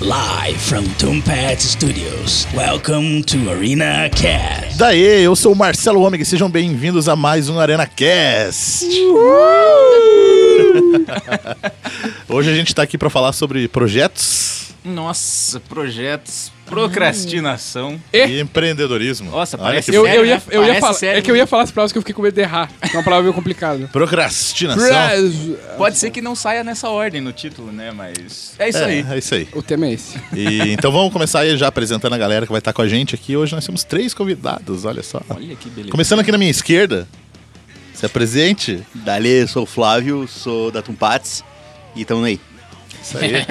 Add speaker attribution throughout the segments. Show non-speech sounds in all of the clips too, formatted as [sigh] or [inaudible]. Speaker 1: Live from Tombat Studios. Welcome to Arena Cast.
Speaker 2: Daê, eu sou o Marcelo Ômega e sejam bem-vindos a mais um Arena Cast. Hoje a gente tá aqui pra falar sobre projetos
Speaker 3: Nossa, projetos, procrastinação.
Speaker 2: e empreendedorismo.
Speaker 3: É. Nossa,
Speaker 2: Olha
Speaker 3: parece
Speaker 2: que
Speaker 3: sério,
Speaker 4: Eu, eu
Speaker 3: né?
Speaker 4: ia, eu ia
Speaker 3: Parece
Speaker 4: falar,
Speaker 3: sério,
Speaker 4: é que eu
Speaker 3: né?
Speaker 4: ia falar as palavras que eu fiquei com medo de errar. que É uma palavra meio complicada.
Speaker 3: É,
Speaker 2: Procrastinação.
Speaker 3: Pode ser que não saia nessa ordem no título, né? Mas é isso aí.
Speaker 2: É, é isso aí.
Speaker 4: O tema é esse.
Speaker 2: E, então vamos começar aí já apresentando a galera que vai estar com a gente aqui. Hoje nós temos três convidados, olha só.
Speaker 3: Olha que beleza.
Speaker 2: Começando aqui na minha esquerda, é se apresente.
Speaker 5: Dali, sou o Flávio, sou da Tumpats e tamo aí.
Speaker 2: Isso aí.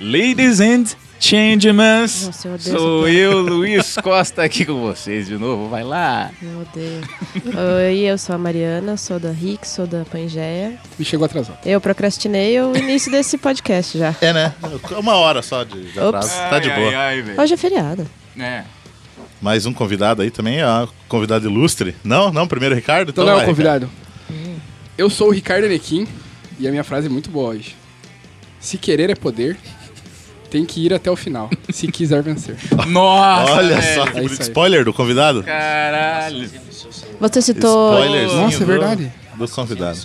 Speaker 3: Ladies and gentlemen,
Speaker 6: Nossa, eu odeio
Speaker 3: sou eu, Luiz Costa, aqui com vocês de novo. Vai lá.
Speaker 6: Meu Deus. Oi, eu sou a Mariana, sou da RIC, sou da Pangeia.
Speaker 4: Me chegou atrasado.
Speaker 6: Eu procrastinei o início desse podcast já.
Speaker 2: É, né? Uma hora só de, de
Speaker 6: Ops.
Speaker 2: atraso. Tá de
Speaker 3: Ai,
Speaker 2: boa.
Speaker 3: ai, ai, velho.
Speaker 6: Hoje é feriado.
Speaker 3: É.
Speaker 2: Mais um convidado aí também, ó. Convidado ilustre. Não, não, primeiro Ricardo.
Speaker 4: Então não é
Speaker 2: vai,
Speaker 4: o convidado. Eu sou o Ricardo Anequim e a minha frase é muito boa hoje. Se querer é poder, tem que ir até o final. Se quiser vencer.
Speaker 3: Nossa,
Speaker 2: Olha
Speaker 3: velho.
Speaker 2: só,
Speaker 4: É isso aí.
Speaker 2: spoiler do convidado.
Speaker 3: Caralho.
Speaker 6: Você citou.
Speaker 2: Spoilerzinho
Speaker 4: Nossa, é
Speaker 2: do-
Speaker 4: verdade.
Speaker 2: Do, convidado.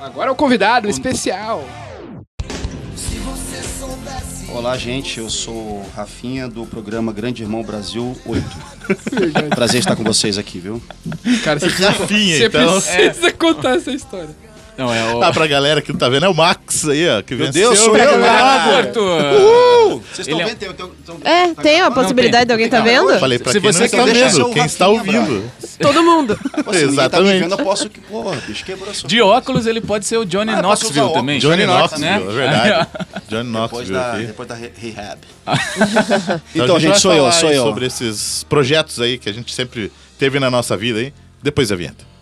Speaker 4: Agora é o convidado especial.
Speaker 7: Olá, gente. Eu sou o Rafinha do programa Grande Irmão Brasil 8.
Speaker 4: Verdade.
Speaker 7: Prazer em estar com vocês aqui, viu?
Speaker 4: [laughs] Cara, você precisa,
Speaker 2: Rafinha,
Speaker 4: você
Speaker 2: então.
Speaker 4: precisa contar essa história.
Speaker 3: Não, é o...
Speaker 2: Ah, pra galera que não tá vendo, é o Max aí, ó. Que
Speaker 5: Meu
Speaker 2: venceu.
Speaker 5: Deus, sou eu,
Speaker 3: Ah,
Speaker 5: Thiago!
Speaker 3: Arthur.
Speaker 7: Vocês
Speaker 3: Ele
Speaker 7: estão
Speaker 3: é-
Speaker 7: vendo? Tem- tem- um tem-
Speaker 6: É, tem uma possibilidade de alguém tá vendo?
Speaker 2: Falei, pra
Speaker 5: Se
Speaker 2: quem
Speaker 5: você
Speaker 2: não
Speaker 5: quer
Speaker 2: está
Speaker 5: deixar
Speaker 2: vendo,
Speaker 5: seu
Speaker 4: um
Speaker 2: quem está
Speaker 5: Rafinha
Speaker 2: ouvindo.
Speaker 4: né?
Speaker 6: Todo mundo.
Speaker 7: Pô, se ninguém tá me
Speaker 2: Exatamente.
Speaker 7: vendo, eu posso que. Porra, bicho, quebrou a sua.
Speaker 3: De óculos, ele pode ser o Johnny
Speaker 7: Ah, eu posso usar
Speaker 3: Knoxville
Speaker 7: óculos.
Speaker 3: também.
Speaker 2: Johnny
Speaker 7: Knoxville,
Speaker 3: né?
Speaker 2: Knoxville, é verdade. Johnny
Speaker 7: Depois
Speaker 2: Knoxville
Speaker 7: da,
Speaker 2: aqui.
Speaker 7: depois da re- rehab.
Speaker 2: Então,
Speaker 7: Então,
Speaker 2: a gente
Speaker 7: gente, sou
Speaker 2: vai
Speaker 7: eu,
Speaker 2: falar
Speaker 7: sou
Speaker 2: aí
Speaker 7: eu.
Speaker 2: Sobre esses projetos aí que a gente sempre teve na nossa vida aí. Depois da vinheta.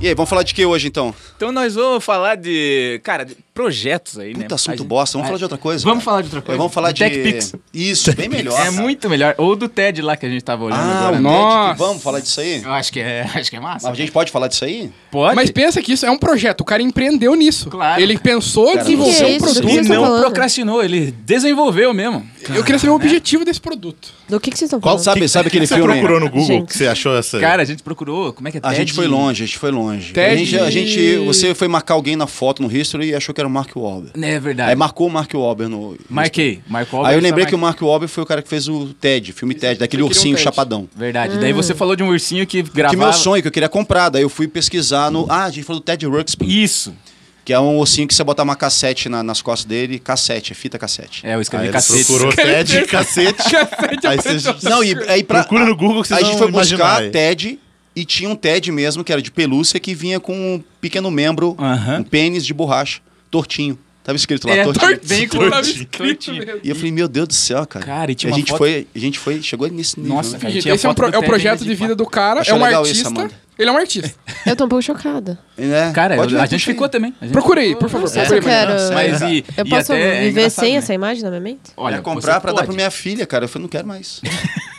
Speaker 7: E aí, vamos falar de que hoje então?
Speaker 3: Então nós vamos falar de, cara, de projetos aí, né?
Speaker 7: Puta assunto
Speaker 3: A gente-
Speaker 7: bosta,
Speaker 3: a-
Speaker 7: vamos falar de outra coisa.
Speaker 3: Vamos
Speaker 7: cara. É,
Speaker 3: falar de outra coisa.
Speaker 7: Vamos falar de.
Speaker 3: TechPix.
Speaker 7: Isso, bem melhor.
Speaker 3: É muito melhor. Ou do TED lá que a gente tava olhando
Speaker 7: Ah,
Speaker 3: agora.
Speaker 7: o
Speaker 3: né?
Speaker 4: Nossa.
Speaker 7: Nossa. Vamos falar disso aí?
Speaker 3: Eu acho que é, [laughs] acho que é massa.
Speaker 7: Mas a gente pode falar disso aí?
Speaker 3: Pode?
Speaker 4: Mas pensa que isso é um projeto. O cara empreendeu nisso.
Speaker 3: Claro.
Speaker 4: Ele pensou,
Speaker 7: Cara,
Speaker 4: desenvolveu
Speaker 7: que
Speaker 4: um
Speaker 7: é isso?
Speaker 4: produto.
Speaker 3: e
Speaker 6: vocês
Speaker 3: não
Speaker 6: estão falando?
Speaker 3: procrastinou, ele desenvolveu mesmo.
Speaker 4: Eu queria saber o objetivo desse produto.
Speaker 6: Do que, que vocês estão
Speaker 2: Qual
Speaker 6: falando?
Speaker 7: Sabe, sabe aquele
Speaker 2: Você
Speaker 7: filme?
Speaker 2: procurou no Google
Speaker 6: Gente.
Speaker 2: que você achou essa.
Speaker 3: Cara, a gente procurou, como é que é
Speaker 7: A
Speaker 3: TED?
Speaker 7: gente foi longe, a gente foi longe.
Speaker 4: Ted-
Speaker 7: A gente, a gente- você foi marcar alguém na foto no history e achou que era o Mark Wahlberg.
Speaker 3: É verdade.
Speaker 7: Aí marcou o Mark Wahlberg no.
Speaker 3: Marquei. tá Marcou
Speaker 7: Aí eu lembrei que o Mark Wahlberg foi o cara que fez o TED, filme TED, daquele
Speaker 4: Ele criou
Speaker 7: ursinho
Speaker 4: um TED.
Speaker 7: chapadão.
Speaker 3: Verdade. Daí você falou de um ursinho que
Speaker 7: Que
Speaker 3: gravava...
Speaker 7: meu sonho, que eu queria comprar. Daí eu fui pesquisar no. Ah, a gente falou do Ted Ruxpin,
Speaker 3: Isso.
Speaker 7: que é um ursinho que você botar uma cassete na- nas costas dele, cassete, é fita cassete.
Speaker 3: É, eu
Speaker 2: Aí
Speaker 3: escrevi
Speaker 5: Ah,
Speaker 2: ele
Speaker 3: cacete.
Speaker 2: Ah, procurou
Speaker 3: [laughs]
Speaker 2: TED, cacete. Aí você-
Speaker 7: Não, e aí pra.
Speaker 2: Procura no Google que vocês
Speaker 7: Aí a gente
Speaker 2: vão
Speaker 7: foi
Speaker 2: imaginar
Speaker 7: buscar
Speaker 2: aí.
Speaker 7: TED e tinha um TED mesmo, que era de pelúcia, que vinha com um pequeno membro,
Speaker 3: Aham.
Speaker 7: um pênis de borracha, tortinho. Tava escrito lá,
Speaker 3: É,
Speaker 7: tortinho.
Speaker 3: tortinho. Bem como tava
Speaker 4: Tortinho.
Speaker 3: escrito mesmo.
Speaker 7: E eu falei, meu Deus do céu, cara.
Speaker 3: Cara, e tinha uma
Speaker 7: a gente
Speaker 3: foto-
Speaker 7: foi, a gente foi, chegou nesse nível.
Speaker 3: Nossa,
Speaker 7: né?
Speaker 3: cara. Aí
Speaker 4: Gente,
Speaker 3: tinha
Speaker 4: esse é, um
Speaker 3: foto
Speaker 4: pro-
Speaker 3: do
Speaker 4: é o
Speaker 3: Ted
Speaker 4: projeto
Speaker 3: Lasso
Speaker 4: de
Speaker 3: de
Speaker 4: vida do cara,
Speaker 7: Achei
Speaker 4: é um
Speaker 7: legal
Speaker 4: artista.
Speaker 7: isso, Amanda.
Speaker 4: ele é um artista.
Speaker 6: Eu tô um pouco chocada.
Speaker 7: É,
Speaker 3: Cara,
Speaker 7: pode
Speaker 3: eu-
Speaker 7: ver,
Speaker 3: a gente
Speaker 7: puxa aí.
Speaker 3: ficou também. A gente
Speaker 4: Procurei,
Speaker 3: ficou-
Speaker 4: por favor.
Speaker 6: Não sei se eu
Speaker 4: procurei pra mim.
Speaker 6: quero.
Speaker 3: Mas e-
Speaker 6: eu
Speaker 3: e
Speaker 6: posso
Speaker 3: até é
Speaker 6: viver
Speaker 3: engraçado,
Speaker 6: sem
Speaker 3: né?
Speaker 6: essa imagem na minha mente?
Speaker 3: Olha,
Speaker 7: Ia comprar
Speaker 3: você
Speaker 7: pra dar pra
Speaker 3: pode.
Speaker 7: minha filha, cara. Eu falei, não quero mais.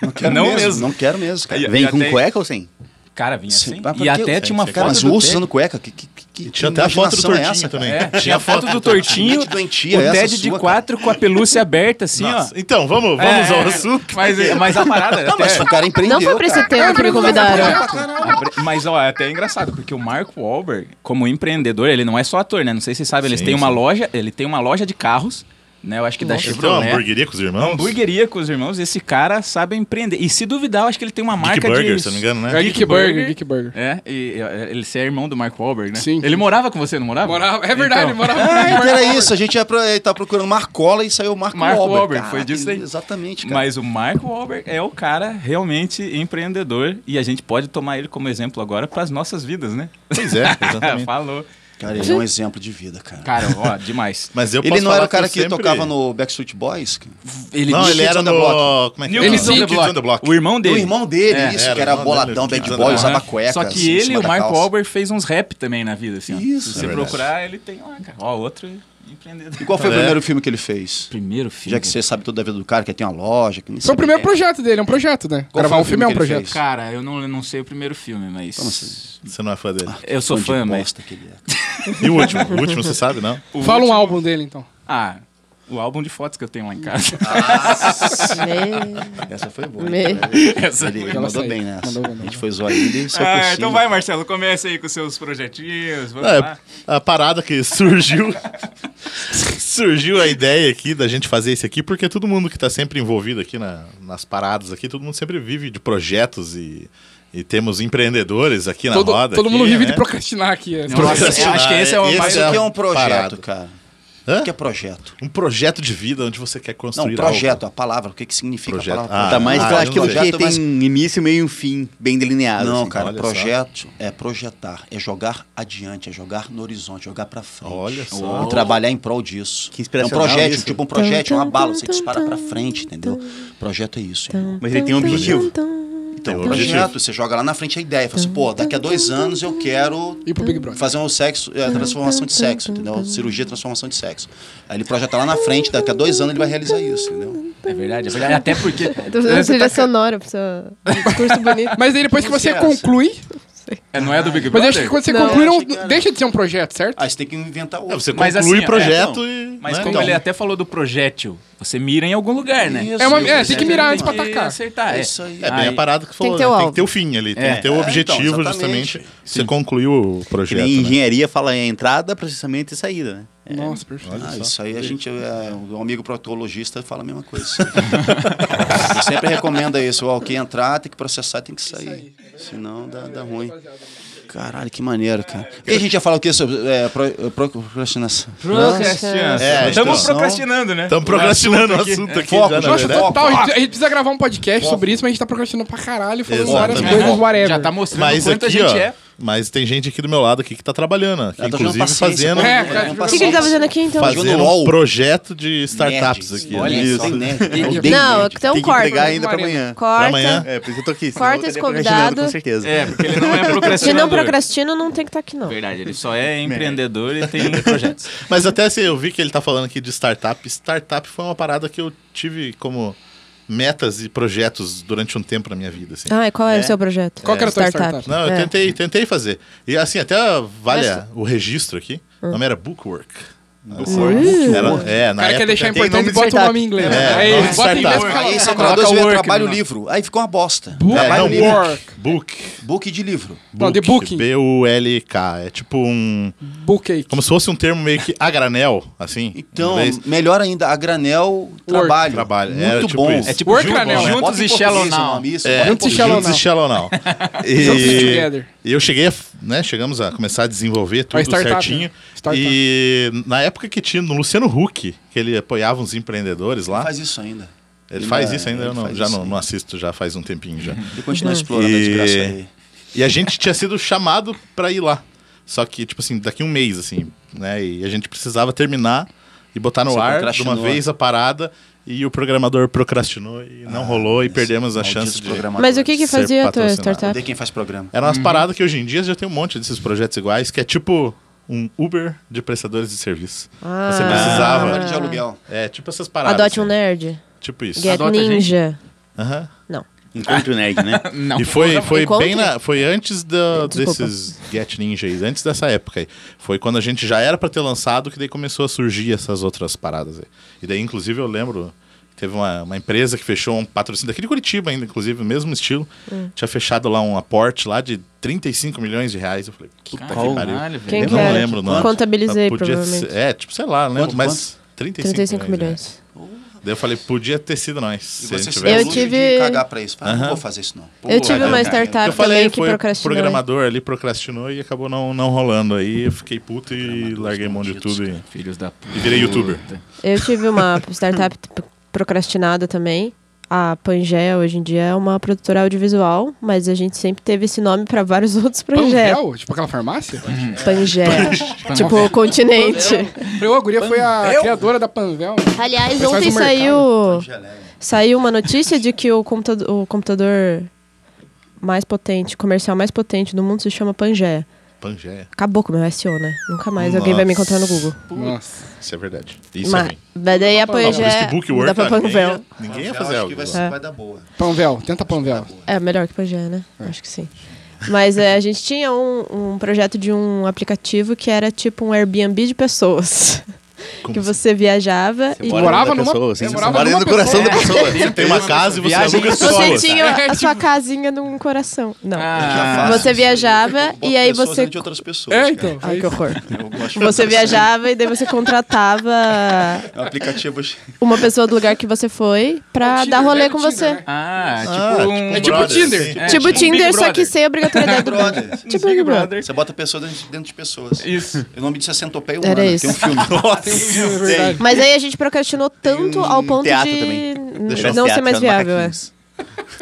Speaker 7: Não quero
Speaker 3: Não
Speaker 7: mesmo,
Speaker 3: mesmo.
Speaker 7: Não quero mesmo, cara.
Speaker 3: Aí,
Speaker 5: Vem
Speaker 3: E
Speaker 5: com
Speaker 3: até-
Speaker 5: cueca ou sem?
Speaker 3: Cara, vinha
Speaker 7: Sim,
Speaker 3: assim.
Speaker 7: mas pra
Speaker 3: E
Speaker 7: quê?
Speaker 3: até tinha uma
Speaker 2: Sim,
Speaker 7: Cara,
Speaker 3: foto
Speaker 7: mas
Speaker 3: do
Speaker 7: urso
Speaker 3: Ted.
Speaker 7: usando cueca, que, que, que, que
Speaker 2: Tinha até a foto do
Speaker 7: imaginação é
Speaker 2: Tortinho
Speaker 7: essa,
Speaker 2: também.
Speaker 7: cara?
Speaker 3: É,
Speaker 2: Tinha
Speaker 3: tinha a foto do
Speaker 7: Que
Speaker 3: Tortinho,
Speaker 7: mente doentia
Speaker 3: o
Speaker 7: é essa
Speaker 3: TED
Speaker 7: sua,
Speaker 3: de
Speaker 7: cara?
Speaker 3: 4 com a pelúcia aberta assim, ó. É,
Speaker 2: Nossa, então, vamos, vamos ao assunto.
Speaker 3: Mas, mas a parada.
Speaker 7: Não,
Speaker 3: até-
Speaker 7: mas o cara empreendeu.
Speaker 6: não foi pra esse
Speaker 7: cara.
Speaker 6: tema que me convidaram.
Speaker 3: a- mas, ó, é até engraçado, porque o Mark Wahlberg, como empreendedor, ele não é só ator, né? Não sei se vocês sabem, eles
Speaker 2: Sim,
Speaker 3: têm uma
Speaker 2: sim.
Speaker 3: loja, ele tem uma loja de carros. né? Eu acho que da
Speaker 2: Ele tem uma
Speaker 3: Chevrolet.
Speaker 2: hamburgueria com os irmãos?
Speaker 3: Hamburgueria com os irmãos, esse cara sabe empreender. E se duvidar, eu acho que ele tem uma
Speaker 2: Geek
Speaker 3: marca
Speaker 2: Burger,
Speaker 3: de.
Speaker 2: se não me engano, né?
Speaker 4: É Geek Burger, Geek Burger.
Speaker 3: É, e, e, ele ser irmão do Mark Wahlberg, né?
Speaker 4: Sim.
Speaker 3: Ele morava com você, não morava?
Speaker 4: Morava, é verdade,
Speaker 3: Então.
Speaker 4: morava.
Speaker 7: Ah, era isso, a gente ia pro, eh, tá procurando Marcola e saiu o Marco
Speaker 3: Mark
Speaker 7: Wahlberg.
Speaker 3: Wahlberg, foi
Speaker 7: Caraca,
Speaker 3: disso aí.
Speaker 7: Exatamente, cara.
Speaker 3: Mas o Mark Wahlberg é o cara realmente empreendedor e a gente pode tomar ele como exemplo agora para as nossas vidas, né?
Speaker 2: Pois
Speaker 3: [laughs]
Speaker 2: é, exatamente.
Speaker 3: Falou.
Speaker 7: Cara, ele é um exemplo de vida, cara.
Speaker 3: Cara,
Speaker 2: [laughs]
Speaker 3: ó, demais.
Speaker 2: Mas eu
Speaker 7: ele
Speaker 2: posso
Speaker 7: não era
Speaker 2: falar
Speaker 7: o cara que,
Speaker 2: eu sempre-
Speaker 7: tocava no Backstreet Boys? cara?
Speaker 3: Ele
Speaker 2: Não,
Speaker 7: New
Speaker 2: ele
Speaker 7: Kids
Speaker 2: era
Speaker 7: on the Block.
Speaker 2: no... Como é que
Speaker 3: New
Speaker 2: é?
Speaker 4: Kids on the
Speaker 2: Kids on the Block.
Speaker 3: O irmão dele.
Speaker 7: O irmão dele,
Speaker 3: É.
Speaker 7: isso,
Speaker 2: Era,
Speaker 7: que era
Speaker 2: o irmão dele,
Speaker 7: boladão,
Speaker 2: Kids
Speaker 7: bad
Speaker 2: on the
Speaker 7: boy,
Speaker 2: Block.
Speaker 7: usava
Speaker 3: Aham.
Speaker 7: cueca.
Speaker 3: Né? Só que
Speaker 7: assim, em
Speaker 3: ele
Speaker 7: cima
Speaker 3: e o
Speaker 7: da
Speaker 3: Mark
Speaker 7: calça.
Speaker 3: Wahlberg fez uns rap também na vida, assim. ó.
Speaker 7: Isso,
Speaker 3: Se você
Speaker 7: é verdade.
Speaker 3: procurar, ele tem lá, cara. Ó, outro empreendedor.
Speaker 7: E qual foi o
Speaker 2: É.
Speaker 7: primeiro filme que ele fez?
Speaker 3: primeiro filme?
Speaker 7: Já que você sabe toda a vida do cara, que tem uma loja, que nem
Speaker 4: Foi o
Speaker 7: sabe.
Speaker 4: primeiro projeto dele, é um projeto, né?
Speaker 7: Qual
Speaker 4: Gravar
Speaker 7: foi
Speaker 4: um
Speaker 7: o
Speaker 4: filme
Speaker 7: filme
Speaker 4: é um
Speaker 7: que ele
Speaker 4: projeto.
Speaker 7: fez?
Speaker 3: Cara, eu não, eu não sei o primeiro filme, mas...
Speaker 7: assim?
Speaker 2: Você não é fã dele.
Speaker 3: Eu sou
Speaker 7: Fã de
Speaker 3: fã, mas...
Speaker 7: bosta que ele é.
Speaker 2: E o último? O último você sabe, não?
Speaker 4: Fala um álbum dele, então.
Speaker 3: Ah, o álbum de fotos que eu tenho lá em
Speaker 7: [laughs]
Speaker 3: casa.
Speaker 7: Ah, Essa foi boa.
Speaker 6: Me-
Speaker 7: né?
Speaker 3: [laughs] Essa
Speaker 7: Ele
Speaker 4: Aquela
Speaker 7: mandou
Speaker 4: saída.
Speaker 7: bem nessa.
Speaker 4: Mandou, mandou.
Speaker 7: A gente foi zoar ele assim, e saiu por
Speaker 3: Ah,
Speaker 7: cima.
Speaker 3: então vai, Marcelo, começa aí com seus projetinhos. Vamos
Speaker 7: Ah,
Speaker 3: lá.
Speaker 2: É, a parada que surgiu. [laughs] surgiu a ideia aqui da gente fazer isso aqui, porque todo mundo que tá sempre envolvido aqui na- nas paradas aqui, todo mundo sempre vive de projetos e, e temos empreendedores aqui na
Speaker 4: Todo,
Speaker 2: roda.
Speaker 4: todo
Speaker 2: aqui,
Speaker 4: mundo vive
Speaker 2: né?
Speaker 4: de procrastinar aqui. é.
Speaker 3: Nossa, eu acho que esse é o
Speaker 2: Esse
Speaker 3: mais.
Speaker 7: Isso aqui é um
Speaker 2: Parado.
Speaker 7: projeto, cara.
Speaker 2: Hã?
Speaker 7: O que é projeto?
Speaker 2: Um projeto de vida onde você quer construir
Speaker 7: Não, projeto, a palavra. O que, que significa
Speaker 2: Projeto.
Speaker 7: a palavra?
Speaker 2: Ah,
Speaker 5: Tá mais
Speaker 2: ah,
Speaker 5: pra
Speaker 2: eu não
Speaker 5: aquilo que
Speaker 7: projeto,
Speaker 5: tem
Speaker 7: mas-
Speaker 5: início, meio e um fim bem delineado.
Speaker 7: Não,
Speaker 5: assim.
Speaker 7: cara,
Speaker 2: olha só.
Speaker 7: projeto é projetar, é jogar adiante, é jogar no horizonte, jogar pra frente.
Speaker 2: Olha só.
Speaker 7: Vamos trabalhar em prol disso. é
Speaker 5: Que
Speaker 7: um
Speaker 5: inspiracional
Speaker 7: projétil,
Speaker 5: isso.
Speaker 7: tipo um projétil, uma bala, você dispara pra frente, entendeu? Projeto é isso. irmão.
Speaker 5: Mas ele tem um objetivo.
Speaker 7: Então,
Speaker 2: Tem objetivo.
Speaker 7: projeto, você joga lá na frente a ideia, fala assim, pô, daqui a dois anos eu quero
Speaker 4: E pro Big Brother.
Speaker 7: fazer um sexo, é, transformação de sexo, entendeu? Cirurgia, transformação de sexo. Aí ele projeta lá na frente, daqui a dois anos ele vai realizar isso, entendeu?
Speaker 3: É verdade, é verdade. Até
Speaker 7: [laughs]
Speaker 3: porque.
Speaker 6: Tô fazendo trilha sonora pra seu discurso bonito.
Speaker 4: [laughs] Mas aí depois que você
Speaker 7: Música é essa?
Speaker 4: conclui.
Speaker 3: É, não é do Big
Speaker 4: Mas
Speaker 3: Brother?
Speaker 4: eu acho que quando você
Speaker 6: Não,
Speaker 4: conclui, não,
Speaker 7: achei que era.
Speaker 4: deixa de ser um projeto, certo?
Speaker 7: Aí você tem que inventar
Speaker 2: É,
Speaker 7: outro.
Speaker 2: você
Speaker 3: Mas
Speaker 2: conclui
Speaker 3: assim, é,
Speaker 2: projeto e.
Speaker 3: Mas
Speaker 2: né?
Speaker 3: como
Speaker 2: Então,
Speaker 3: ele até falou do projétil, você mira em algum lugar, né?
Speaker 7: Isso,
Speaker 4: É uma- é,
Speaker 7: isso,
Speaker 4: tem que
Speaker 7: isso.
Speaker 4: mirar antes pra
Speaker 3: Tem que
Speaker 4: atacar.
Speaker 3: acertar,
Speaker 7: É
Speaker 3: é.
Speaker 7: isso aí.
Speaker 2: É bem
Speaker 3: Aí-
Speaker 2: a parada que falou,
Speaker 6: que ter o
Speaker 2: né? tem
Speaker 6: alvo.
Speaker 2: que ter o fim ali, tem
Speaker 7: É.
Speaker 2: que ter o
Speaker 7: É, então,
Speaker 2: objetivo,
Speaker 7: exatamente.
Speaker 2: justamente. Você concluiu o
Speaker 5: Que
Speaker 2: projeto.
Speaker 5: nem
Speaker 2: né?
Speaker 5: engenharia fala é entrada, processamento e saída, né?
Speaker 4: Nossa, perfeito.
Speaker 7: Ah, isso aí a gente, é, um amigo proctologista fala a mesma coisa. [laughs] Ele sempre recomenda isso, ó, o que entrar tem que processar, tem que sair. Senão dá, dá ruim. Caralho, que maneiro, cara. E a gente ia falar o quê sobre é, pro, eh, procrastinação?
Speaker 3: Procrastinação.
Speaker 2: É,
Speaker 3: Estamos
Speaker 2: então-
Speaker 3: procrastinando, né?
Speaker 2: Estamos procrastinando o
Speaker 3: É
Speaker 2: assunto aqui,
Speaker 7: Foco,
Speaker 2: já, na
Speaker 7: Josh,
Speaker 2: verdade.
Speaker 7: foco.
Speaker 4: Total, a gente, a gente precisa gravar um podcast sobre isso, mas a gente tá procrastinando pra caralho, falando várias
Speaker 2: Exatamente.
Speaker 4: coisas, whatever.
Speaker 3: Já tá mostrando
Speaker 2: Mas
Speaker 3: quanto
Speaker 2: aqui,
Speaker 3: a gente
Speaker 2: ó,
Speaker 3: é.
Speaker 2: mas tem gente aqui do meu lado aqui que tá trabalhando, ó, que
Speaker 7: Ela tá jogando
Speaker 2: inclusive
Speaker 7: paciência,
Speaker 2: fazendo,
Speaker 7: pô,
Speaker 4: É,
Speaker 7: tá
Speaker 4: cara,
Speaker 7: jogando
Speaker 6: O que, que ele tá fazendo aqui, então?
Speaker 7: Faz-
Speaker 2: fazendo
Speaker 7: jogando
Speaker 2: um
Speaker 7: LOL.
Speaker 2: projeto de startups
Speaker 7: Nerds.
Speaker 2: aqui. ó.
Speaker 7: Olha
Speaker 2: Isso.
Speaker 7: só, nerd.
Speaker 6: Não, então
Speaker 5: tem que
Speaker 6: corta.
Speaker 5: entregar ainda pra
Speaker 4: Marina.
Speaker 5: amanhã.
Speaker 2: Pra
Speaker 6: Corta.
Speaker 2: amanhã.
Speaker 5: É, por isso que eu tô aqui. senão
Speaker 6: Corta
Speaker 5: eu estaria
Speaker 6: esse
Speaker 5: procrastinando,
Speaker 6: convidado.
Speaker 5: Com certeza.
Speaker 3: É, porque
Speaker 2: [laughs]
Speaker 3: ele não é
Speaker 6: [laughs] Se
Speaker 3: procrastinador.
Speaker 6: não procrastina, não tem que estar aqui, não.
Speaker 3: Verdade, ele só é empreendedor e tem projetos.
Speaker 2: Mas até assim, eu vi que ele tá falando aqui de startup. Startup foi uma parada que eu tive como metas e projetos durante um tempo na minha vida, assim.
Speaker 6: Ah, e qual
Speaker 5: É.
Speaker 6: era o seu projeto?
Speaker 4: Qual que era a tua startup?
Speaker 2: Não, eu
Speaker 6: É.
Speaker 2: tentei, tentei fazer. E assim, até vale a- o registro aqui.
Speaker 7: Hum.
Speaker 2: O nome era Bookwork. Era, é,
Speaker 4: O
Speaker 2: na
Speaker 4: cara quer
Speaker 2: época-
Speaker 4: deixar
Speaker 5: tem
Speaker 4: importante,
Speaker 5: nome de
Speaker 4: bota o
Speaker 5: startup.
Speaker 4: nome em inglês.
Speaker 2: É,
Speaker 4: aí,
Speaker 2: nome de
Speaker 4: bota em
Speaker 2: startup.
Speaker 4: inglês e
Speaker 7: Aí é
Speaker 4: fala,
Speaker 7: você
Speaker 4: "Ah,
Speaker 7: traduz
Speaker 3: coloca
Speaker 7: o
Speaker 3: work
Speaker 7: trabalho
Speaker 3: no-
Speaker 7: livro. Aí ficou uma bosta.
Speaker 4: Book.
Speaker 2: É, não,
Speaker 7: Trabalho livre.
Speaker 4: Work.
Speaker 2: Book.
Speaker 7: Book de livro.
Speaker 4: Não, The Booking.
Speaker 2: B-U-L-K. É tipo um.
Speaker 4: Bookcake.
Speaker 3: assim?
Speaker 2: Como se fosse um termo meio que a granel, assim. em
Speaker 7: Então,
Speaker 2: inglês.
Speaker 7: melhor ainda, a granel trabalho.
Speaker 2: Trabalho,
Speaker 7: Muito
Speaker 2: era tipo
Speaker 7: bom.
Speaker 2: isso. É
Speaker 3: tipo
Speaker 4: Work
Speaker 3: Ju-
Speaker 4: Anel.
Speaker 7: Bota em
Speaker 3: Juntos e
Speaker 7: português
Speaker 3: Shallow
Speaker 7: o
Speaker 3: Now.
Speaker 7: nome, isso,
Speaker 2: É,
Speaker 7: bota em
Speaker 4: Juntos e Shallow
Speaker 2: Juntos
Speaker 4: Now.
Speaker 2: e Shallow
Speaker 4: [laughs]
Speaker 2: Now.
Speaker 4: Something together.
Speaker 2: E eu cheguei, a, f- né, chegamos a começar a desenvolver tudo
Speaker 4: startup,
Speaker 2: certinho.
Speaker 4: né? Startup.
Speaker 2: E na época que tinha no Luciano Huck, que ele apoiava uns empreendedores lá,
Speaker 7: Faz isso ainda.
Speaker 2: ele faz isso ainda,
Speaker 7: ele
Speaker 2: eu não-
Speaker 7: faz
Speaker 2: já
Speaker 7: isso
Speaker 2: não,
Speaker 7: ainda.
Speaker 2: não assisto já faz um tempinho já.
Speaker 7: Ele continua explorando a desgraça aí.
Speaker 2: E a gente tinha sido chamado pra ir lá. Só que, tipo assim, daqui um mês, assim, né? E a gente precisava terminar e botar no
Speaker 7: Você
Speaker 2: ar de
Speaker 7: procrastinou. né?
Speaker 2: uma vez a parada. E o programador procrastinou e
Speaker 7: Ah,
Speaker 2: não rolou e perdemos a
Speaker 7: Malditos
Speaker 2: chance de.
Speaker 7: programadores.
Speaker 6: Mas o que que
Speaker 2: Ser
Speaker 6: fazia a tua
Speaker 2: patrocinado.
Speaker 6: startup?
Speaker 7: Odeio quem faz programa.
Speaker 2: Eram
Speaker 6: Uhum.
Speaker 2: umas paradas que hoje em dia já tem um monte desses projetos iguais, que é tipo um Uber de prestadores de serviço. É. Você precisava.
Speaker 7: Trabalho de aluguel.
Speaker 2: É, tipo essas paradas.
Speaker 6: Ah. Adote um
Speaker 2: assim.
Speaker 6: nerd.
Speaker 2: Tipo isso.
Speaker 6: Get
Speaker 3: Adota a gente.
Speaker 6: ninja.
Speaker 2: Aham.
Speaker 5: Encontre o nerd, né?
Speaker 3: Não.
Speaker 2: E foi, foi
Speaker 6: Encontre.
Speaker 2: bem na, foi antes da-
Speaker 6: Desculpa.
Speaker 2: desses Get Ninja aí, antes dessa época aí. Foi quando a gente já era pra ter lançado que daí começou a surgir essas outras paradas aí. E daí, inclusive, eu lembro que teve uma, uma empresa que fechou um patrocínio daqui de Curitiba ainda, inclusive, mesmo estilo.
Speaker 6: Hum.
Speaker 2: Tinha fechado lá um aporte lá de 35 milhões de reais. Eu falei, [laughs] puta que pariu.
Speaker 3: Caralho, velho.
Speaker 6: Quem
Speaker 2: eu
Speaker 6: que
Speaker 2: não
Speaker 6: era?
Speaker 2: lembro o nome.
Speaker 6: Contabilizei,
Speaker 2: Mas podia
Speaker 6: provavelmente.
Speaker 2: ser- é, tipo, sei lá, não lembro,
Speaker 7: Quanto,
Speaker 2: mas 35,
Speaker 6: 35
Speaker 2: milhões.
Speaker 6: milhões.
Speaker 2: né? Daí eu falei, podia ter sido nós.
Speaker 7: E
Speaker 2: se a
Speaker 7: você
Speaker 2: gente
Speaker 7: [laughs] se
Speaker 2: tivesse-
Speaker 6: Eu
Speaker 7: ilude
Speaker 6: tive-
Speaker 7: de cagar pra isso. Fala,
Speaker 2: Aham.
Speaker 7: Não vou fazer isso, não.
Speaker 6: Eu tive
Speaker 7: Pô,
Speaker 6: uma
Speaker 7: cara,
Speaker 6: startup
Speaker 2: Eu falei,
Speaker 6: também que
Speaker 2: foi
Speaker 6: procrastinou. né?
Speaker 2: programador ali, procrastinou e acabou não, não rolando. Aí eu fiquei puto e larguei mão de tudo. E...
Speaker 3: Filhos da puta.
Speaker 2: E virei youtuber.
Speaker 6: Eu tive uma startup p- procrastinada também. A Pangea, hoje em dia, é uma produtora audiovisual, mas a gente sempre teve esse nome para vários [laughs] outros projetos.
Speaker 4: Panvel? Tipo aquela farmácia?
Speaker 3: Uhum.
Speaker 6: Pangea. tipo, o continente.
Speaker 4: Falei, ô, a guria foi a criadora da Panvel.
Speaker 6: Aliás,
Speaker 4: Mas faz
Speaker 6: ontem
Speaker 4: um mercado.
Speaker 6: saiu,
Speaker 7: geleia.
Speaker 6: saiu uma notícia de que o computador, o computador mais potente, comercial mais potente do mundo se chama Pangea.
Speaker 2: Pangeia.
Speaker 6: Acabou com o meu SEO, né? Nunca mais alguém vai me encontrar no Google.
Speaker 4: Nossa.
Speaker 2: Isso é verdade. Isso é
Speaker 6: Mas,
Speaker 2: ruim.
Speaker 6: mas daí a
Speaker 2: Não, por isso que
Speaker 6: Pangea
Speaker 2: Bookwork,
Speaker 6: dá pra
Speaker 2: cara, ninguém,
Speaker 6: Panvel.
Speaker 2: ia, ninguém ia
Speaker 7: Eu
Speaker 2: fazer
Speaker 7: acho que
Speaker 2: algo.
Speaker 7: vai,
Speaker 2: lá.
Speaker 7: ser- vai dar boa.
Speaker 4: Panvel, tenta Panvel.
Speaker 6: É, melhor que Pangea, né? Acho que sim. Mas é, a gente tinha um, um projeto de um aplicativo que era tipo um Airbnb de pessoas.
Speaker 2: Como
Speaker 6: que você viajava e
Speaker 5: Bora
Speaker 4: morava
Speaker 5: dentro da
Speaker 4: numa-
Speaker 5: pessoa, assim,
Speaker 4: eu
Speaker 5: você
Speaker 4: morava
Speaker 5: mora dentro do
Speaker 4: numa
Speaker 5: coração da pessoa.
Speaker 2: Você tem
Speaker 3: Ah,
Speaker 2: uma casa e você
Speaker 3: Viagem
Speaker 2: aluga
Speaker 3: só
Speaker 6: você
Speaker 2: solo.
Speaker 6: tinha a sua casinha num coração. Não.
Speaker 3: Ah,
Speaker 6: Você viajava
Speaker 7: Eu boto
Speaker 6: e aí
Speaker 7: pessoas
Speaker 6: você-
Speaker 7: dentro de outras pessoas.
Speaker 4: É,
Speaker 7: cara.
Speaker 4: então.
Speaker 6: Ai, que
Speaker 7: [laughs]
Speaker 6: horror.
Speaker 7: Eu gosto
Speaker 6: Você
Speaker 7: disso.
Speaker 6: viajava e daí você contratava
Speaker 7: É um aplicativo. [laughs]
Speaker 6: uma pessoa do lugar que você foi pra
Speaker 4: Tinder,
Speaker 6: dar rolê
Speaker 4: era
Speaker 6: com
Speaker 4: o Tinder,
Speaker 6: você.
Speaker 4: né?
Speaker 3: ah, tipo
Speaker 2: Ah,
Speaker 3: um...
Speaker 4: É tipo o
Speaker 2: Brothers,
Speaker 4: Tinder.
Speaker 3: É,
Speaker 6: Tipo
Speaker 3: um
Speaker 6: Tinder,
Speaker 3: Big
Speaker 6: só que
Speaker 3: Brother.
Speaker 6: sem a obrigatoriedade do Brother.
Speaker 7: Brother.
Speaker 6: Tipo Big Brother.
Speaker 7: É. Você bota pessoas dentro- dentro de pessoas.
Speaker 3: Isso.
Speaker 7: O nome disso é Centopeia
Speaker 6: Era
Speaker 7: Humana.
Speaker 6: isso.
Speaker 7: Tem um
Speaker 6: [laughs]
Speaker 7: filme.
Speaker 4: É verdade.
Speaker 6: Mas aí a gente procrastinou tanto ao ponto
Speaker 5: teatro
Speaker 6: de
Speaker 5: também.
Speaker 6: n-
Speaker 5: Deixar
Speaker 6: não
Speaker 5: os
Speaker 6: ser
Speaker 5: teatros
Speaker 6: mais
Speaker 5: no
Speaker 6: viável, é.
Speaker 5: Marquinhos.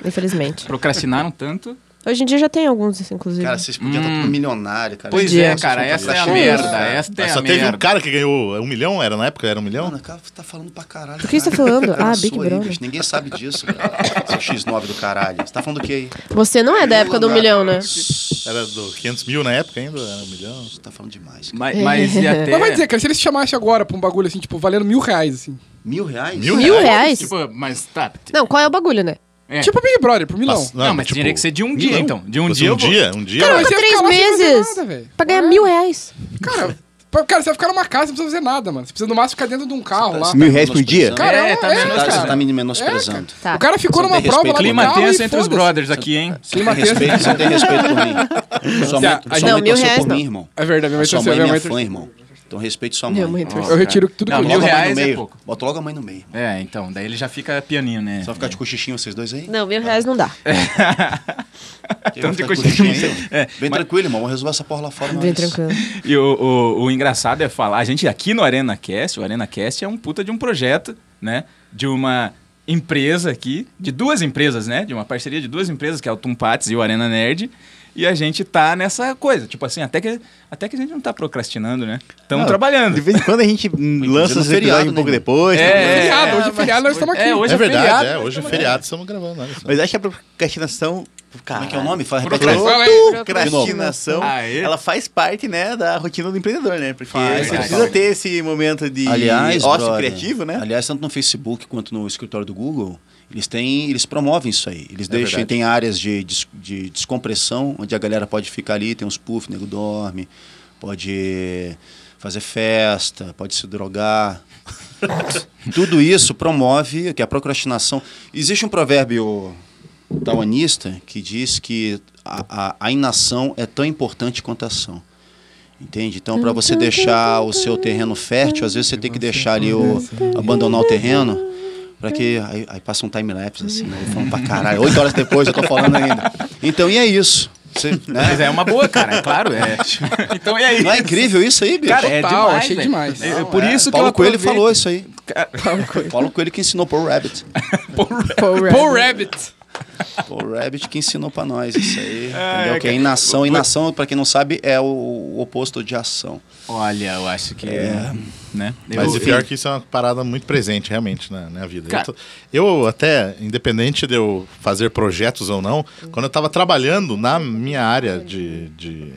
Speaker 6: infelizmente.
Speaker 3: Procrastinaram tanto.
Speaker 6: Hoje em dia já tem alguns, inclusive.
Speaker 7: Cara, vocês podiam estar tá tudo milionário, cara.
Speaker 3: Pois
Speaker 7: Esse
Speaker 3: é,
Speaker 7: negócio
Speaker 3: cara,
Speaker 7: de
Speaker 3: essa é a
Speaker 7: fantasia.
Speaker 3: merda. Esta é
Speaker 2: Ah,
Speaker 3: a
Speaker 2: Só teve um
Speaker 3: merda.
Speaker 2: cara que ganhou um milhão, era na época, era um milhão?
Speaker 7: Mano, cara, tá falando pra caralho.
Speaker 6: que você tá
Speaker 7: cara.
Speaker 6: falando?
Speaker 7: Cara,
Speaker 6: Ah,
Speaker 7: sua
Speaker 6: Big
Speaker 7: aí,
Speaker 6: Brother.
Speaker 7: bicho, Ninguém sabe disso, cara. Seu X9 do caralho. Você tá falando do que aí?
Speaker 6: Você não é da época do milhão, né?
Speaker 2: Era do 500 mil na época ainda, era um milhão.
Speaker 7: Você tá falando demais. cara.
Speaker 3: Mas, mas e até...
Speaker 4: [laughs] Mas vai dizer, cara, se ele se chamasse agora pra um bagulho assim, tipo, valendo mil reais, assim.
Speaker 7: Mil reais?
Speaker 2: Mil
Speaker 6: Mil
Speaker 4: é
Speaker 6: reais?
Speaker 3: Tipo, mas tá...
Speaker 6: Não, qual é o bagulho, né?
Speaker 3: É.
Speaker 4: Tipo Big Brother, por milão.
Speaker 2: Passa-
Speaker 3: Não, mas
Speaker 2: tipo,
Speaker 3: teria que ser de um
Speaker 2: milhão.
Speaker 3: dia, então. De um
Speaker 2: Você
Speaker 3: dia eu
Speaker 2: Um
Speaker 3: vou.
Speaker 2: dia, um dia.
Speaker 4: Cara, mas
Speaker 6: Pra
Speaker 4: você ia
Speaker 6: três
Speaker 4: é ficar lá sem fazer
Speaker 6: meses.
Speaker 4: nada, velho. É.
Speaker 6: Pra ganhar mil reais.
Speaker 4: Cara, pô, cara, você vai ficar numa casa, não precisa fazer nada, mano. Você precisa no máximo ficar dentro de um carro lá.
Speaker 5: Mil reais por dia?
Speaker 4: Cara,
Speaker 3: É,
Speaker 4: é,
Speaker 3: tá
Speaker 4: é,
Speaker 3: menos,
Speaker 7: Tá, você
Speaker 4: cara.
Speaker 7: tá me menosprezando.
Speaker 6: Tá.
Speaker 4: O cara ficou
Speaker 7: Você não
Speaker 4: numa
Speaker 7: tem
Speaker 4: prova lá
Speaker 7: respeito.
Speaker 4: no
Speaker 7: Clima
Speaker 4: carro
Speaker 3: Climatenso
Speaker 4: e
Speaker 3: entre os
Speaker 4: foda-se.
Speaker 3: brothers aqui, hein?
Speaker 7: Você não tem respeito, você não tem respeito por mim. Sua mãe,
Speaker 4: Não,
Speaker 7: sua mãe
Speaker 6: mil
Speaker 7: torceu
Speaker 6: reais
Speaker 7: por
Speaker 6: não.
Speaker 7: mim, irmão.
Speaker 4: É verdade, minha mãe
Speaker 7: Sua
Speaker 4: torceu,
Speaker 7: mãe
Speaker 4: minha mãe
Speaker 7: é minha
Speaker 4: torceu.
Speaker 7: fã, irmão. Então respeite sua
Speaker 6: Minha
Speaker 7: mãe.
Speaker 6: mãe torceu.
Speaker 4: Eu retiro tudo que
Speaker 3: Não,
Speaker 4: eu
Speaker 3: mil
Speaker 4: disse.
Speaker 7: Bota a mãe
Speaker 3: reais
Speaker 7: no
Speaker 3: é
Speaker 7: meio.
Speaker 3: pouco.
Speaker 7: Bota logo a mãe no meio.
Speaker 3: É, então, daí ele já fica pianinho, né?
Speaker 7: Só ficar de cochichinho vocês dois aí?
Speaker 6: Não, mil reais não dá.
Speaker 3: [laughs] Tanto
Speaker 7: Quem vai ficar
Speaker 3: de cochichinho.
Speaker 7: aí, ó?
Speaker 3: É,
Speaker 7: Vem tranquilo, irmão. Vou resolver essa porra lá fora.
Speaker 6: Bem
Speaker 7: nós.
Speaker 6: tranquilo.
Speaker 3: E o, o- o engraçado é falar, a gente aqui no Arena Cast, o Arena Cast é um puta de um projeto, né? De uma empresa aqui, de duas empresas, né? De uma parceria de duas empresas, que é o Tumpates e o Arena Nerd. E a gente tá nessa coisa, tipo assim, até que, até que a gente não tá procrastinando, né? Estamos
Speaker 5: Não, De
Speaker 3: trabalhando.
Speaker 5: vez em quando a
Speaker 7: [laughs]
Speaker 5: gente hum, lança
Speaker 7: no
Speaker 5: os
Speaker 7: feriado,
Speaker 5: episódios um pouco
Speaker 7: né?
Speaker 5: depois. [laughs]
Speaker 3: É, é.
Speaker 4: Feriado, hoje é
Speaker 3: mas-
Speaker 4: feriado, nós estamos aqui.
Speaker 3: É, hoje
Speaker 2: é
Speaker 3: é
Speaker 2: verdade,
Speaker 3: feriado,
Speaker 2: é. Hoje é feriado, estamos gravando. olha só.
Speaker 5: Mas acho que a procrastinação.
Speaker 7: Como
Speaker 5: Cara,
Speaker 7: é que é o nome? Fala, repete aí.
Speaker 4: Fala aí.
Speaker 5: Procrastinação,
Speaker 3: Aê. é
Speaker 5: ela faz parte, né, da rotina do empreendedor, né? Porque
Speaker 3: Faz,
Speaker 5: você
Speaker 3: faz.
Speaker 5: precisa ter esse momento de
Speaker 7: Aliás,
Speaker 5: ócio
Speaker 7: brother,
Speaker 5: criativo, né?
Speaker 7: Aliás, tanto no Facebook quanto no escritório do Google, eles têm, eles promovem isso aí. Eles
Speaker 5: É
Speaker 7: deixam,
Speaker 2: verdade.
Speaker 7: tem áreas de, des- de descompressão, onde a galera pode ficar ali, tem uns puff, nego dorme, pode fazer festa, pode se drogar.
Speaker 5: [laughs]
Speaker 7: Tudo isso promove que a procrastinação. Existe um provérbio taoanista que diz que a, a- a inação é tão importante quanto a ação. Entende? Então, para você deixar o seu terreno fértil, às vezes você tem que deixar ali o. abandonar o terreno. Pra que. Aí, aí passa um time-lapse, assim, né? Eu falando pra caralho. Oito horas depois eu tô falando ainda. Então, e é isso. Você, né?
Speaker 3: Mas é uma boa, cara, é claro.
Speaker 5: [laughs]
Speaker 3: É. Então é isso.
Speaker 7: Não é incrível isso aí, bicho?
Speaker 3: Cara, é
Speaker 4: Total,
Speaker 3: demais,
Speaker 4: tá achei
Speaker 3: velho.
Speaker 4: demais.
Speaker 3: É,
Speaker 4: Não,
Speaker 3: por
Speaker 7: É,
Speaker 3: isso que
Speaker 7: Paulo
Speaker 3: eu
Speaker 7: Coelho
Speaker 3: aproveito-
Speaker 7: falou isso aí. Paulo Coelho que ensinou Paul Rabbit.
Speaker 4: Paul Rabbit.
Speaker 7: Paul Rabbit que ensinou pra nós isso aí.
Speaker 3: [laughs]
Speaker 7: entendeu? Que
Speaker 3: cara.
Speaker 7: é inação. Inação, pra quem não sabe, é o, o oposto de ação.
Speaker 3: Olha, eu acho que...
Speaker 4: É.
Speaker 3: Né?
Speaker 2: Mas
Speaker 3: Eu-
Speaker 2: o pior é que isso é uma parada muito presente, realmente, na minha vida.
Speaker 3: Cara-
Speaker 2: Eu, tô- eu até, independente de eu fazer projetos ou não, quando eu estava trabalhando na minha área de, de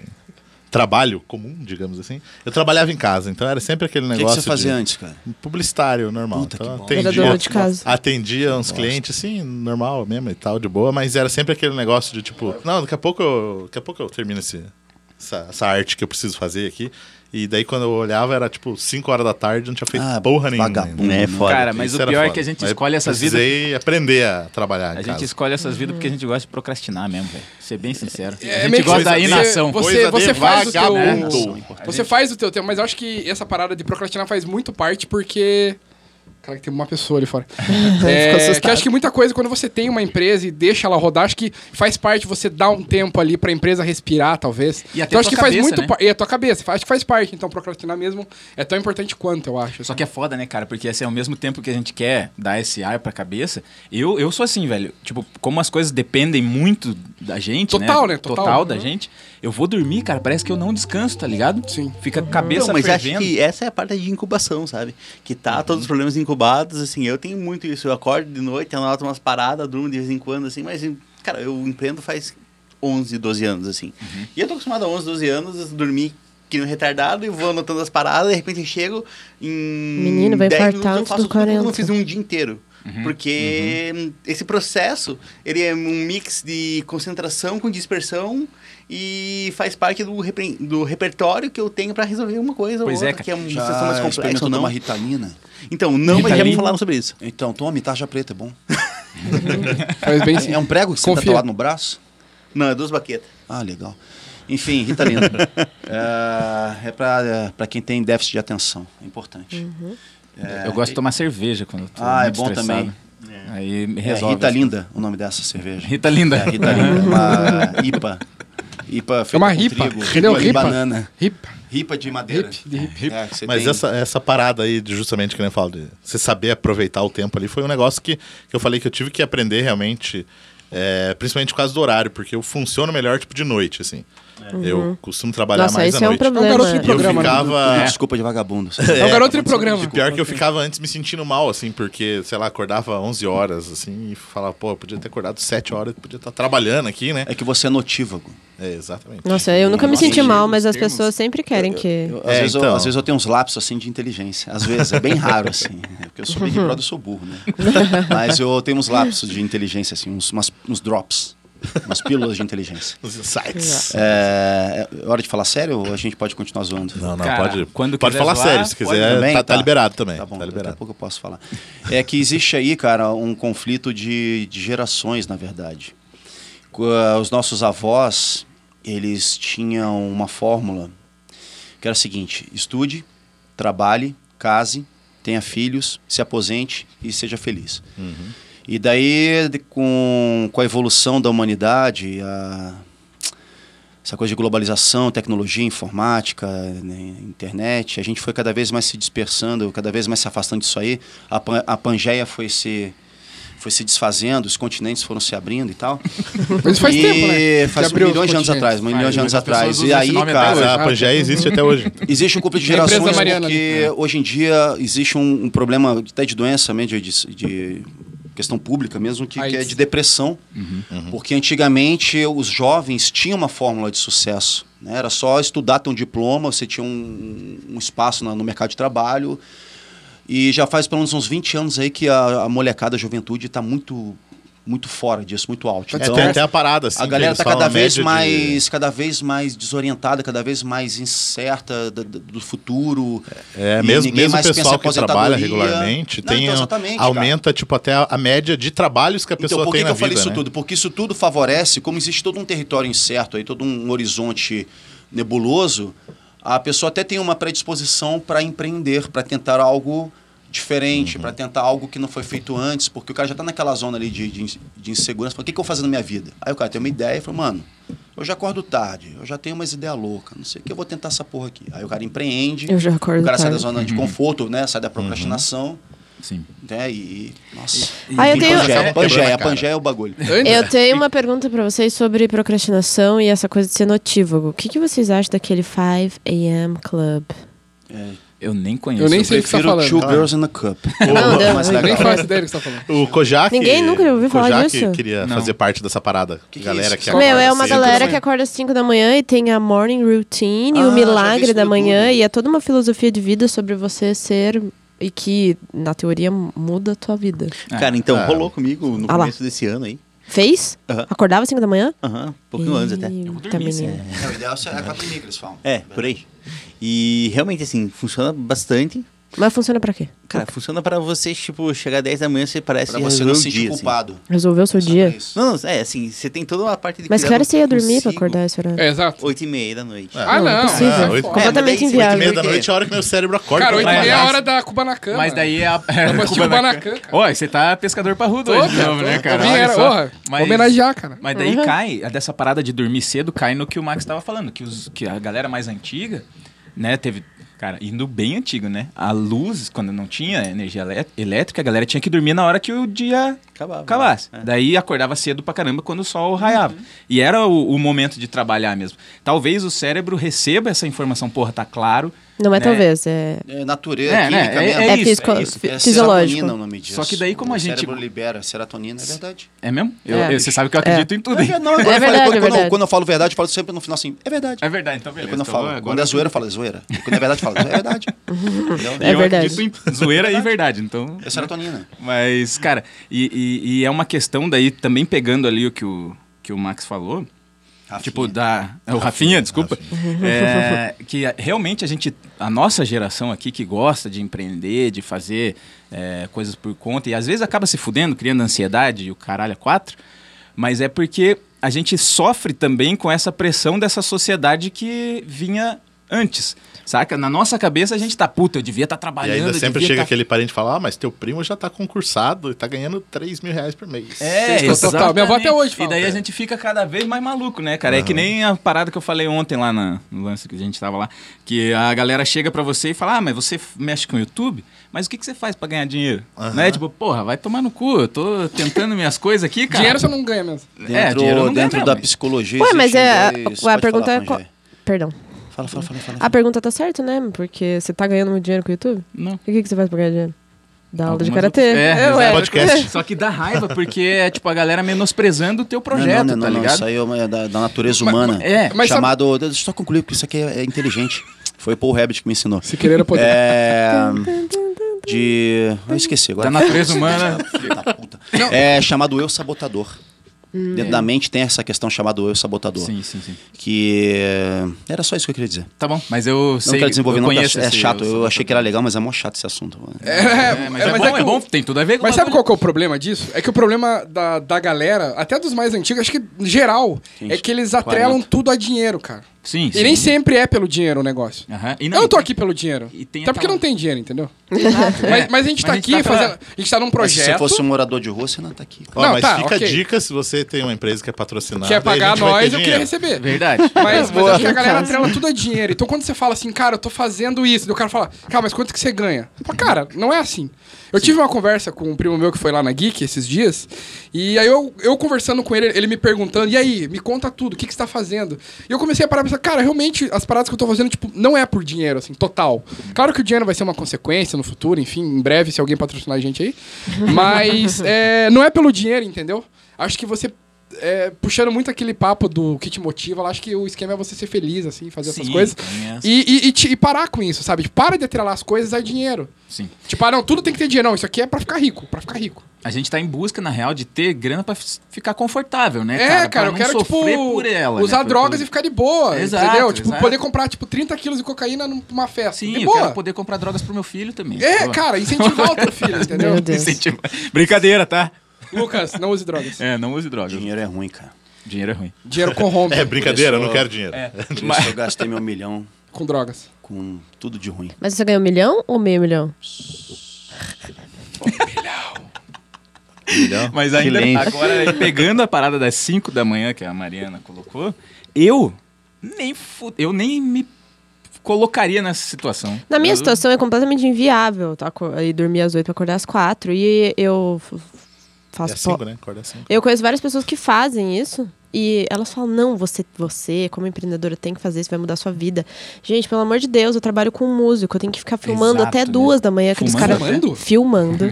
Speaker 2: trabalho comum, digamos assim, eu trabalhava em casa. Então era sempre aquele
Speaker 7: O que, que
Speaker 2: negócio
Speaker 7: você fazia
Speaker 2: de-
Speaker 7: antes, cara?
Speaker 2: Publicitário, normal.
Speaker 7: Puta,
Speaker 2: então,
Speaker 7: que bom.
Speaker 2: atendia,
Speaker 6: Era dono de casa.
Speaker 2: atendia uns clientes, assim, normal mesmo e tal, de boa, mas era sempre aquele negócio de tipo, não, daqui a pouco eu, daqui a pouco eu termino esse, essa, essa arte que eu preciso fazer aqui. E daí quando eu olhava era tipo 5 horas da tarde, eu não tinha feito
Speaker 5: Ah,
Speaker 2: porra nenhuma.
Speaker 5: vagabundo,
Speaker 2: ainda.
Speaker 5: né? Foda.
Speaker 3: Cara, mas
Speaker 2: Isso
Speaker 3: o
Speaker 2: era
Speaker 3: pior é
Speaker 2: foda.
Speaker 3: que a gente
Speaker 2: Mas
Speaker 3: escolhe essas vidas.
Speaker 2: Precisei aprender a trabalhar. em
Speaker 3: A gente
Speaker 2: casa.
Speaker 3: escolhe essas vidas porque a gente gosta de procrastinar mesmo, velho. Ser bem sincero.
Speaker 4: É,
Speaker 3: a
Speaker 4: meio
Speaker 3: gente
Speaker 4: que
Speaker 3: gosta da
Speaker 4: você-
Speaker 3: inação.
Speaker 4: Você,
Speaker 2: Coisa
Speaker 4: você
Speaker 2: de
Speaker 4: faz o teu...
Speaker 2: vagabundo.
Speaker 4: Você faz o teu tempo, mas eu acho que essa parada de procrastinar faz muito parte porque. Cara, que tem uma pessoa ali fora. é, que eu acho que muita coisa, quando você tem uma empresa e deixa ela rodar, acho que faz parte você dar um tempo ali pra empresa respirar, talvez.
Speaker 3: E até
Speaker 4: então, acho
Speaker 3: tua
Speaker 4: que faz
Speaker 3: cabeça,
Speaker 4: muito
Speaker 3: né?
Speaker 4: parte. E a tua cabeça, acho que faz parte. Então, procrastinar mesmo é tão importante quanto, eu acho.
Speaker 3: Só que é foda, né, cara? Porque assim, ao mesmo tempo que a gente quer dar esse ar pra cabeça, eu, eu sou assim, velho. Tipo, como as coisas dependem muito da gente,
Speaker 4: Total,
Speaker 3: né?
Speaker 4: né? Total.
Speaker 3: Total, da
Speaker 4: Uhum.
Speaker 3: gente. Eu vou dormir, cara, parece que eu não descanso, tá ligado?
Speaker 4: Sim.
Speaker 3: Fica a cabeça
Speaker 5: Não, mas acho
Speaker 3: fervendo.
Speaker 5: que essa é a parte de incubação, sabe? Que tá todos os problemas incubados, assim, eu tenho muito isso. Eu acordo de noite, anoto umas paradas, durmo de vez em quando, assim, mas, cara, eu empreendo faz 11, 12 anos, assim. E eu tô acostumado a 11, 12 anos, a dormir que nem um retardado e vou anotando as paradas, de repente eu chego em
Speaker 6: Menino, vai
Speaker 5: 10
Speaker 6: infartar
Speaker 5: minutos, eu
Speaker 6: antes
Speaker 5: faço
Speaker 6: dos
Speaker 5: tudo que eu não
Speaker 6: 40.
Speaker 5: fiz um dia inteiro.
Speaker 7: Uhum,
Speaker 5: Porque esse processo, ele é um mix de concentração com dispersão e faz parte do, repre- do repertório que eu tenho para resolver uma coisa
Speaker 3: Pois
Speaker 5: ou
Speaker 3: é, cara.
Speaker 5: outra, que é uma
Speaker 7: Já
Speaker 5: sessão mais complexa
Speaker 7: experimentou
Speaker 5: ou não.
Speaker 7: uma ritalina?
Speaker 5: Então, não, mas já
Speaker 3: Ritalina.
Speaker 5: falaram sobre isso.
Speaker 7: Então, tome tarja preta, é bom.
Speaker 4: Faz bem sim.
Speaker 7: É um prego que você tá
Speaker 4: Confia.
Speaker 7: tatuado no braço?
Speaker 5: Não, é duas baquetas.
Speaker 7: Ah, legal. Enfim, Ritalina.
Speaker 5: [laughs]
Speaker 7: é é pra, é pra quem tem déficit de atenção. É importante.
Speaker 5: Uhum.
Speaker 3: Eu gosto de tomar cerveja quando eu tô
Speaker 7: Ah, é
Speaker 3: muito
Speaker 7: bom
Speaker 3: estressado. Aí me
Speaker 7: É
Speaker 3: resolve.
Speaker 7: Rita
Speaker 3: as
Speaker 7: Linda, o nome dessa cerveja.
Speaker 3: coisas. Rita Linda.
Speaker 7: É, Rita Linda. Uma IPA. IPA
Speaker 4: Uhum.
Speaker 7: feita
Speaker 4: É uma
Speaker 7: com
Speaker 4: ripa,
Speaker 7: trigo,
Speaker 4: entendeu?
Speaker 7: de
Speaker 4: Ripa.
Speaker 7: banana.
Speaker 4: Ripa.
Speaker 7: Ripa de madeira.
Speaker 4: Hip, de hip.
Speaker 7: É, que você
Speaker 2: Mas
Speaker 7: tem-
Speaker 2: essa, essa parada aí, de justamente que nem eu falo, de você saber aproveitar o tempo ali, foi um negócio que, que eu falei que eu tive que aprender realmente, é, principalmente por causa do horário, porque eu funciono melhor tipo de noite, assim. Eu costumo trabalhar
Speaker 6: É. Uhum. Nossa,
Speaker 2: mais
Speaker 6: esse
Speaker 2: à
Speaker 6: é um
Speaker 2: noite.
Speaker 6: problema.
Speaker 4: É um garoto de
Speaker 2: E eu
Speaker 4: programa, né?
Speaker 2: ficava.
Speaker 7: Desculpa de vagabundo.
Speaker 4: É, um garoto de
Speaker 2: E
Speaker 4: programa.
Speaker 2: pior que eu ficava antes me sentindo mal, assim, porque, sei lá, acordava 11 horas, assim, e falava, pô, eu podia ter acordado 7 horas, podia estar trabalhando aqui, né?
Speaker 7: É que você é notívago.
Speaker 2: É, exatamente.
Speaker 6: Nossa, eu nunca me
Speaker 2: Nossa,
Speaker 6: senti
Speaker 2: gente,
Speaker 6: mal, mas
Speaker 2: os
Speaker 6: as
Speaker 2: termos-
Speaker 6: pessoas sempre querem que.
Speaker 7: Eu- às,
Speaker 2: É,
Speaker 7: vezes eu,
Speaker 2: então.
Speaker 7: às vezes eu tenho uns lapsos assim de inteligência. Às vezes, é bem raro assim. É porque eu sou Big
Speaker 4: Uhum.
Speaker 7: Brother, eu sou burro, né? Mas eu tenho uns lapsos de inteligência, assim, uns, umas- uns drops. Umas pílulas de inteligência.
Speaker 2: Os insights.
Speaker 7: É, é hora de falar sério ou a gente pode continuar zoando?
Speaker 2: Não, não,
Speaker 3: Cara,
Speaker 2: pode.
Speaker 3: quando
Speaker 2: pode
Speaker 3: quiser
Speaker 2: falar
Speaker 3: zoar,
Speaker 2: sério, se
Speaker 3: pode
Speaker 2: quiser.
Speaker 7: também,
Speaker 2: tá, tá
Speaker 7: tá.
Speaker 2: liberado também.
Speaker 7: Tá bom,
Speaker 2: tá
Speaker 7: daqui a
Speaker 2: liberado.
Speaker 7: pouco eu posso falar. É que existe aí, cara, um conflito de, de gerações, na verdade. Qu- ah, Os nossos avós, eles tinham uma fórmula que era a seguinte: estude, trabalhe, case, tenha filhos, se aposente e seja feliz.
Speaker 2: Uhum.
Speaker 7: E daí, de- com, com a evolução da humanidade, a- essa coisa de globalização, tecnologia, informática, né, internet, a gente foi cada vez mais se dispersando, cada vez mais se afastando disso aí. A, pan- a Pangeia foi se, foi se desfazendo, os continentes foram se abrindo e tal.
Speaker 4: Mas isso faz
Speaker 7: e
Speaker 4: tempo, né?
Speaker 7: Faz
Speaker 4: Que abriu os
Speaker 7: milhões de anos
Speaker 4: continentes.
Speaker 7: atrás, milhões de
Speaker 3: Faz,
Speaker 7: anos
Speaker 3: as pessoas
Speaker 7: atrás.
Speaker 3: usam
Speaker 7: E aí,
Speaker 3: esse nome até
Speaker 7: cara,
Speaker 2: Mas a Pangea ah, existe até
Speaker 7: [laughs]
Speaker 2: hoje.
Speaker 7: Existe um grupo de
Speaker 4: A empresa
Speaker 7: gerações
Speaker 4: Mariana É.
Speaker 7: porque hoje em dia existe um, um problema até de doença, mesmo, de, de- de questão pública mesmo, que, que é
Speaker 4: AIDS.
Speaker 7: de depressão.
Speaker 2: Uhum.
Speaker 7: Porque antigamente os jovens tinham uma fórmula de sucesso. né? Era só estudar, ter um diploma, você tinha um, um espaço na- no mercado de trabalho. E já faz pelo menos uns 20 anos aí que a, a molecada, a juventude, está muito, muito fora disso, muito alto.
Speaker 4: Tá
Speaker 2: É, tem até a parada, assim.
Speaker 7: A
Speaker 2: que
Speaker 7: galera
Speaker 2: eles
Speaker 7: tá
Speaker 2: falam
Speaker 7: cada
Speaker 2: a
Speaker 7: vez
Speaker 2: média de-
Speaker 7: mais, cada vez mais desorientada, cada vez mais incerta do, do- do futuro.
Speaker 2: É,
Speaker 7: E
Speaker 2: mesmo,
Speaker 7: ninguém
Speaker 2: mesmo o
Speaker 7: mais pensa em
Speaker 2: pessoal que trabalha
Speaker 7: aposentadoria.
Speaker 2: regularmente
Speaker 7: Não,
Speaker 2: tem,
Speaker 7: então,
Speaker 2: um-
Speaker 7: exatamente, cara.
Speaker 2: aumenta, tipo, até a, a média de trabalhos que a pessoa
Speaker 7: Então, por que,
Speaker 2: tem
Speaker 7: que
Speaker 2: na
Speaker 7: eu falei
Speaker 2: vida,
Speaker 7: isso
Speaker 2: né?
Speaker 7: tudo? Porque isso tudo favorece, como existe todo um território incerto aí, todo um horizonte nebuloso, a pessoa até tem uma predisposição para empreender, para tentar algo
Speaker 2: Uhum.
Speaker 7: diferente, para tentar algo que não foi feito antes, porque o cara já tá naquela zona ali de, de, inse- de insegurança, fala, o que, que eu vou fazer na minha vida? Aí o cara tem uma ideia e fala, mano, eu já acordo tarde, eu já tenho umas ideias loucas, não sei o que, eu vou tentar essa porra aqui. Aí o cara empreende,
Speaker 6: Eu já acordo
Speaker 7: o cara sai da
Speaker 6: tarde.
Speaker 7: zona
Speaker 2: Uhum.
Speaker 7: de conforto, né, sai da procrastinação,
Speaker 3: Sim.
Speaker 7: né, e... Nossa...
Speaker 6: Ah, eu
Speaker 7: E
Speaker 6: tenho,
Speaker 7: Pangeia,
Speaker 2: Acaba quebrando
Speaker 7: Pangeia,
Speaker 2: a cara.
Speaker 7: Pangeia é o bagulho.
Speaker 4: Antes-
Speaker 6: eu tenho uma pergunta pra vocês sobre procrastinação e essa coisa de ser notívago. O que, que vocês acham daquele 5 AM Club?
Speaker 3: Eu nem conheço.
Speaker 4: Eu nem sei o que você tá
Speaker 7: Prefiro
Speaker 4: falando.
Speaker 7: Two Girls in a Cup.
Speaker 6: Não, não,
Speaker 7: mas
Speaker 6: não.
Speaker 4: Nem
Speaker 7: legal.
Speaker 4: [laughs] faço ideia do que você tá falando.
Speaker 2: O Kojak...
Speaker 6: Ninguém nunca ouviu falar
Speaker 2: Kojak
Speaker 6: disso.
Speaker 2: queria
Speaker 3: Não.
Speaker 2: fazer parte dessa parada.
Speaker 7: Que que é
Speaker 2: galera
Speaker 7: isso?
Speaker 2: que
Speaker 7: Meu,
Speaker 6: Meu,
Speaker 2: acorda
Speaker 6: é uma
Speaker 2: cedo.
Speaker 6: galera que acorda às 5 da manhã e tem a morning routine, e
Speaker 7: Ah,
Speaker 6: o
Speaker 7: já vi
Speaker 6: milagre
Speaker 7: isso
Speaker 6: da
Speaker 7: no
Speaker 6: manhã,
Speaker 7: YouTube.
Speaker 6: e é toda uma filosofia de vida sobre você ser e que, na teoria, muda a tua vida.
Speaker 5: Cara, então
Speaker 2: Ah.
Speaker 5: rolou comigo no
Speaker 6: Ah lá.
Speaker 5: começo desse ano aí.
Speaker 6: Fez?
Speaker 5: Aham.
Speaker 6: Acordava às 5 da manhã?
Speaker 5: Aham, um pouquinho antes até.
Speaker 6: Eita, menino.
Speaker 7: É, o ideal é quatro mil que eles falam.
Speaker 5: É, por aí. E realmente, assim, funciona bastante.
Speaker 6: Mas funciona pra quê?
Speaker 5: Cara, funciona pra você, tipo, chegar 10 da manhã, você parece
Speaker 7: Pra
Speaker 5: que
Speaker 7: você
Speaker 5: resolveu
Speaker 7: não
Speaker 5: o
Speaker 7: se sentir
Speaker 5: dia, assim.
Speaker 7: culpado.
Speaker 6: Resolveu o seu dia?
Speaker 7: Sabe isso?
Speaker 5: Não, não, é assim, você tem toda uma parte de
Speaker 6: Mas que hora você ia dormir pra
Speaker 5: para
Speaker 6: acordar esse horário?
Speaker 4: É, exato.
Speaker 5: 8 e meia da noite.
Speaker 4: Ah, não.
Speaker 6: impossível.
Speaker 4: é
Speaker 2: Ah, oito-
Speaker 4: foda.
Speaker 6: Completamente
Speaker 2: Oito
Speaker 5: mas daí-
Speaker 2: e
Speaker 6: inviável.
Speaker 2: meia da noite é a hora que meu cérebro acorda.
Speaker 4: Cara, 8
Speaker 2: pra
Speaker 4: e meia é a
Speaker 2: trabalhar.
Speaker 4: hora da Kubanacan.
Speaker 3: Mas
Speaker 4: mano.
Speaker 3: daí [laughs] é a.
Speaker 4: Mas
Speaker 3: Kubanacan.
Speaker 4: Kubanacan, cara.
Speaker 3: Ô, você tá pescador parrudo
Speaker 4: Tô,
Speaker 3: hoje de
Speaker 4: tipo cara,
Speaker 3: novo,
Speaker 4: tô.
Speaker 3: né, cara?
Speaker 4: Eu vim,
Speaker 3: Olha
Speaker 4: era,
Speaker 3: só.
Speaker 4: porra, homenagear, cara.
Speaker 3: Mas daí
Speaker 6: Uhum.
Speaker 3: cai, a dessa parada de dormir cedo, cai no que o Max tava falando, que, os, que a galera mais antiga, né, teve. Cara, indo bem antigo, né? A luz, quando não tinha energia elé- elétrica, a galera tinha que dormir na hora que o dia
Speaker 5: Acabava.
Speaker 3: acabasse.
Speaker 5: É.
Speaker 3: Daí acordava cedo pra caramba quando o sol raiava. E era o, o momento de trabalhar mesmo. Talvez o cérebro receba essa informação, porra, tá claro.
Speaker 6: Não é
Speaker 3: né?
Speaker 6: talvez, é...
Speaker 7: É natureza,
Speaker 3: É,
Speaker 7: é,
Speaker 3: né?
Speaker 7: química
Speaker 3: É-
Speaker 7: mesmo.
Speaker 3: é
Speaker 6: É isso, fisico- é isso. fisiológico.
Speaker 7: serotonina o nome disso.
Speaker 3: Só que daí, como a
Speaker 7: O
Speaker 3: gente-
Speaker 7: cérebro libera serotonina, é verdade.
Speaker 3: É mesmo? Eu-
Speaker 6: É.
Speaker 3: eu- você sabe que eu acredito em tudo. hein?
Speaker 7: Não, agora eu
Speaker 6: verdade,
Speaker 7: quando,
Speaker 6: é
Speaker 7: quando,
Speaker 6: verdade.
Speaker 7: Eu, quando eu falo verdade, eu falo sempre no final assim, é verdade.
Speaker 3: É verdade, então beleza.
Speaker 7: quando eu
Speaker 3: Então,
Speaker 7: falo,
Speaker 3: agora-
Speaker 7: quando é zoeira, eu falo, é zoeira. E quando é verdade, eu falo,
Speaker 6: [laughs]
Speaker 7: é verdade. Entendeu?
Speaker 6: É
Speaker 3: eu
Speaker 6: verdade.
Speaker 3: acredito em zoeira e verdade, então...
Speaker 7: É serotonina.
Speaker 3: Mas, cara, e, e- e é uma questão daí, também pegando ali o que o, que o Max falou,
Speaker 7: Rafinha.
Speaker 3: tipo, da. é, O
Speaker 2: [laughs]
Speaker 3: Rafinha, desculpa. É, que a- realmente a gente. A nossa geração aqui que gosta de empreender, de fazer é, coisas por conta, e às vezes acaba se fudendo, criando ansiedade e o caralho é quatro, mas é porque a gente sofre também com essa pressão dessa sociedade que vinha antes. Saca? Na nossa cabeça a gente tá puta, eu devia estar
Speaker 2: E
Speaker 3: trabalhando.
Speaker 2: ainda
Speaker 3: eu
Speaker 2: sempre
Speaker 3: devia
Speaker 2: chega
Speaker 3: tá
Speaker 2: aquele parente e fala: Ah, mas teu primo já tá concursado e tá ganhando 3 mil reais por mês.
Speaker 3: É,
Speaker 4: Sexta total.
Speaker 3: exatamente.
Speaker 4: Minha avó até hoje fala,
Speaker 3: E daí a
Speaker 4: cara.
Speaker 3: gente fica cada vez mais maluco, né, cara? É que nem a parada que eu falei ontem lá na- no lance que a gente tava lá. Que a galera chega pra você e fala, ah, mas você f- mexe com o YouTube? Mas o que, que você faz pra ganhar dinheiro? Né? Tipo, porra, vai tomar no cu. Eu tô tentando minhas coisas aqui, cara.
Speaker 4: Dinheiro você não ganha mesmo.
Speaker 7: Dentro,
Speaker 3: é, dinheiro eu não
Speaker 7: dentro
Speaker 3: ganho,
Speaker 7: da
Speaker 3: mas-
Speaker 7: psicologia
Speaker 6: Ué, mas
Speaker 7: existem
Speaker 6: é...
Speaker 7: dois-
Speaker 6: ué, a
Speaker 7: pode
Speaker 6: pergunta
Speaker 7: falar,
Speaker 6: é... qual-
Speaker 7: Angé.
Speaker 6: Perdão.
Speaker 7: Fala, fala, fala. fala.
Speaker 6: A pergunta tá certa, né? Porque você tá ganhando muito dinheiro com o YouTube.
Speaker 3: Não.
Speaker 6: E o que, que você faz pra ganhar dinheiro? Dá aula de
Speaker 3: Algumas
Speaker 6: karatê.
Speaker 3: outras- É,
Speaker 6: ué.
Speaker 3: exato.
Speaker 2: Podcast.
Speaker 3: Só que dá raiva, porque é tipo a galera menosprezando o teu
Speaker 7: Não,
Speaker 3: projeto,
Speaker 7: não, não,
Speaker 3: tá
Speaker 7: não,
Speaker 3: ligado?
Speaker 7: Isso aí é uma- da, da natureza humana.
Speaker 3: é.
Speaker 4: Mas sabe-
Speaker 7: chamado. Deixa eu só concluir, porque isso aqui é, é inteligente. Foi o Paul Rabbit que me ensinou.
Speaker 4: Se querer, eu poder. [laughs]
Speaker 7: É. De. Eu esqueci agora.
Speaker 3: Da
Speaker 7: [laughs]
Speaker 3: natureza humana.
Speaker 7: Filho da puta. É chamado eu sabotador.
Speaker 6: Hum.
Speaker 7: Dentro da mente tem essa questão chamada eu sabotador.
Speaker 3: Sim, sim, sim.
Speaker 7: Que. eh, Era só isso que eu queria dizer.
Speaker 3: Tá bom, mas eu
Speaker 7: Não
Speaker 3: sei...
Speaker 7: quero desenvolver,
Speaker 3: eu
Speaker 7: não, porque
Speaker 3: conheço
Speaker 7: é
Speaker 3: esse-
Speaker 7: chato. Eu,
Speaker 3: esse-
Speaker 7: achei que era legal, mas é mó chato esse assunto. mano.
Speaker 3: É, mas é, bom, é,
Speaker 4: que o-
Speaker 3: bom, tem tudo a ver com o
Speaker 4: Mas sabe
Speaker 3: bagulho.
Speaker 4: qual que é o problema disso? É que o problema da, da galera, até dos mais antigos, acho que geral, é que eles atrelam
Speaker 7: 40.
Speaker 4: tudo a dinheiro, cara.
Speaker 3: Sim, sim.
Speaker 4: E nem sempre é pelo dinheiro o negócio.
Speaker 3: Aham, e
Speaker 4: eu não tô aqui pelo dinheiro.
Speaker 3: E tem
Speaker 4: Até porque
Speaker 3: aquela-
Speaker 4: não tem dinheiro, entendeu? mas, mas a gente tá
Speaker 3: Mas a gente
Speaker 4: aqui
Speaker 3: tá pra-
Speaker 4: fazendo. A gente tá num
Speaker 7: Mas se
Speaker 4: projeto.
Speaker 7: você fosse um morador de rua, você não tá aqui.
Speaker 2: Ó,
Speaker 4: Não,
Speaker 2: mas
Speaker 4: tá,
Speaker 2: fica
Speaker 4: ok.
Speaker 2: a dica se você tem uma empresa que é patrocinada.
Speaker 4: Quer
Speaker 2: a
Speaker 4: pagar
Speaker 2: gente vai ter
Speaker 4: nós, eu queria
Speaker 2: dinheiro.
Speaker 4: receber.
Speaker 3: Verdade.
Speaker 4: [laughs] Mas, mas acho que a galera
Speaker 6: Boa.
Speaker 4: atrela tudo a dinheiro. Então quando você fala assim, cara, eu tô fazendo isso, daí o cara fala, cara, mas quanto que você ganha? Eu falo, cara, não é assim. Eu tive uma conversa com um primo meu que foi lá na Geek esses dias, e aí eu, eu conversando com ele, ele me perguntando, e aí, me conta tudo, o que, que você tá fazendo? E eu comecei a parar e pensar, cara, realmente as paradas que eu tô fazendo, tipo, não é por dinheiro, assim, total. Claro que o dinheiro vai ser uma consequência no futuro, enfim, em breve, se alguém patrocinar a gente aí. Mas é, não é pelo dinheiro, entendeu? Acho que você é, puxando muito aquele papo do que te motiva, eu acho que o esquema é você ser feliz, assim, fazer essas
Speaker 3: Sim, É.
Speaker 4: coisas.
Speaker 3: tem essa.
Speaker 4: E, e- e te- e parar com isso, sabe? Tipo, Para de atrelar as coisas a dinheiro.
Speaker 3: Sim.
Speaker 4: Tipo, ah, não, tudo tem que ter dinheiro. Não, isso aqui é pra ficar rico, pra ficar rico.
Speaker 3: A gente tá em busca, na real, de ter grana pra f- ficar confortável, né?
Speaker 4: É,
Speaker 3: cara,
Speaker 4: cara,
Speaker 3: Pra
Speaker 4: eu
Speaker 3: não
Speaker 4: quero, tipo,
Speaker 3: sofrer por ela,
Speaker 4: usar
Speaker 3: né? Por-
Speaker 4: drogas
Speaker 3: por-
Speaker 4: e ficar de boa,
Speaker 3: Exato,
Speaker 4: entendeu? Tipo,
Speaker 3: exato.
Speaker 4: poder comprar, tipo, 30 quilos de cocaína num- numa festa.
Speaker 3: Sim,
Speaker 4: de
Speaker 3: eu
Speaker 4: boa.
Speaker 3: quero poder comprar drogas pro meu filho também.
Speaker 4: É,
Speaker 3: Pô.
Speaker 4: cara, incentivar o teu filho, entendeu?
Speaker 6: Meu Deus.
Speaker 3: [laughs] Incentivo. Brincadeira, tá?
Speaker 4: Lucas, não use drogas.
Speaker 3: É, não use drogas.
Speaker 7: Dinheiro é ruim, cara.
Speaker 3: Dinheiro é ruim.
Speaker 4: Dinheiro corrompe
Speaker 2: É brincadeira, eu não
Speaker 7: Pessoal,
Speaker 2: quero dinheiro.
Speaker 4: É.
Speaker 2: É
Speaker 7: Por isso eu gastei meu milhão
Speaker 4: com drogas.
Speaker 7: com tudo de ruim.
Speaker 6: Mas você ganhou um milhão ou meio milhão?
Speaker 2: Entendeu?
Speaker 3: Mas ainda,
Speaker 7: Silêncio.
Speaker 3: agora, pegando a parada das 5 da manhã que a Mariana colocou, eu nem, fu- eu nem me colocaria nessa situação.
Speaker 6: Na minha
Speaker 3: Eu-
Speaker 6: situação é completamente inviável tá? Co- e dormir às 8 pra acordar às 4. E eu f-
Speaker 2: É
Speaker 6: faço. po-
Speaker 2: 5, né? Acorda 5.
Speaker 6: Eu conheço várias pessoas que fazem isso. E elas falam, não, você, você, como empreendedora, tem que fazer isso, vai mudar a sua vida. Gente, pelo amor de Deus, eu trabalho com músico, eu tenho que ficar filmando
Speaker 3: Exato,
Speaker 6: até
Speaker 3: né?
Speaker 6: duas da manhã aqueles
Speaker 3: Fumando,
Speaker 6: caras.
Speaker 3: né?
Speaker 6: Filmando.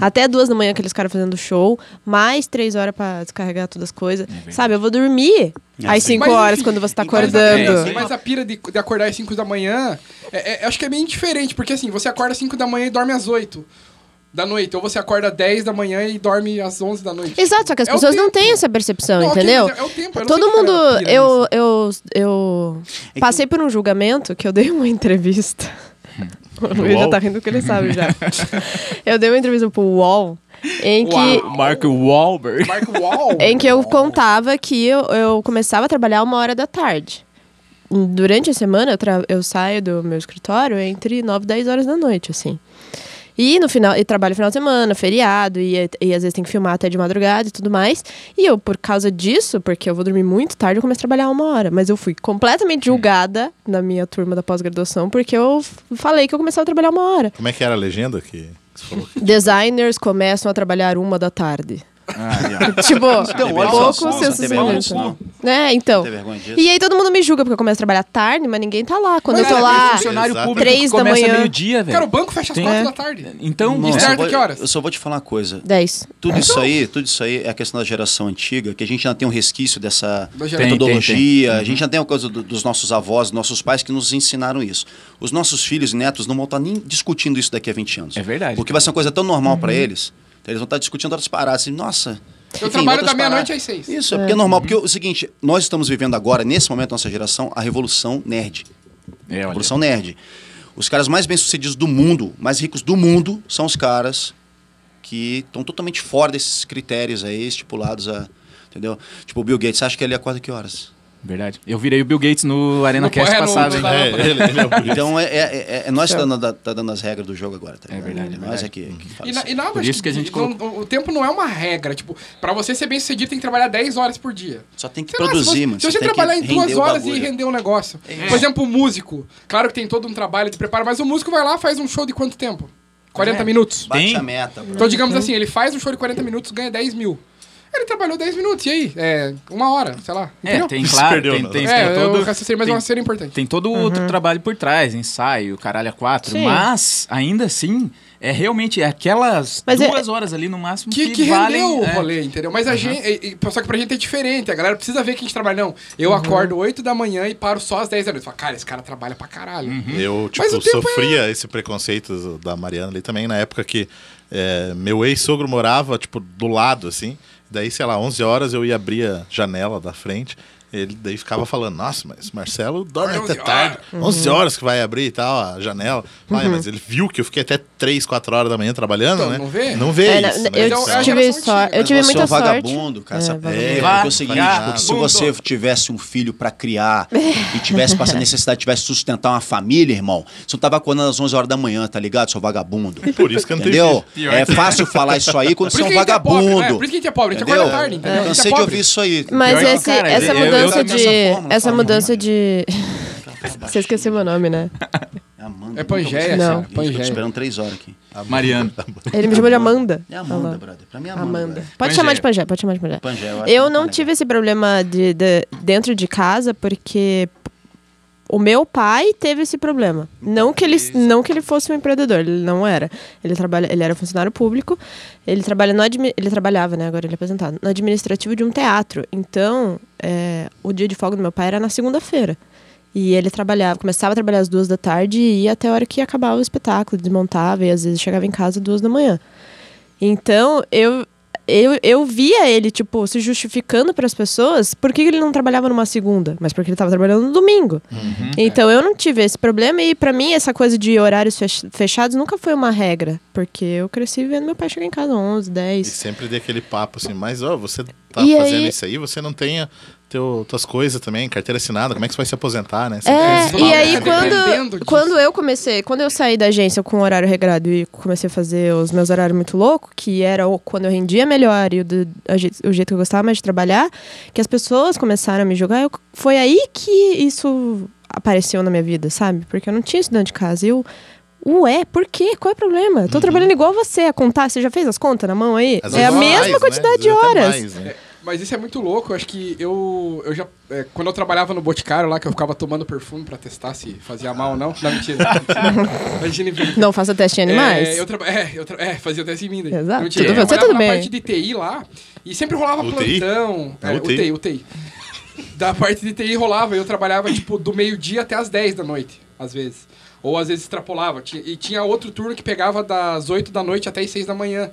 Speaker 6: até duas da manhã aqueles caras fazendo show, mais três horas pra descarregar todas as coisas. Sabe, eu vou dormir às
Speaker 7: sim.
Speaker 6: cinco
Speaker 4: Mas,
Speaker 6: horas
Speaker 4: enfim,
Speaker 6: quando você tá
Speaker 4: então,
Speaker 6: acordando.
Speaker 4: exatamente, Mas a pira de, de acordar às 5 da manhã, é- é- acho que é bem diferente, porque assim, você acorda às 5 da manhã e dorme às 8. da noite. Ou você acorda 10 da manhã e dorme às 11 da noite.
Speaker 6: Exato, só que as
Speaker 4: É o
Speaker 6: pessoas não
Speaker 4: tempo.
Speaker 6: têm essa percepção,
Speaker 4: Não, ok,
Speaker 6: entendeu?
Speaker 4: mas é o tempo, eu não
Speaker 6: Todo
Speaker 4: sei que
Speaker 6: mundo.
Speaker 4: cara pira
Speaker 6: Eu, eu, eu
Speaker 5: É que-
Speaker 6: passei por um julgamento que eu dei uma [laughs] entrevista.
Speaker 5: Hum.
Speaker 6: O Luiz já
Speaker 2: UOL?
Speaker 6: tá rindo porque ele sabe
Speaker 5: [laughs]
Speaker 6: já. eu dei uma entrevista pro UOL em que.
Speaker 3: Mark Wahlberg.
Speaker 4: Marco
Speaker 6: [laughs]
Speaker 4: Wall.
Speaker 6: Em que eu contava que eu, eu começava a trabalhar uma hora da tarde. Durante a semana, eu, tra- eu saio do meu escritório entre 9 e 10 horas da noite, assim. E no final, e trabalho final de semana, feriado, e, e às vezes tem que filmar até de madrugada e tudo mais. E eu, por causa disso, porque eu vou dormir muito tarde, eu começo a trabalhar uma hora. Mas eu fui completamente julgada na minha turma da pós-graduação, porque eu f- falei que eu começava a trabalhar uma hora.
Speaker 2: Como é que era a legenda que que você falou?
Speaker 6: Designers começam a trabalhar uma da
Speaker 7: [laughs]
Speaker 6: tarde. tipo,
Speaker 7: Então, olha
Speaker 6: pouco
Speaker 7: só, só tem vergonha disso,
Speaker 6: sensacionalista.
Speaker 7: não.
Speaker 6: É, então.
Speaker 7: Tem vergonha disso?
Speaker 6: E aí todo mundo me julga porque eu começo a trabalhar tarde, mas ninguém tá lá. Quando
Speaker 4: Mas
Speaker 6: eu tô
Speaker 4: é,
Speaker 6: lá,
Speaker 2: funcionário público
Speaker 6: três da
Speaker 3: começa
Speaker 6: manhã.
Speaker 3: meio-dia, velho.
Speaker 4: Cara, o banco fecha às
Speaker 3: Tem-
Speaker 4: 4
Speaker 6: É.
Speaker 4: da tarde.
Speaker 3: Então,
Speaker 7: Não,
Speaker 4: E
Speaker 7: eu
Speaker 4: certo,
Speaker 7: só vou-
Speaker 4: que horas?
Speaker 7: Eu só vou te falar uma coisa.
Speaker 6: Dez.
Speaker 7: Tudo isso
Speaker 4: Então-
Speaker 7: aí, tudo isso aí é a questão da geração antiga, que a gente ainda tem um resquício dessa
Speaker 4: Da geração. Tem,
Speaker 7: metodologia, a gente ainda tem a coisa do- dos nossos avós, nossos pais que nos ensinaram isso. Os nossos filhos e netos não vão estar nem discutindo isso daqui a 20 anos.
Speaker 3: É verdade,
Speaker 7: Porque
Speaker 3: cara.
Speaker 7: vai ser uma coisa tão normal pra eles, então eles vão estar discutindo outras paradas. Assim, Nossa.
Speaker 4: Uhum. Eu trabalho
Speaker 7: outras
Speaker 4: da meia-noite
Speaker 7: paradas.
Speaker 4: às seis. Uhum.
Speaker 7: Isso, é porque é normal. Porque o seguinte, nós estamos vivendo agora, nesse momento da nossa geração, a revolução nerd.
Speaker 3: É, olha.
Speaker 7: Revolução Nerd. Os caras mais bem-sucedidos do mundo, mais ricos do mundo, são os caras que estão totalmente fora desses critérios aí estipulados a. Entendeu? Tipo, o Bill Gates, você acha que ele acorda que horas?
Speaker 3: Verdade. Eu virei o Bill Gates no Arena
Speaker 4: No-
Speaker 3: Cast
Speaker 4: é, no-
Speaker 3: passado.
Speaker 4: no-
Speaker 3: hein?
Speaker 2: É, ele, ele é o Bill.
Speaker 7: Então é, é- é- é
Speaker 4: Então.
Speaker 7: nós que tá dando, tá dando as regras do jogo agora, tá ligado?
Speaker 3: verdade,
Speaker 7: É nós é que, que faz
Speaker 4: E,
Speaker 7: isso.
Speaker 4: na- e nada,
Speaker 3: Por
Speaker 4: acho
Speaker 3: isso que a gente
Speaker 4: não- o tempo não é uma regra. Tipo, pra você ser bem sucedido, tem que trabalhar 10 horas por dia.
Speaker 7: Só tem que
Speaker 4: Sei lá, se
Speaker 7: produzir,
Speaker 4: você-
Speaker 7: mano.
Speaker 4: Se você
Speaker 7: tem que
Speaker 4: trabalhar em duas
Speaker 7: render o
Speaker 4: horas e
Speaker 7: bagulho.
Speaker 4: render um negócio. Por exemplo, o músico. Claro que tem todo um trabalho de preparo, mas o músico vai lá faz um show de quanto tempo? 40 minutos.
Speaker 7: Bate
Speaker 3: Tem-
Speaker 7: a meta, bro.
Speaker 4: Então, digamos assim, ele faz um show de 40 minutos, ganha 10 mil. Ele trabalhou 10 minutos, e aí? É, uma hora, sei lá.
Speaker 3: É,
Speaker 4: Entendeu?
Speaker 3: tem, claro,
Speaker 2: perdeu,
Speaker 3: tem,
Speaker 2: não.
Speaker 3: tem,
Speaker 4: é,
Speaker 3: tem
Speaker 4: eu
Speaker 3: todo...
Speaker 4: raciocinei, mas é
Speaker 3: tem-
Speaker 4: uma cena Uhum. importante.
Speaker 3: Tem todo outro trabalho por trás, ensaio, caralho a quatro.
Speaker 6: Sim.
Speaker 3: Mas, ainda assim, é realmente é aquelas
Speaker 6: Mas é-
Speaker 3: duas horas ali no máximo
Speaker 4: que,
Speaker 3: que,
Speaker 4: que rendeu
Speaker 3: valem...
Speaker 4: o
Speaker 3: é.
Speaker 4: rolê, entendeu? Mas a gente. e- e- Só que pra gente é diferente. A galera precisa ver que a gente trabalha. Não, eu acordo 8 da manhã e paro só às 10 da noite. Fala, cara, esse cara trabalha pra caralho.
Speaker 3: Uhum.
Speaker 2: Eu,
Speaker 4: Mas o
Speaker 2: tipo,
Speaker 4: tempo é-
Speaker 2: sofria esse preconceito da Mariana ali também, na época que é, meu ex-sogro morava, tipo, do lado, assim. Daí, sei lá, 11 horas eu ia abrir a janela da frente. Ele daí ficava falando, nossa, mas Marcelo dorme
Speaker 4: Olha,
Speaker 2: até
Speaker 4: 11
Speaker 2: tarde. 11 horas que vai abrir e tal, a janela. Ai, mas ele viu que eu fiquei até 3, 4 horas da manhã trabalhando,
Speaker 4: Uhum. Então,
Speaker 2: né?
Speaker 4: não vê?
Speaker 2: Não vê
Speaker 6: É, na-
Speaker 2: isso, né?
Speaker 6: eu,
Speaker 2: Então,
Speaker 4: Então,
Speaker 6: tive
Speaker 4: é
Speaker 6: só-
Speaker 4: antiga.
Speaker 6: eu tive
Speaker 7: Você
Speaker 6: muita
Speaker 7: é um
Speaker 6: sorte.
Speaker 7: vagabundo,
Speaker 6: É,
Speaker 7: cara. essa-
Speaker 6: vagabundo.
Speaker 7: É,
Speaker 3: Vagabundo.
Speaker 7: porque é o seguinte, porque se você tivesse um filho pra criar
Speaker 6: É.
Speaker 7: e tivesse passando necessidade, tivesse sustentar uma família, irmão, você não tava acordando às 11 horas da manhã, tá ligado,
Speaker 4: [laughs]
Speaker 7: seu vagabundo?
Speaker 2: Por isso que eu não tenho
Speaker 7: Entendeu?
Speaker 2: filho.
Speaker 7: É fácil falar isso aí quando você é um
Speaker 4: a gente é pobre, né? Por
Speaker 7: vagabundo.
Speaker 4: isso que a gente é pobre, a gente
Speaker 7: Entendeu?
Speaker 4: acorda tarde, entendeu? A gente é
Speaker 7: Cansei de
Speaker 4: pobre.
Speaker 7: ouvir isso aí.
Speaker 6: Mas
Speaker 3: Pior que,
Speaker 6: esse-
Speaker 3: cara,
Speaker 6: essa
Speaker 3: eu- eu
Speaker 6: mudança
Speaker 7: também
Speaker 6: de.
Speaker 7: sou fórmula,
Speaker 6: Essa
Speaker 7: fala,
Speaker 6: mudança
Speaker 7: mano.
Speaker 6: [laughs] de.
Speaker 7: é um
Speaker 6: Você esqueceu meu nome,
Speaker 7: [laughs]
Speaker 6: né?
Speaker 7: Amanda,
Speaker 4: É Pangeia,
Speaker 7: nunca vou
Speaker 6: cara,
Speaker 7: esquecer.
Speaker 4: Pangeia.
Speaker 7: Eu tô esperando três horas aqui.
Speaker 3: Mariana.
Speaker 6: Ele me chamou de Amanda.
Speaker 7: É Amanda,
Speaker 6: Olha lá.
Speaker 7: brother. Pra mim é Amanda.
Speaker 6: Tá Amanda.
Speaker 7: brother.
Speaker 6: Pode
Speaker 3: Pangea.
Speaker 6: chamar de Pangé, pode chamar de Pangé.
Speaker 7: Pangea, eu acho
Speaker 6: Eu
Speaker 7: que
Speaker 6: não
Speaker 7: Pangea.
Speaker 6: tive esse problema de, de- dentro de casa porque o meu pai teve esse problema. Não que ele não que ele fosse um empreendedor, ele não era. Ele trabalha, ele era funcionário público. Ele trabalha no admi- ele trabalhava, né, agora ele é aposentado, no administrativo de um teatro. Então, é, o dia de folga do meu pai era na segunda-feira. E ele trabalhava, começava a trabalhar às duas da tarde e ia até a hora que acabava o espetáculo, desmontava e às vezes chegava em casa às duas da manhã. Então, eu, eu, eu via ele, tipo, se justificando para as pessoas por que ele não trabalhava numa segunda, mas porque ele estava trabalhando no domingo. então, eu não tive esse problema e, para mim, essa coisa de horários fech- fechados nunca foi uma regra, porque eu cresci vendo meu pai chegar em casa 11,
Speaker 2: E
Speaker 6: 10.
Speaker 2: sempre dê aquele papo assim, mas ó, você tá
Speaker 6: E
Speaker 2: fazendo
Speaker 6: aí-
Speaker 2: isso aí, você não tem a teu, tuas coisas também, carteira assinada, como é que você vai se aposentar, né? Sempre
Speaker 6: É,
Speaker 2: esse
Speaker 6: e
Speaker 2: papo, né?
Speaker 6: aí
Speaker 4: Dependendo disso.
Speaker 6: quando, quando eu comecei, quando eu saí da agência com horário regrado e comecei a fazer os meus horários muito louco, que era o- quando eu rendia melhor e o, do- a je- o jeito que eu gostava mais de trabalhar, que as pessoas começaram a me julgar, eu- foi aí que isso apareceu na minha vida, sabe? Porque eu não tinha estudante de casa. e Eu, ué, por quê? Qual é o problema? Eu tô trabalhando igual você, a contar, você já fez as contas na mão aí?
Speaker 2: Às
Speaker 6: é a
Speaker 2: vezes mais,
Speaker 6: mesma
Speaker 2: né?
Speaker 6: quantidade
Speaker 2: Às
Speaker 6: de
Speaker 2: vezes até
Speaker 6: horas.
Speaker 2: mais, né?
Speaker 4: Mas isso é muito louco. Eu acho que eu, eu já. é, quando eu trabalhava no Boticário lá, que eu ficava tomando perfume pra testar se fazia mal ou não. Não, mentira. [laughs] Imagina em
Speaker 6: Não faça teste em animais.
Speaker 4: É, eu traba- é, eu tra- é, fazia até em mim daí.
Speaker 6: Exato.
Speaker 4: Eu tinha-
Speaker 6: Tudo bem,
Speaker 4: eu
Speaker 6: você
Speaker 4: trabalhava
Speaker 6: é tudo
Speaker 4: na
Speaker 6: bem.
Speaker 4: parte de TI lá e sempre rolava
Speaker 2: UTI?
Speaker 4: plantão.
Speaker 2: É,
Speaker 4: É,
Speaker 2: UTI.
Speaker 4: UTI, UTI. Da parte de TI rolava, eu trabalhava tipo do meio-dia até as 10 da noite, às vezes. Ou às vezes extrapolava. Ti- E tinha outro turno que pegava das 8 da noite até as 6 da manhã.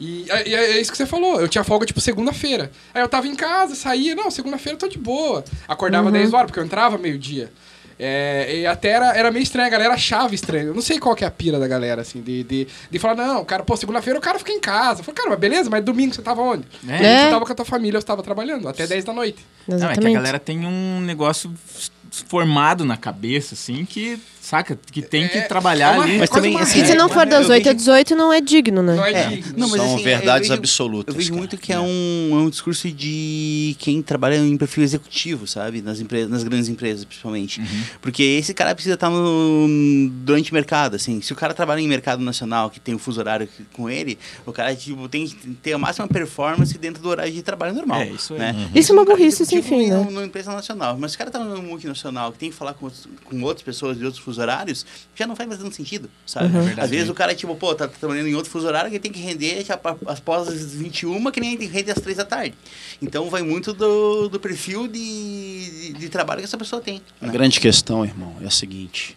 Speaker 4: E é, e é isso que você falou. Eu tinha folga, tipo, segunda-feira. Aí eu tava em casa, saía. Não, segunda-feira eu tô de boa. Acordava 10 horas, porque eu entrava meio-dia. É, e até era, era meio estranho, a galera achava estranho. Eu não sei qual que é a pira da galera, assim, de, de, de falar, não, cara, pô, segunda-feira o cara fica em casa. Eu falei, cara, mas beleza, mas domingo você tava onde?
Speaker 3: É.
Speaker 4: Domingo Você
Speaker 6: É.
Speaker 4: tava com a tua família, eu estava trabalhando, até 10 da noite.
Speaker 6: Exatamente.
Speaker 3: Não, é que a galera tem um negócio s- formado na cabeça, assim, que, saca, que tem que trabalhar
Speaker 4: é uma-
Speaker 3: ali.
Speaker 4: Mas também, assim,
Speaker 6: E se não for das 8 às 18, não é digno, né?
Speaker 4: Não é,
Speaker 5: É,
Speaker 4: digno.
Speaker 5: não, mas
Speaker 7: São
Speaker 5: assim,
Speaker 7: verdades
Speaker 5: eu vejo-
Speaker 7: absolutas.
Speaker 5: Eu vejo
Speaker 7: cara.
Speaker 5: muito que é um, é um discurso de quem trabalha em perfil executivo, sabe? Nas, empresas, nas grandes empresas, principalmente.
Speaker 7: Uhum.
Speaker 5: Porque esse cara precisa estar no, durante o mercado, assim. Se o cara trabalha em mercado nacional, que tem o fuso horário que- com ele, o cara tipo, tem que ter a máxima performance dentro do horário de trabalho normal.
Speaker 3: É, isso aí.
Speaker 7: Uhum.
Speaker 5: né?
Speaker 6: Isso é uma
Speaker 5: Um cara
Speaker 6: burrice sem
Speaker 5: executivo
Speaker 6: fim, né?
Speaker 5: num- Numa empresa nacional. Mas se o cara tá numa multinacional que tem que falar com, outros- com outras pessoas de outros fuso horários, já não faz mais tanto sentido, sabe?
Speaker 6: Uhum. É
Speaker 5: Às vezes o cara, tipo, pô, tá trabalhando em outro fuso horário que tem que render já pa- as pós às 21, que nem rende às 3 da tarde. Então vai muito do, do perfil de, de, de trabalho que essa pessoa tem.
Speaker 7: A
Speaker 5: né?
Speaker 7: grande questão, irmão, é a seguinte: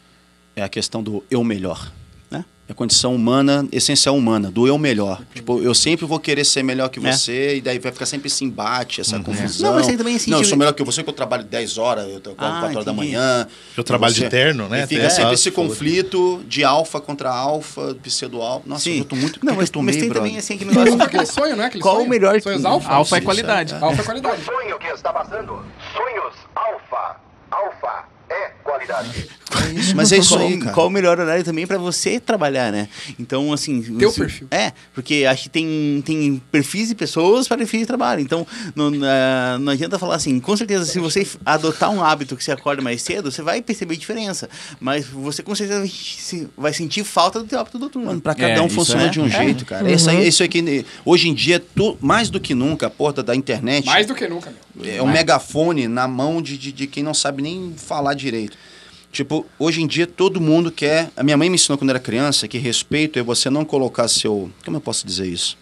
Speaker 7: é a questão do eu melhor. Né? É a condição humana, essencial humana, do eu melhor. Tipo, eu sempre vou querer ser melhor que
Speaker 5: É. Uhum.
Speaker 7: você, e daí vai ficar sempre esse embate, essa confusão.
Speaker 5: Não, mas aí também, assim,
Speaker 7: Não, eu
Speaker 5: tipo-
Speaker 7: sou melhor que você, porque eu trabalho 10 horas, eu trabalho
Speaker 5: Ah,
Speaker 7: 4 horas da
Speaker 5: entendi.
Speaker 7: manhã.
Speaker 2: Eu trabalho de terno, né?
Speaker 7: E fica
Speaker 2: Tem
Speaker 7: sempre
Speaker 2: essa-
Speaker 7: esse conflito de alfa contra alfa, pseudo-alfa. Nossa,
Speaker 5: Sim.
Speaker 7: eu tô muito. por
Speaker 5: Não,
Speaker 7: que
Speaker 5: mas,
Speaker 7: que eu tô
Speaker 5: mas
Speaker 7: meio,
Speaker 5: tem
Speaker 7: brother?
Speaker 5: também assim aquele
Speaker 7: [laughs]
Speaker 4: Mas
Speaker 5: negócio.
Speaker 4: só aquele sonho,
Speaker 7: é
Speaker 4: né? Aquele
Speaker 5: Qual
Speaker 4: sonho.
Speaker 5: o melhor-
Speaker 4: Sonhos alfa? né?
Speaker 3: Alfa é
Speaker 7: Isso,
Speaker 3: qualidade.
Speaker 7: é.
Speaker 4: Alfa é qualidade.
Speaker 8: Sonho que está passando. Sonhos alfa. Alfa é qualidade.
Speaker 7: É isso,
Speaker 5: [laughs]
Speaker 7: mas é isso aí,
Speaker 5: qual,
Speaker 7: cara.
Speaker 5: qual o melhor horário também pra você trabalhar, né? Então, assim.
Speaker 4: Teu
Speaker 5: você-
Speaker 4: perfil.
Speaker 5: É, porque acho que tem, tem perfis de pessoas para perfis de trabalho. Então, não, na- não adianta falar assim. Com certeza, se você f- adotar um hábito que você acorda mais cedo, você vai perceber diferença. Mas você com certeza vai se- vai sentir falta do teu hábito noturno.
Speaker 7: Mano, pra cada
Speaker 3: É,
Speaker 7: um
Speaker 3: isso
Speaker 7: funciona
Speaker 5: é.
Speaker 7: de um
Speaker 5: É.
Speaker 7: jeito, cara. Isso aí, isso aí que hoje em dia, tu- mais do que nunca, a porta da internet
Speaker 4: Mais do que nunca, meu.
Speaker 7: é um megafone na mão de, de, de quem não sabe nem falar direito. Tipo, hoje em dia todo mundo quer. A minha mãe me ensinou quando era criança que respeito é você não colocar seu. Como eu posso dizer isso?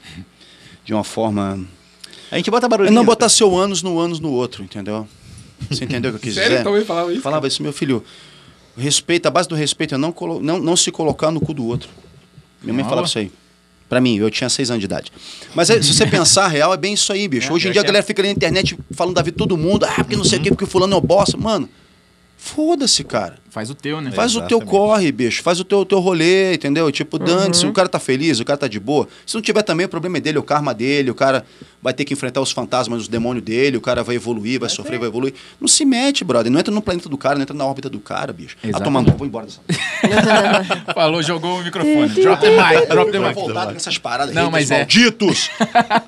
Speaker 7: De uma forma.
Speaker 5: A gente bota né?
Speaker 7: É
Speaker 5: barulho.
Speaker 7: não botar seu ânus no ânus no outro, entendeu? Você entendeu o que eu quis
Speaker 4: Sério?
Speaker 7: dizer?
Speaker 4: Então ele falava isso?
Speaker 7: Falava isso, meu filho. Respeito, a base do respeito é não, colo- não, não se colocar no cu do outro. Minha mãe falava isso aí. Pra mim, eu tinha seis anos de idade. Mas é, se você pensar, real, é bem isso aí, bicho. Hoje em dia a galera fica ali na internet falando da vida de todo mundo. Ah, porque não sei o quê, porque fulano é o bosta. Mano, foda-se, cara.
Speaker 3: Faz o teu, né? [laughs]
Speaker 7: Faz o teu
Speaker 2: Exatamente.
Speaker 7: corre, bicho. Faz o teu, teu rolê, entendeu? Tipo, dane-se. O cara tá feliz, o cara tá de boa. Se não tiver também, o problema é dele, o karma dele. O cara vai ter que enfrentar os fantasmas, os demônios dele. O cara vai evoluir, vai sofrer, vai evoluir. Não se mete, brother. Não entra no planeta do cara, não entra na órbita do cara, bicho. Ah,
Speaker 3: Exatamente.
Speaker 7: tomando.
Speaker 2: [laughs]
Speaker 7: Vou embora dessa.
Speaker 3: Falou, jogou o microfone.
Speaker 6: É,
Speaker 3: Drop the mic, drop the
Speaker 7: Tô
Speaker 3: mic.
Speaker 7: revoltado com essas paradas.
Speaker 3: Não,
Speaker 7: haters
Speaker 3: mas é.
Speaker 7: malditos.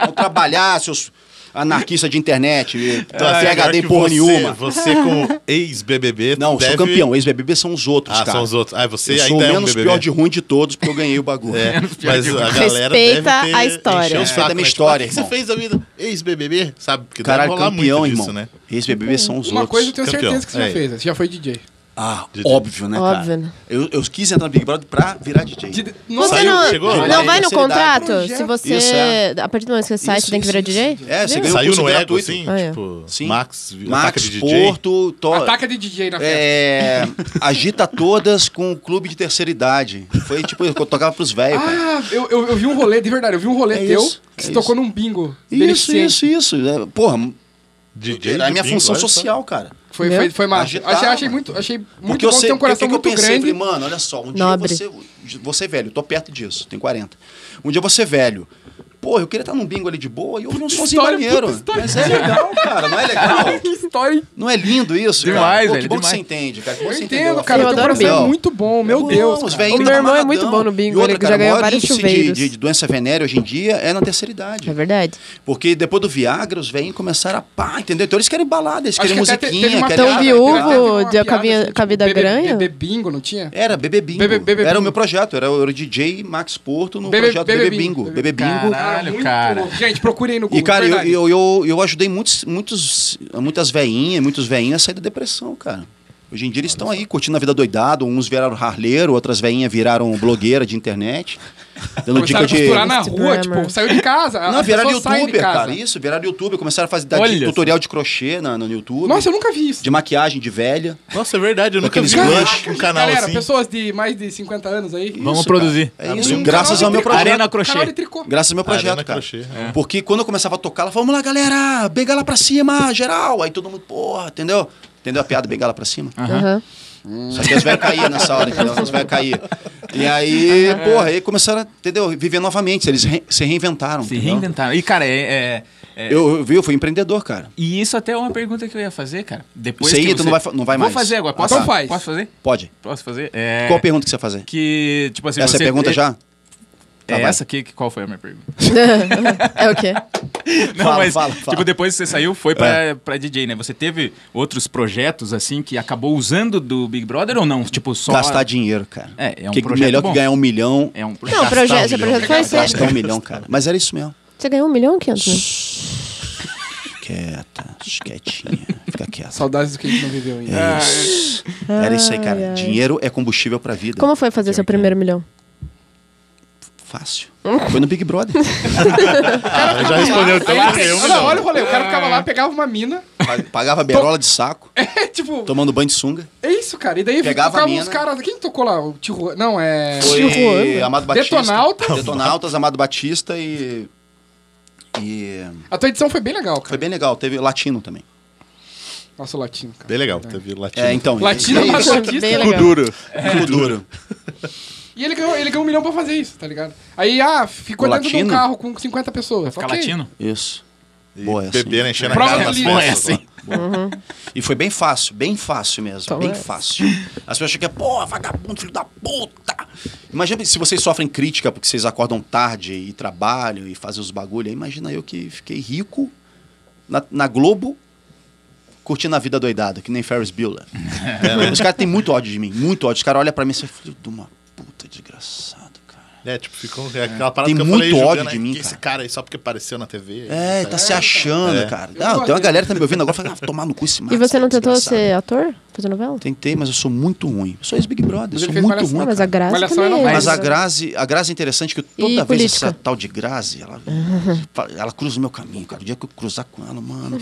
Speaker 7: Vão trabalhar, seus anarquistas de internet.
Speaker 2: Então, assim, pior
Speaker 7: PHD
Speaker 2: que
Speaker 7: porra
Speaker 2: você-
Speaker 7: nenhuma.
Speaker 2: Você como ex-BBB
Speaker 7: Não, eu
Speaker 2: deve...
Speaker 7: sou campeão. Ex-BBB são os outros,
Speaker 2: Ah,
Speaker 7: cara.
Speaker 2: são os outros. Ah, você
Speaker 7: eu
Speaker 2: ainda
Speaker 7: sou o
Speaker 2: é um
Speaker 7: menos
Speaker 2: BBB.
Speaker 7: pior de ruim de todos, porque eu ganhei o bagulho. [laughs]
Speaker 2: É, mas a galera
Speaker 6: Respeita
Speaker 2: deve ter,
Speaker 6: a história.
Speaker 2: encheu os
Speaker 7: Respeita
Speaker 2: sacos,
Speaker 7: a minha
Speaker 2: né?
Speaker 7: história,
Speaker 2: Tipo, "Ah, O que
Speaker 7: irmão."
Speaker 2: você fez da vida? Ex-BBB, sabe? Porque deve
Speaker 7: Caralho,
Speaker 2: rolar
Speaker 7: campeão,
Speaker 2: muito disso,
Speaker 7: irmão.
Speaker 2: né?
Speaker 7: Ex-BBB são os
Speaker 4: Uma
Speaker 7: outros.
Speaker 4: coisa eu tenho
Speaker 2: campeão.
Speaker 4: certeza que você já
Speaker 2: É.
Speaker 4: fez, né? você já foi DJ.
Speaker 7: Ah, óbvio, né, cara?
Speaker 6: Óbvio, né?
Speaker 7: Eu, eu quis entrar no Big Brother pra virar DJ.
Speaker 4: De-
Speaker 6: Você
Speaker 2: Saiu,
Speaker 6: não,
Speaker 2: chegou?
Speaker 6: não
Speaker 2: Olha aí,
Speaker 6: vai no
Speaker 7: terceira idade.
Speaker 6: contrato? Se você.
Speaker 7: Isso, é.
Speaker 6: A partir do momento que você sai,
Speaker 7: Isso,
Speaker 6: você tem que
Speaker 7: isso,
Speaker 6: virar
Speaker 7: isso,
Speaker 6: DJ?
Speaker 7: isso. É, você ganha um
Speaker 2: Saiu
Speaker 7: curso
Speaker 2: no ego,
Speaker 7: gratuito.
Speaker 2: assim,
Speaker 6: Ah, é.
Speaker 2: tipo,
Speaker 7: Sim.
Speaker 2: Max, ataque
Speaker 7: Max,
Speaker 2: de DJ.
Speaker 7: Porto, to...
Speaker 4: Ataca de DJ na festa.
Speaker 7: É, agita todas com o clube de terceira idade. Foi tipo, eu tocava pros velhos. cara.
Speaker 4: Ah, eu, eu, eu vi um rolê, de verdade, eu vi um rolê
Speaker 7: É
Speaker 4: teu
Speaker 7: isso,
Speaker 4: que
Speaker 7: é
Speaker 4: se
Speaker 7: isso.
Speaker 4: tocou num bingo.
Speaker 7: Isso,
Speaker 4: beneficente.
Speaker 7: isso, isso. É, Porra,
Speaker 2: DJ
Speaker 7: era a
Speaker 2: de
Speaker 7: minha
Speaker 2: bingo,
Speaker 7: função
Speaker 2: olha só.
Speaker 7: social, cara.
Speaker 4: Foi,
Speaker 6: Meu.
Speaker 4: foi, foi massa.
Speaker 7: Agitava,
Speaker 4: Achei, achei
Speaker 7: mano.
Speaker 4: muito, achei muito
Speaker 7: Porque
Speaker 4: bom, tem um coração
Speaker 7: porque eu
Speaker 4: muito grande.
Speaker 7: pensei, Falei, mano, olha só, um
Speaker 6: Nobre.
Speaker 7: dia você, você velho, eu tô perto disso, tenho 40. Um dia você velho. Pô, eu queria estar num bingo ali de boa e eu não sou
Speaker 4: história,
Speaker 7: banheiro.
Speaker 4: puta história.
Speaker 7: Mas é legal, cara, não é legal?
Speaker 4: [laughs] Que história, hein?
Speaker 7: Não é lindo isso, cara?
Speaker 3: Demais,
Speaker 7: Pô,
Speaker 3: velho,
Speaker 7: que bom
Speaker 3: demais.
Speaker 7: que você entende, cara. que bom
Speaker 4: Eu
Speaker 7: que você
Speaker 4: entendo,
Speaker 7: entendeu.
Speaker 4: cara.
Speaker 6: Eu
Speaker 4: Teu
Speaker 6: adoro
Speaker 4: coração
Speaker 7: bingo.
Speaker 4: é muito bom, meu
Speaker 7: Pô,
Speaker 4: Deus.
Speaker 7: os
Speaker 4: cara.
Speaker 7: velhinhos
Speaker 6: O meu irmão é
Speaker 7: amarradão.
Speaker 6: muito bom no bingo,
Speaker 7: E outra,
Speaker 6: ele já
Speaker 7: cara, o
Speaker 6: ganhou
Speaker 7: maior
Speaker 6: vários
Speaker 7: índice
Speaker 6: chuveiros.
Speaker 7: De, de doença venérea hoje em dia é na terceira idade.
Speaker 6: É verdade.
Speaker 7: Porque depois do Viagra, os velhinhos começaram a pá, entendeu? Então eles querem balada, eles
Speaker 4: Acho
Speaker 7: querem
Speaker 4: que até te-
Speaker 7: musiquinha,
Speaker 4: teve uma
Speaker 7: querem...
Speaker 4: piada,
Speaker 6: Tão um viúvo,
Speaker 4: teve até uma
Speaker 6: de
Speaker 4: piada,
Speaker 6: cabinha-
Speaker 4: assim, tipo,
Speaker 6: cabida
Speaker 4: bebê-
Speaker 6: granha?
Speaker 4: Bebê bingo, não tinha?
Speaker 7: Era Bebê Bingo.
Speaker 4: Bebê- Bebê
Speaker 7: era
Speaker 4: Bingo.
Speaker 7: o meu projeto, era o era o DJ Max Porto no
Speaker 4: Bebê-
Speaker 7: projeto
Speaker 4: Bebê
Speaker 7: Bebê,
Speaker 4: Bingo.
Speaker 7: Bingo. Bebê Bingo.
Speaker 3: Caralho, cara.
Speaker 4: louco. Gente, procurem aí no Google.
Speaker 7: E, cara, eu,
Speaker 4: verdade.
Speaker 7: eu, eu, eu ajudei muitos, muitos, muitas veinhas, muitos veinhos a sair da depressão, cara. Hoje em dia eles estão aí curtindo a vida doidado. Uns viraram harleiro, outras veinhas viraram blogueira
Speaker 4: [laughs]
Speaker 7: de internet. Dando
Speaker 4: Começaram
Speaker 7: dica
Speaker 4: a
Speaker 7: de.
Speaker 4: costurar na rua,
Speaker 6: Instagrammer.
Speaker 4: tipo, saiu de casa.
Speaker 7: Não,
Speaker 4: as
Speaker 7: viraram
Speaker 4: pessoas saem de
Speaker 7: youtuber,
Speaker 4: casa.
Speaker 7: cara. Isso, viraram youtuber. Começaram a fazer dar
Speaker 3: Olha
Speaker 7: de- tutorial de crochê na, no YouTube.
Speaker 4: Nossa, eu nunca vi isso.
Speaker 7: De maquiagem de velha.
Speaker 2: Nossa, é verdade, eu nunca
Speaker 7: Aqueles
Speaker 2: vi
Speaker 7: blush,
Speaker 2: blush um canal
Speaker 4: Galera,
Speaker 2: assim.
Speaker 4: pessoas de mais de 50 anos aí.
Speaker 7: Isso,
Speaker 9: Vamos
Speaker 7: cara.
Speaker 9: produzir.
Speaker 7: É isso,
Speaker 4: Um
Speaker 7: graças
Speaker 4: canal
Speaker 7: ao
Speaker 4: de
Speaker 7: meu
Speaker 4: tricô.
Speaker 7: projeto.
Speaker 9: Arena Crochê.
Speaker 4: Canal de tricô.
Speaker 7: Graças ao meu projeto,
Speaker 2: Arena
Speaker 7: cara.
Speaker 2: Crochê,
Speaker 7: Porque quando eu começava a tocar, ela falava, vamos lá, galera, bengala pra cima, geral. Aí todo mundo, porra, entendeu? Entendeu a piada, bengala pra cima?
Speaker 3: Ah.
Speaker 6: Aham.
Speaker 7: Só que as velhas caíam nessa hora, entendeu? As velhas caíam. E
Speaker 3: Ah,
Speaker 7: aí,
Speaker 3: é.
Speaker 7: porra, aí começaram, a, entendeu? Viver novamente, eles re- se reinventaram.
Speaker 3: Se
Speaker 7: entendeu?
Speaker 3: reinventaram. E, cara, é, é- é-
Speaker 7: Eu, eu, vi, eu fui empreendedor, cara.
Speaker 3: E isso até é uma pergunta que eu ia fazer, cara. Depois
Speaker 7: Isso aí
Speaker 3: que
Speaker 7: tu não vai fa- não vai
Speaker 3: Vou
Speaker 7: mais.
Speaker 3: fazer agora.
Speaker 7: Ah,
Speaker 3: Posso,
Speaker 4: tá. Então faz.
Speaker 3: posso fazer?
Speaker 7: Pode.
Speaker 3: Posso fazer? É,
Speaker 7: Qual a pergunta que você ia fazer?
Speaker 3: que, tipo assim,
Speaker 7: Essa é
Speaker 3: você-
Speaker 7: a pergunta
Speaker 3: é-
Speaker 7: já? Tá
Speaker 3: É
Speaker 7: vai.
Speaker 3: essa aqui, que- qual foi a minha pergunta?
Speaker 7: [laughs]
Speaker 6: É o quê?
Speaker 3: Não,
Speaker 7: Fala,
Speaker 3: mas,
Speaker 7: fala, fala. É.
Speaker 3: tipo, depois que você saiu, foi pra, pra DJ, né? Você teve outros projetos, assim, que acabou usando do Big Brother ou não? Tipo, só...
Speaker 7: Gastar dinheiro, cara.
Speaker 3: É, é um
Speaker 7: que
Speaker 3: projeto
Speaker 7: melhor
Speaker 3: bom.
Speaker 7: que ganhar um milhão.
Speaker 3: É um projeto.
Speaker 6: Não, o projeto, seu
Speaker 7: milhão,
Speaker 6: projeto foi ser.
Speaker 7: Gastar um milhão, cara. Mas era isso mesmo.
Speaker 6: Você ganhou um milhão, quinhentos mil?
Speaker 7: Quieta, quietinha. Fica quieta.
Speaker 4: Saudades do que a gente não viveu ainda. Ah,
Speaker 7: É isso. Era isso aí, cara. Dinheiro é combustível pra vida.
Speaker 6: Como foi fazer seu primeiro milhão?
Speaker 7: Fácil. Foi no Big Brother.
Speaker 2: Ah, já respondeu então.
Speaker 4: Aí,
Speaker 2: eu
Speaker 4: olha, olha o rolê. O cara ficava lá, pegava uma mina. [laughs]
Speaker 7: Pa- Pagava berola de saco,
Speaker 4: É, tipo,
Speaker 7: tomando banho de sunga.
Speaker 4: é isso, cara. E daí
Speaker 7: Pegava
Speaker 4: ficavam
Speaker 7: a mina.
Speaker 4: os caras. Quem tocou lá? O Tio Não, é.
Speaker 7: Foi Amado Batista.
Speaker 4: Detonautas.
Speaker 7: Detonautas, Amado Batista e... E...
Speaker 4: A tua edição foi bem legal, cara.
Speaker 7: Foi bem legal. Teve latino também.
Speaker 4: Nossa, o latino, cara.
Speaker 2: Bem legal, teve latino.
Speaker 7: É, então...
Speaker 4: Latino
Speaker 7: é
Speaker 4: Amado
Speaker 7: isso.
Speaker 4: Batista.
Speaker 6: Bem
Speaker 7: Cu
Speaker 6: legal.
Speaker 7: duro. Cu duro.
Speaker 4: E ele ganhou, ele ganhou um milhão pra fazer isso, tá ligado? Aí, ah, ficou
Speaker 7: O
Speaker 4: dentro de um
Speaker 7: latino?
Speaker 4: carro com 50 pessoas.
Speaker 3: Ficar
Speaker 4: Ok.
Speaker 3: latino?
Speaker 7: Isso.
Speaker 2: E
Speaker 7: Boa é assim. essa, hein?
Speaker 2: beberam, né, enchendo a
Speaker 4: Prova
Speaker 2: cara
Speaker 4: de
Speaker 2: nas
Speaker 4: livro.
Speaker 2: festas.
Speaker 4: É,
Speaker 2: assim.
Speaker 7: E foi bem fácil, bem fácil mesmo,
Speaker 6: Uhum. Então
Speaker 7: bem
Speaker 6: é.
Speaker 7: fácil. As pessoas acham que é, porra, vagabundo, filho da puta. Imagina se vocês sofrem crítica porque vocês acordam tarde e trabalham e fazem os bagulho. Aí imagina eu que fiquei rico na, na Globo, curtindo a vida doidada, que nem Ferris Bueller. Os caras têm muito ódio de mim, muito ódio. Os caras olham pra mim e falam, filho de uma puta, desgraçado, cara.
Speaker 2: É, tipo, ficou é aquela parada
Speaker 7: Tem
Speaker 2: que eu
Speaker 7: muito
Speaker 2: falei,
Speaker 7: ódio
Speaker 2: Juliana,
Speaker 7: de mim,
Speaker 2: que Esse
Speaker 7: cara.
Speaker 2: cara aí só porque apareceu na TV.
Speaker 7: É, tá se achando, cara. Não, tem uma galera que tá me ouvindo agora falando, ah, tomar no cu esse
Speaker 6: E você não tentou
Speaker 7: desgraçado."
Speaker 6: ser ator? Fazer novela?
Speaker 7: Tentei, mas eu sou muito ruim. Eu sou ex-Big Brother,
Speaker 4: Mas ele
Speaker 7: eu sou
Speaker 4: fez
Speaker 7: muito
Speaker 4: Malhação.
Speaker 7: ruim.
Speaker 6: Ah, mas a
Speaker 7: cara.
Speaker 6: Grazi
Speaker 4: Malhação
Speaker 6: também
Speaker 4: não
Speaker 6: é
Speaker 4: vai.
Speaker 7: Mas a
Speaker 6: ex-
Speaker 7: Grazi, a Grazi é interessante que toda
Speaker 6: E
Speaker 7: vez
Speaker 6: política?
Speaker 7: essa tal de Grazi, ela, fa- ela cruza o meu caminho, cara. O dia que eu cruzar com
Speaker 6: [laughs]
Speaker 7: ela, mano.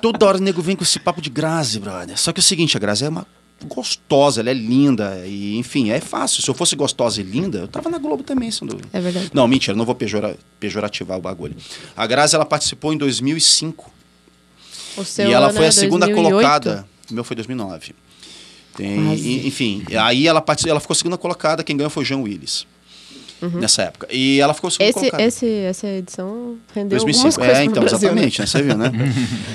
Speaker 7: toda hora o nego vem com esse papo de Grazi, brother. Só que é o seguinte, a Grazi é uma gostosa, ela é linda. E, enfim, é fácil. Se eu fosse gostosa e linda, eu tava na Globo também, sem dúvida.
Speaker 6: É verdade.
Speaker 7: Não, mentira, não vou pejora, pejorativar o bagulho. A Grazi, ela participou em 2005
Speaker 6: O seu
Speaker 7: e ela
Speaker 6: ano
Speaker 7: foi
Speaker 6: é
Speaker 7: a segunda
Speaker 6: 2008?
Speaker 7: colocada. O meu foi 2009. Tem-
Speaker 6: Quase.
Speaker 7: e- enfim, aí ela, participou, ela ficou segunda colocada, quem ganhou foi o Jean Willis. Nessa época. E ela ficou segunda
Speaker 6: Esse,
Speaker 7: colocada.
Speaker 6: esse, essa edição rendeu algumas
Speaker 7: 2005.
Speaker 6: coisas
Speaker 7: É,
Speaker 6: pro
Speaker 7: então,
Speaker 6: Brasil, né?
Speaker 7: exatamente, né?
Speaker 6: [laughs]
Speaker 7: Você viu, né?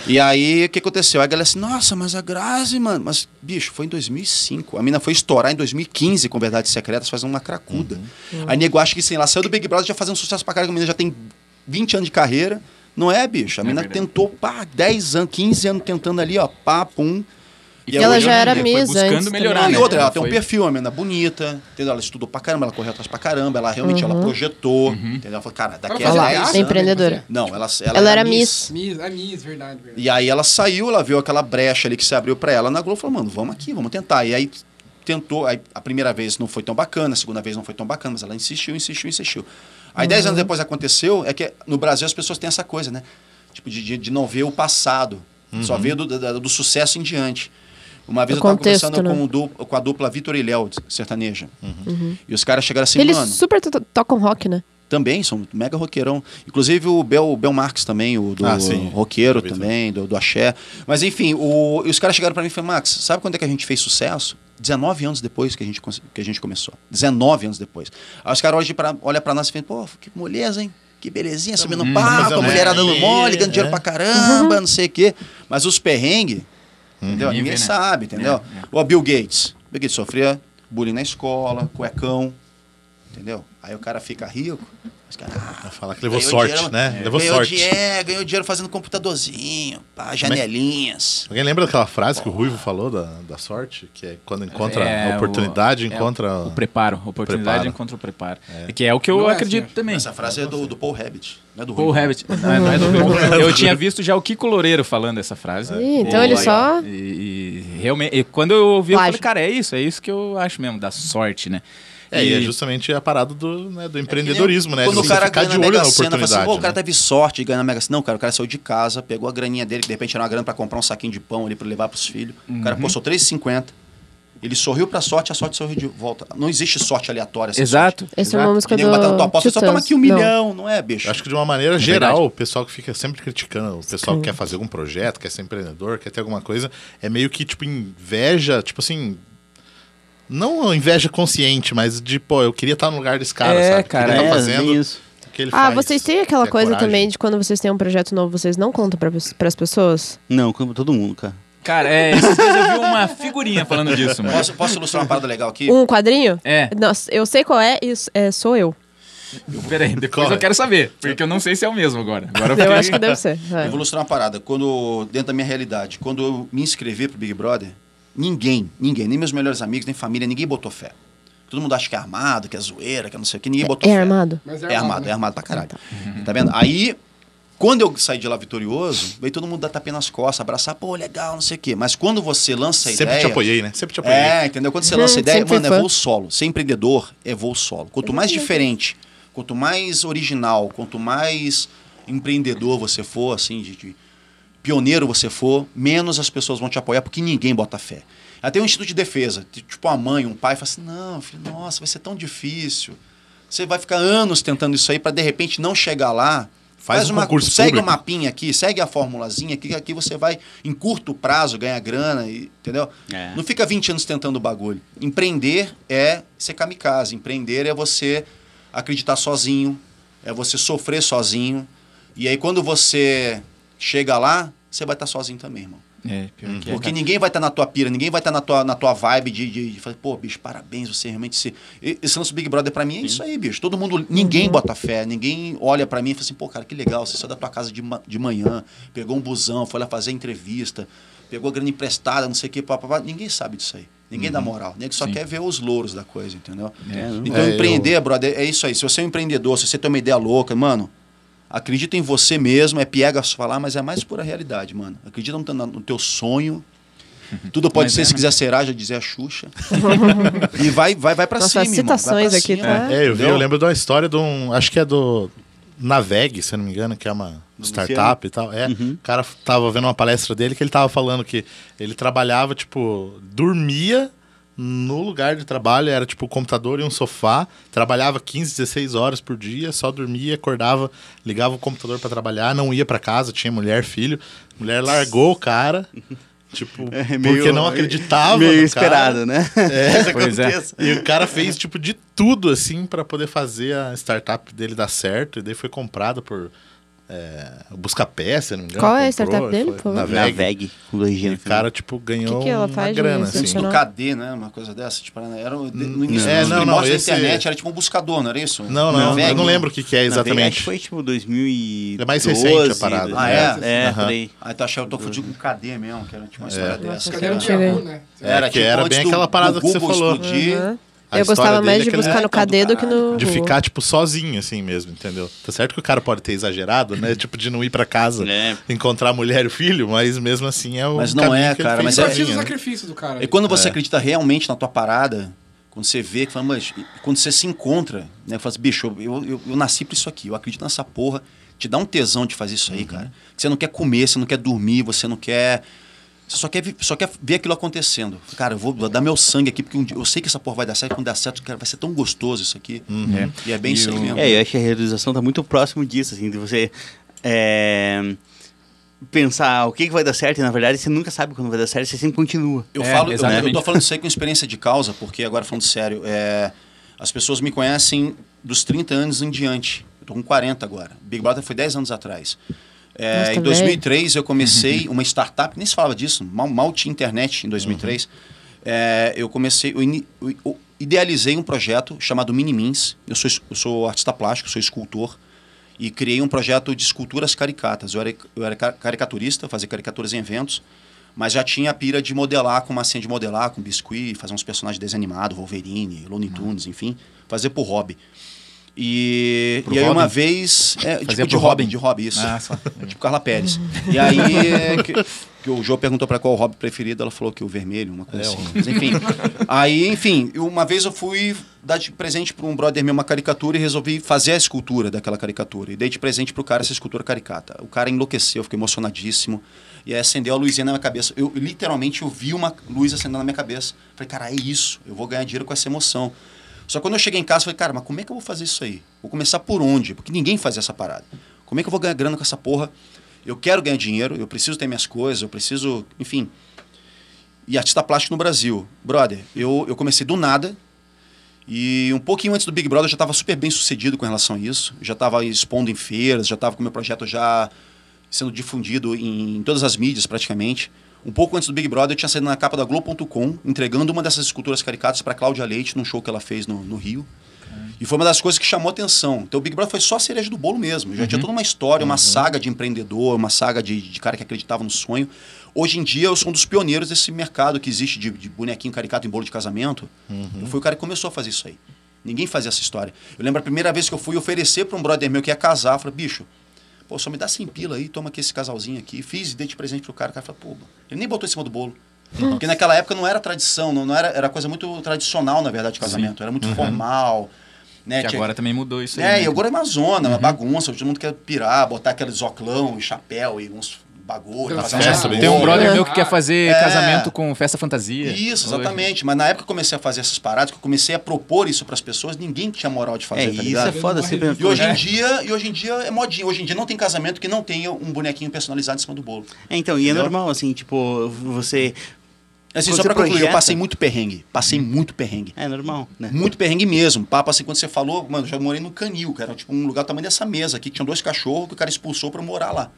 Speaker 7: e aí, o que aconteceu? Aí A galera assim, nossa, mas a Grazi, mano. Mas, bicho, foi em 2005. A mina foi estourar em 2015 com Verdades Secretas, fazendo uma cracuda.
Speaker 6: Uhum.
Speaker 7: Aí, nego acha que, sei lá, saiu do Big Brother já fazendo sucesso pra caralho. A mina já tem 20 anos de carreira. Não é, bicho. A mina tentou, pá, 10 anos, 15 anos tentando ali, ó, pá, pum. E
Speaker 6: ela
Speaker 7: hoje
Speaker 6: já
Speaker 7: é uma
Speaker 6: era
Speaker 7: mina.
Speaker 3: Foi
Speaker 6: Miss
Speaker 3: buscando
Speaker 6: antes
Speaker 3: melhorar,
Speaker 7: Não,
Speaker 6: também.
Speaker 7: e
Speaker 3: né?
Speaker 7: outra, ela tem um
Speaker 3: foi-
Speaker 7: perfil, uma menina bonita, entendeu? Ela estudou pra caramba, ela correu atrás pra caramba, ela realmente
Speaker 6: Uhum.
Speaker 7: ela projetou, entendeu? Ela falou, cara, daqui a
Speaker 4: Ela
Speaker 7: 10
Speaker 4: é
Speaker 7: anos...
Speaker 6: empreendedora.
Speaker 7: Não, ela,
Speaker 6: Ela era Miss.
Speaker 4: Miss, é Miss, verdade, verdade.
Speaker 7: E aí ela saiu, ela viu aquela brecha ali que se abriu pra ela na Globo, falou, mano, vamos aqui, vamos tentar. E aí tentou, aí a primeira vez não foi tão bacana, a segunda vez não foi tão bacana, mas ela insistiu, insistiu, insistiu. Aí dez
Speaker 6: Uhum.
Speaker 7: anos depois aconteceu, é que no Brasil as pessoas têm essa coisa, né? Tipo, de, de, de não ver o passado, só
Speaker 6: Uhum.
Speaker 7: ver do, do, do sucesso em diante. Uma
Speaker 6: O
Speaker 7: vez eu tava
Speaker 6: contexto,
Speaker 7: conversando
Speaker 6: né? Uhum.
Speaker 7: com, o duplo- com a dupla Vitor e Léo, sertaneja. E os caras chegaram assim,
Speaker 6: Eles
Speaker 7: mano...
Speaker 6: super to- tocam rock, né?
Speaker 7: Também, são mega roqueirão. Inclusive o Bel, Bel Marques também, o do
Speaker 2: Ah, sim.
Speaker 7: roqueiro
Speaker 2: Talvez,
Speaker 7: também, do, do axé. Mas enfim, o, e os caras chegaram pra mim e falaram, Max, sabe quando é que a gente fez sucesso? 19 anos depois que a gente, cons- que a gente começou. 19 anos depois. Aí os caras hoje pra, olham pra nós e falam, pô, que moleza, hein? Que belezinha,
Speaker 3: Tá
Speaker 7: subindo um papo, a
Speaker 2: fazendo
Speaker 7: mulherada dando
Speaker 2: aí,
Speaker 7: mole, ganhando dinheiro
Speaker 2: é.
Speaker 7: pra caramba, não sei o quê. Mas os perrengues,
Speaker 2: Uhum.
Speaker 7: entendeu?
Speaker 3: Ninguém
Speaker 7: Ninguém
Speaker 3: vê, né?
Speaker 7: sabe, entendeu?
Speaker 3: É,
Speaker 7: O Bill Gates. Bill Gates sofria bullying na escola, cuecão, entendeu? Aí o cara fica rico, os caras, ah,
Speaker 2: Falar que levou
Speaker 7: ganhou
Speaker 2: sorte,
Speaker 7: dinheiro-
Speaker 2: né? Levou
Speaker 7: ganhou
Speaker 2: sorte. é
Speaker 7: dinhe- é, ganhou dinheiro fazendo computadorzinho, pá, janelinhas.
Speaker 2: Alguém lembra daquela frase que o Ruivo falou da, da sorte? Que é quando encontra
Speaker 3: É,
Speaker 2: a oportunidade,
Speaker 3: o- é,
Speaker 2: encontra.
Speaker 3: o preparo. Oportunidade
Speaker 2: preparo.
Speaker 3: encontra o preparo. Que é o que eu
Speaker 4: Não é,
Speaker 3: acredito
Speaker 4: senhor.
Speaker 3: também.
Speaker 7: Essa frase é do, do Paul Rabbit, não é do
Speaker 3: Paul
Speaker 7: Rui.
Speaker 3: Rabbit. Não, é- não é do Google. Eu tinha visto já o Kiko Loureiro falando essa frase.
Speaker 6: Ih, então ele só-
Speaker 3: E, e realmente, e quando eu ouvi, eu falei,
Speaker 6: Plágio.
Speaker 3: cara, é isso, é isso que eu acho mesmo, da sorte, né?
Speaker 2: É, e é
Speaker 3: E-
Speaker 2: justamente a parada do, né, do empreendedorismo, né?
Speaker 7: É Quando
Speaker 2: de
Speaker 7: o
Speaker 2: você
Speaker 7: cara
Speaker 2: ficar
Speaker 7: ganha
Speaker 2: de
Speaker 7: na
Speaker 2: olho
Speaker 7: Mega
Speaker 2: na
Speaker 7: Sena, fala
Speaker 2: oportunidade.
Speaker 7: assim, pô, o cara
Speaker 2: né?
Speaker 7: teve sorte de ganhar na Mega Sena. Não, cara, o cara saiu de casa, pegou a graninha dele, que de repente era uma grana pra comprar um saquinho de pão ali pra levar pros filhos. O
Speaker 2: Uhum.
Speaker 7: cara postou 3,50. Ele sorriu pra sorte, a sorte sorriu de volta. Não existe sorte aleatória. essa
Speaker 3: Exato.
Speaker 6: Esse é
Speaker 3: exato.
Speaker 6: uma
Speaker 7: sorte. Que
Speaker 6: música do
Speaker 7: nego batendo tua aposta, só
Speaker 6: Titãs.
Speaker 7: toma aqui um
Speaker 6: Não.
Speaker 7: milhão, não é, bicho?
Speaker 2: Eu Acho que de uma maneira geral, o pessoal que fica sempre criticando, o pessoal que quer fazer algum projeto, quer ser empreendedor, quer ter alguma coisa, é meio que, tipo, inveja, tipo assim. Não inveja consciente, mas de, pô, eu queria estar no lugar desse cara,
Speaker 3: É,
Speaker 2: sabe?
Speaker 3: cara,
Speaker 2: queria
Speaker 3: é,
Speaker 2: tá
Speaker 5: tem
Speaker 2: fazendo
Speaker 5: isso.
Speaker 2: o que é ele
Speaker 6: Ah,
Speaker 2: faz,
Speaker 6: vocês têm aquela
Speaker 2: ter
Speaker 6: coisa
Speaker 2: coragem.
Speaker 6: também de quando vocês têm um projeto novo, vocês não contam pra, pras- pras pessoas?
Speaker 5: Não, como todo mundo, cara.
Speaker 3: Cara, é, esses dias eu vi uma figurinha falando disso, mano.
Speaker 7: Posso, posso ilustrar uma parada legal aqui?
Speaker 6: Um quadrinho?
Speaker 3: É.
Speaker 6: Nossa, eu sei qual é, isso é, sou eu.
Speaker 3: Peraí, depois
Speaker 2: Corre.
Speaker 3: eu quero saber, porque eu não sei se é o mesmo agora. Agora eu
Speaker 6: Eu
Speaker 3: fiquei-
Speaker 6: acho que deve ser. vai.
Speaker 7: Eu vou ilustrar uma parada. Quando, dentro da minha realidade, quando eu me inscrevi pro Big Brother, ninguém, ninguém, nem meus melhores amigos, nem família, ninguém botou fé. Todo mundo acha que é armado, que é zoeira, que é não sei o que, ninguém botou
Speaker 6: É
Speaker 7: fé.
Speaker 6: armado? Então
Speaker 4: Mas
Speaker 7: É armado, é armado pra caralho. Tá vendo? Aí, quando eu saí de lá vitorioso, veio todo mundo dar tapinha nas costas, abraçar, pô, legal, não sei o quê. Mas quando você lança a
Speaker 2: Sempre
Speaker 7: ideia...
Speaker 2: te apoiei, né? Sempre te apoiei.
Speaker 7: É, entendeu? Quando você lança a
Speaker 6: Hum,
Speaker 7: ideia,
Speaker 6: sempre
Speaker 7: mano, é
Speaker 6: fã.
Speaker 7: voo solo. Ser empreendedor é voo solo. Quanto mais diferente, quanto mais original, quanto mais empreendedor você for, assim, de, de pioneiro você for, menos as pessoas vão te apoiar, porque ninguém bota fé. Até um instituto de defesa, t- tipo uma mãe, um pai, fala assim, não, filho, nossa, vai ser tão difícil. Você vai ficar anos tentando isso aí para de repente não chegar lá.
Speaker 2: Faz um concurso
Speaker 7: Segue
Speaker 2: público.
Speaker 7: uma mapinha aqui, segue a formulazinha aqui, que aqui você vai, em curto prazo, ganhar grana, e- entendeu?
Speaker 5: É.
Speaker 7: Não fica 20 anos tentando o bagulho. Empreender é ser kamikaze. Empreender é você acreditar sozinho, é você sofrer sozinho. E aí, quando você chega lá, você vai estar sozinho também, irmão.
Speaker 3: É, pior que é,
Speaker 7: Porque
Speaker 3: cara.
Speaker 7: ninguém vai estar na tua pira, ninguém vai estar na, tua, na tua vibe de, de, de falar, pô, bicho, parabéns, você realmente se. E- Esse lance do Big Brother pra mim é isso aí, bicho. Todo mundo, ninguém bota fé, ninguém olha pra mim e fala assim, pô, cara, que legal, você saiu da tua casa de, ma- de manhã, pegou um busão, foi lá fazer entrevista, pegou a grana emprestada, não sei o que, papapá. Ninguém sabe disso aí. Ninguém dá moral. Ninguém só quer ver os louros da coisa, entendeu? Então,
Speaker 2: É,
Speaker 7: empreender, brother, é isso aí. Se você é um empreendedor, se você tem uma ideia louca, mano, acredita em você mesmo, é piega falar, mas é mais pura realidade, mano. Acredita no, no- no
Speaker 2: [laughs]
Speaker 7: teu sonho. Tudo pode
Speaker 3: Mas
Speaker 7: ser,
Speaker 3: é,
Speaker 7: se
Speaker 3: né?
Speaker 7: quiser ser, já dizer a Xuxa.
Speaker 6: [laughs]
Speaker 7: e vai, vai, vai pra
Speaker 6: Nossa,
Speaker 7: cima,
Speaker 6: as
Speaker 7: irmão, vai pra
Speaker 6: citações aqui,
Speaker 7: cima.
Speaker 6: tá?
Speaker 2: É, eu, vi,
Speaker 7: Entendeu?
Speaker 2: eu lembro de uma história de um. Acho que é do Naveg, se eu não me engano, que é uma startup e tal. É,
Speaker 5: Uhum.
Speaker 2: o cara f- tava vendo uma palestra dele que ele tava falando que ele trabalhava, tipo, dormia no lugar de trabalho, era tipo um computador e um sofá, trabalhava 15, 16 horas por dia, só dormia, acordava, ligava o computador pra trabalhar, não ia pra casa, tinha mulher, filho. A mulher largou o cara.
Speaker 5: [laughs]
Speaker 2: Tipo, porque não acreditava. no
Speaker 5: É, Meio
Speaker 2: cara.
Speaker 5: esperado, né?
Speaker 2: É,
Speaker 3: Pois é.
Speaker 5: Aconteça.
Speaker 2: e o cara fez, tipo, de tudo, assim, pra poder fazer a startup dele dar certo. E daí foi comprado por é, Buscapé, se eu não me engano.
Speaker 6: Qual é a
Speaker 2: comprou,
Speaker 6: startup
Speaker 2: e
Speaker 6: dele,
Speaker 2: foi
Speaker 6: por favor?
Speaker 2: Na
Speaker 5: Na
Speaker 2: VEG.
Speaker 5: VEG, com dois G
Speaker 2: E
Speaker 5: no
Speaker 2: o
Speaker 5: final.
Speaker 7: né?
Speaker 2: cara, tipo, ganhou
Speaker 6: Que que ela
Speaker 2: uma
Speaker 6: faz de
Speaker 2: grana,
Speaker 6: isso?
Speaker 2: assim.
Speaker 7: Antes do
Speaker 6: Não.
Speaker 7: KD, né? Uma coisa dessa. Tipo, era, o- de- no início
Speaker 2: É,
Speaker 7: dos
Speaker 2: não, não,
Speaker 7: primórdios da
Speaker 2: esse-
Speaker 7: internet era tipo um buscador, não era isso? Um
Speaker 2: Não, não,
Speaker 7: VEG,
Speaker 2: eu não lembro o que, que é
Speaker 5: Na VEG, acho
Speaker 2: exatamente.
Speaker 5: que foi tipo 2012.
Speaker 2: É mais recente a parada,
Speaker 5: Ah,
Speaker 7: né?
Speaker 5: é? É,
Speaker 2: Aham.
Speaker 5: por aí.
Speaker 7: Ah, então achei que eu tô fudido com KD mesmo, que era tipo uma história dessa. tipo,
Speaker 6: Nossa,
Speaker 4: Cadê o
Speaker 6: Não cheguei.
Speaker 4: Yahoo, né?
Speaker 2: É, que era
Speaker 7: antes
Speaker 2: bem
Speaker 7: do-
Speaker 2: aquela
Speaker 7: do
Speaker 2: parada que você
Speaker 7: Google
Speaker 2: falou.
Speaker 7: explodir.
Speaker 6: Aham.
Speaker 2: A
Speaker 6: Eu
Speaker 2: história
Speaker 6: gostava mais
Speaker 2: dele é
Speaker 6: de
Speaker 2: que ele-
Speaker 6: buscar no
Speaker 7: então,
Speaker 6: KD do que
Speaker 7: caralho,
Speaker 6: no.
Speaker 2: De
Speaker 6: Google.
Speaker 2: ficar, tipo, sozinho, assim mesmo, entendeu? Tá certo que o cara pode ter exagerado, né? tipo, de não ir pra
Speaker 7: [laughs]
Speaker 2: casa,
Speaker 5: É.
Speaker 2: encontrar a mulher e o filho, mas mesmo assim é o
Speaker 7: Né? Mas não
Speaker 2: caminho
Speaker 7: é,
Speaker 2: que ele
Speaker 7: cara,
Speaker 2: fez
Speaker 7: mas é-
Speaker 2: sozinho,
Speaker 4: Enfatiza o
Speaker 2: né?
Speaker 4: sacrifício do cara.
Speaker 7: E quando você
Speaker 3: É.
Speaker 7: acredita realmente na tua parada, quando você vê, que fala, mas, quando você se encontra, né? Fala assim, bicho, eu, eu, eu- eu nasci pra isso aqui, eu acredito nessa porra. Te dá um tesão de fazer
Speaker 3: Uhum.
Speaker 7: isso aí, cara. Você não quer comer, você não quer dormir, você não quer. Você só quer, vi- só quer ver aquilo acontecendo. Cara, eu vou dar meu sangue aqui, porque um dia- eu sei que essa porra vai dar certo. Quando der certo, cara, vai ser tão gostoso isso aqui. E é bem
Speaker 3: Uhum. E
Speaker 7: isso aí
Speaker 3: o-
Speaker 7: mesmo.
Speaker 5: É, eu acho que a realização tá muito próximo disso, assim, de você é, pensar "Ah, o que, que vai dar certo, e na verdade você nunca sabe quando vai dar certo, você sempre continua.
Speaker 7: Eu,
Speaker 3: É,
Speaker 7: falo, eu,
Speaker 3: exatamente.
Speaker 7: eu tô falando isso aí com experiência de causa, porque agora falando sério, é, as pessoas me conhecem dos 30 anos em diante. Eu tô com 40 agora. Big Brother foi 10 anos atrás. É,
Speaker 6: Nossa, tá
Speaker 7: em
Speaker 6: velho. Uhum.
Speaker 7: 2003 eu comecei uma startup,
Speaker 6: Uhum.
Speaker 7: nem se falava disso, mal, mal tinha internet em 2003. É, eu comecei, eu, ini- eu- eu idealizei um projeto chamado Minimins. Eu sou, es- eu sou artista plástico, sou escultor. E criei um projeto de esculturas caricatas. Eu era, eu era ca- caricaturista, fazia caricaturas em eventos. Mas já tinha a pira de modelar com massinha de modelar, com biscuit, fazer uns personagens desanimados, Wolverine,
Speaker 6: Uhum.
Speaker 7: Looney Tunes, enfim. Fazer por hobby. E,
Speaker 2: Pro
Speaker 7: e aí uma
Speaker 2: Robin?
Speaker 7: vez... É, tipo,
Speaker 3: Fazia
Speaker 7: de
Speaker 3: pro
Speaker 7: Robin,
Speaker 3: Robin?
Speaker 7: de Robin, isso.
Speaker 3: Ah, só. Uhum.
Speaker 7: Tipo Carla Pérez. E
Speaker 3: [laughs]
Speaker 7: aí, é, que, que o João perguntou pra qual o hobby preferido, ela falou que o vermelho, uma
Speaker 3: É,
Speaker 7: coisa assim. Mas, enfim. aí, enfim, uma vez eu fui dar de presente pra um brother meu uma caricatura e resolvi fazer a escultura daquela caricatura. E dei de presente pro cara essa escultura caricata. O cara enlouqueceu, eu fiquei emocionadíssimo. E aí acendeu a luzinha na minha cabeça. Eu literalmente eu vi uma luz acendendo na minha cabeça. Falei, cara, é isso. Eu vou ganhar dinheiro com essa emoção. Só que quando eu cheguei em casa, eu falei, cara, mas como é que eu vou fazer isso aí? Vou começar por onde? Porque ninguém faz essa parada. Como é que eu vou ganhar grana com essa porra? Eu quero ganhar dinheiro, eu preciso ter minhas coisas, eu preciso, enfim. E artista plástico no Brasil. Brother, eu, eu comecei do nada. E um pouquinho antes do Big Brother eu já estava super bem sucedido com relação a isso. Eu já estava expondo em feiras, já estava com meu projeto já sendo difundido em, em todas as mídias praticamente. Um pouco antes do Big Brother eu tinha saído na capa da Globo.com, entregando uma dessas esculturas caricatas para Cláudia Leite num show que ela fez no, no Rio. E foi uma das coisas que chamou atenção. Então o Big Brother foi só a cereja do bolo mesmo. Já tinha toda uma história, uma saga de empreendedor, uma saga de, de cara que acreditava no sonho. Hoje em dia eu sou um dos pioneiros desse mercado que existe de, de bonequinho caricato em bolo de casamento. Eu fui o cara que começou a fazer isso aí. Ninguém fazia essa história. Eu lembro a primeira vez que eu fui oferecer para um brother meu que ia casar, eu falei, bicho, pô, só me dá 100 pila aí, toma aqui esse casalzinho aqui. Fiz e dei de presente pro cara. O cara falou, pô, ele nem botou em cima do bolo. Porque naquela época não era tradição, não, não era, era coisa muito tradicional, na verdade, casamento. Era muito formal. Né?
Speaker 3: Uhum. Que
Speaker 7: Tinha-
Speaker 3: agora também mudou isso aí.
Speaker 7: é,
Speaker 3: né?
Speaker 7: e agora é uma zona, uma bagunça, todo mundo quer pirar, botar aqueles oclão e chapéu e uns bagulho.
Speaker 4: Aquela
Speaker 7: fazer umas
Speaker 2: festa,
Speaker 7: cores.
Speaker 3: Tem um brother
Speaker 4: É.
Speaker 3: meu que quer fazer
Speaker 7: É.
Speaker 3: casamento com festa fantasia.
Speaker 7: Isso,
Speaker 3: Oi.
Speaker 7: exatamente. Mas na época que eu comecei a fazer essas paradas, que eu comecei a propor isso pras pessoas, ninguém tinha moral de fazer,
Speaker 5: É,
Speaker 7: tá
Speaker 5: isso
Speaker 7: ligado?
Speaker 5: é foda. Sempre
Speaker 7: E hoje,
Speaker 3: né?
Speaker 7: em dia, e hoje em dia é modinha. Hoje em dia não tem casamento que não tenha um bonequinho personalizado em cima do bolo.
Speaker 5: É, então, e é
Speaker 7: Entendeu?
Speaker 5: normal, assim, tipo, você.
Speaker 7: Assim,
Speaker 5: Quando
Speaker 7: só
Speaker 5: você
Speaker 7: pra concluir, eu
Speaker 5: projeta-
Speaker 7: passei muito perrengue. Passei muito perrengue.
Speaker 5: É normal, né?
Speaker 7: Muito perrengue mesmo. Papo assim, quando você falou, mano, já morei no canil, cara. Tipo, um lugar do tamanho dessa mesa aqui, que tinha dois cachorros que o cara expulsou pra eu morar lá.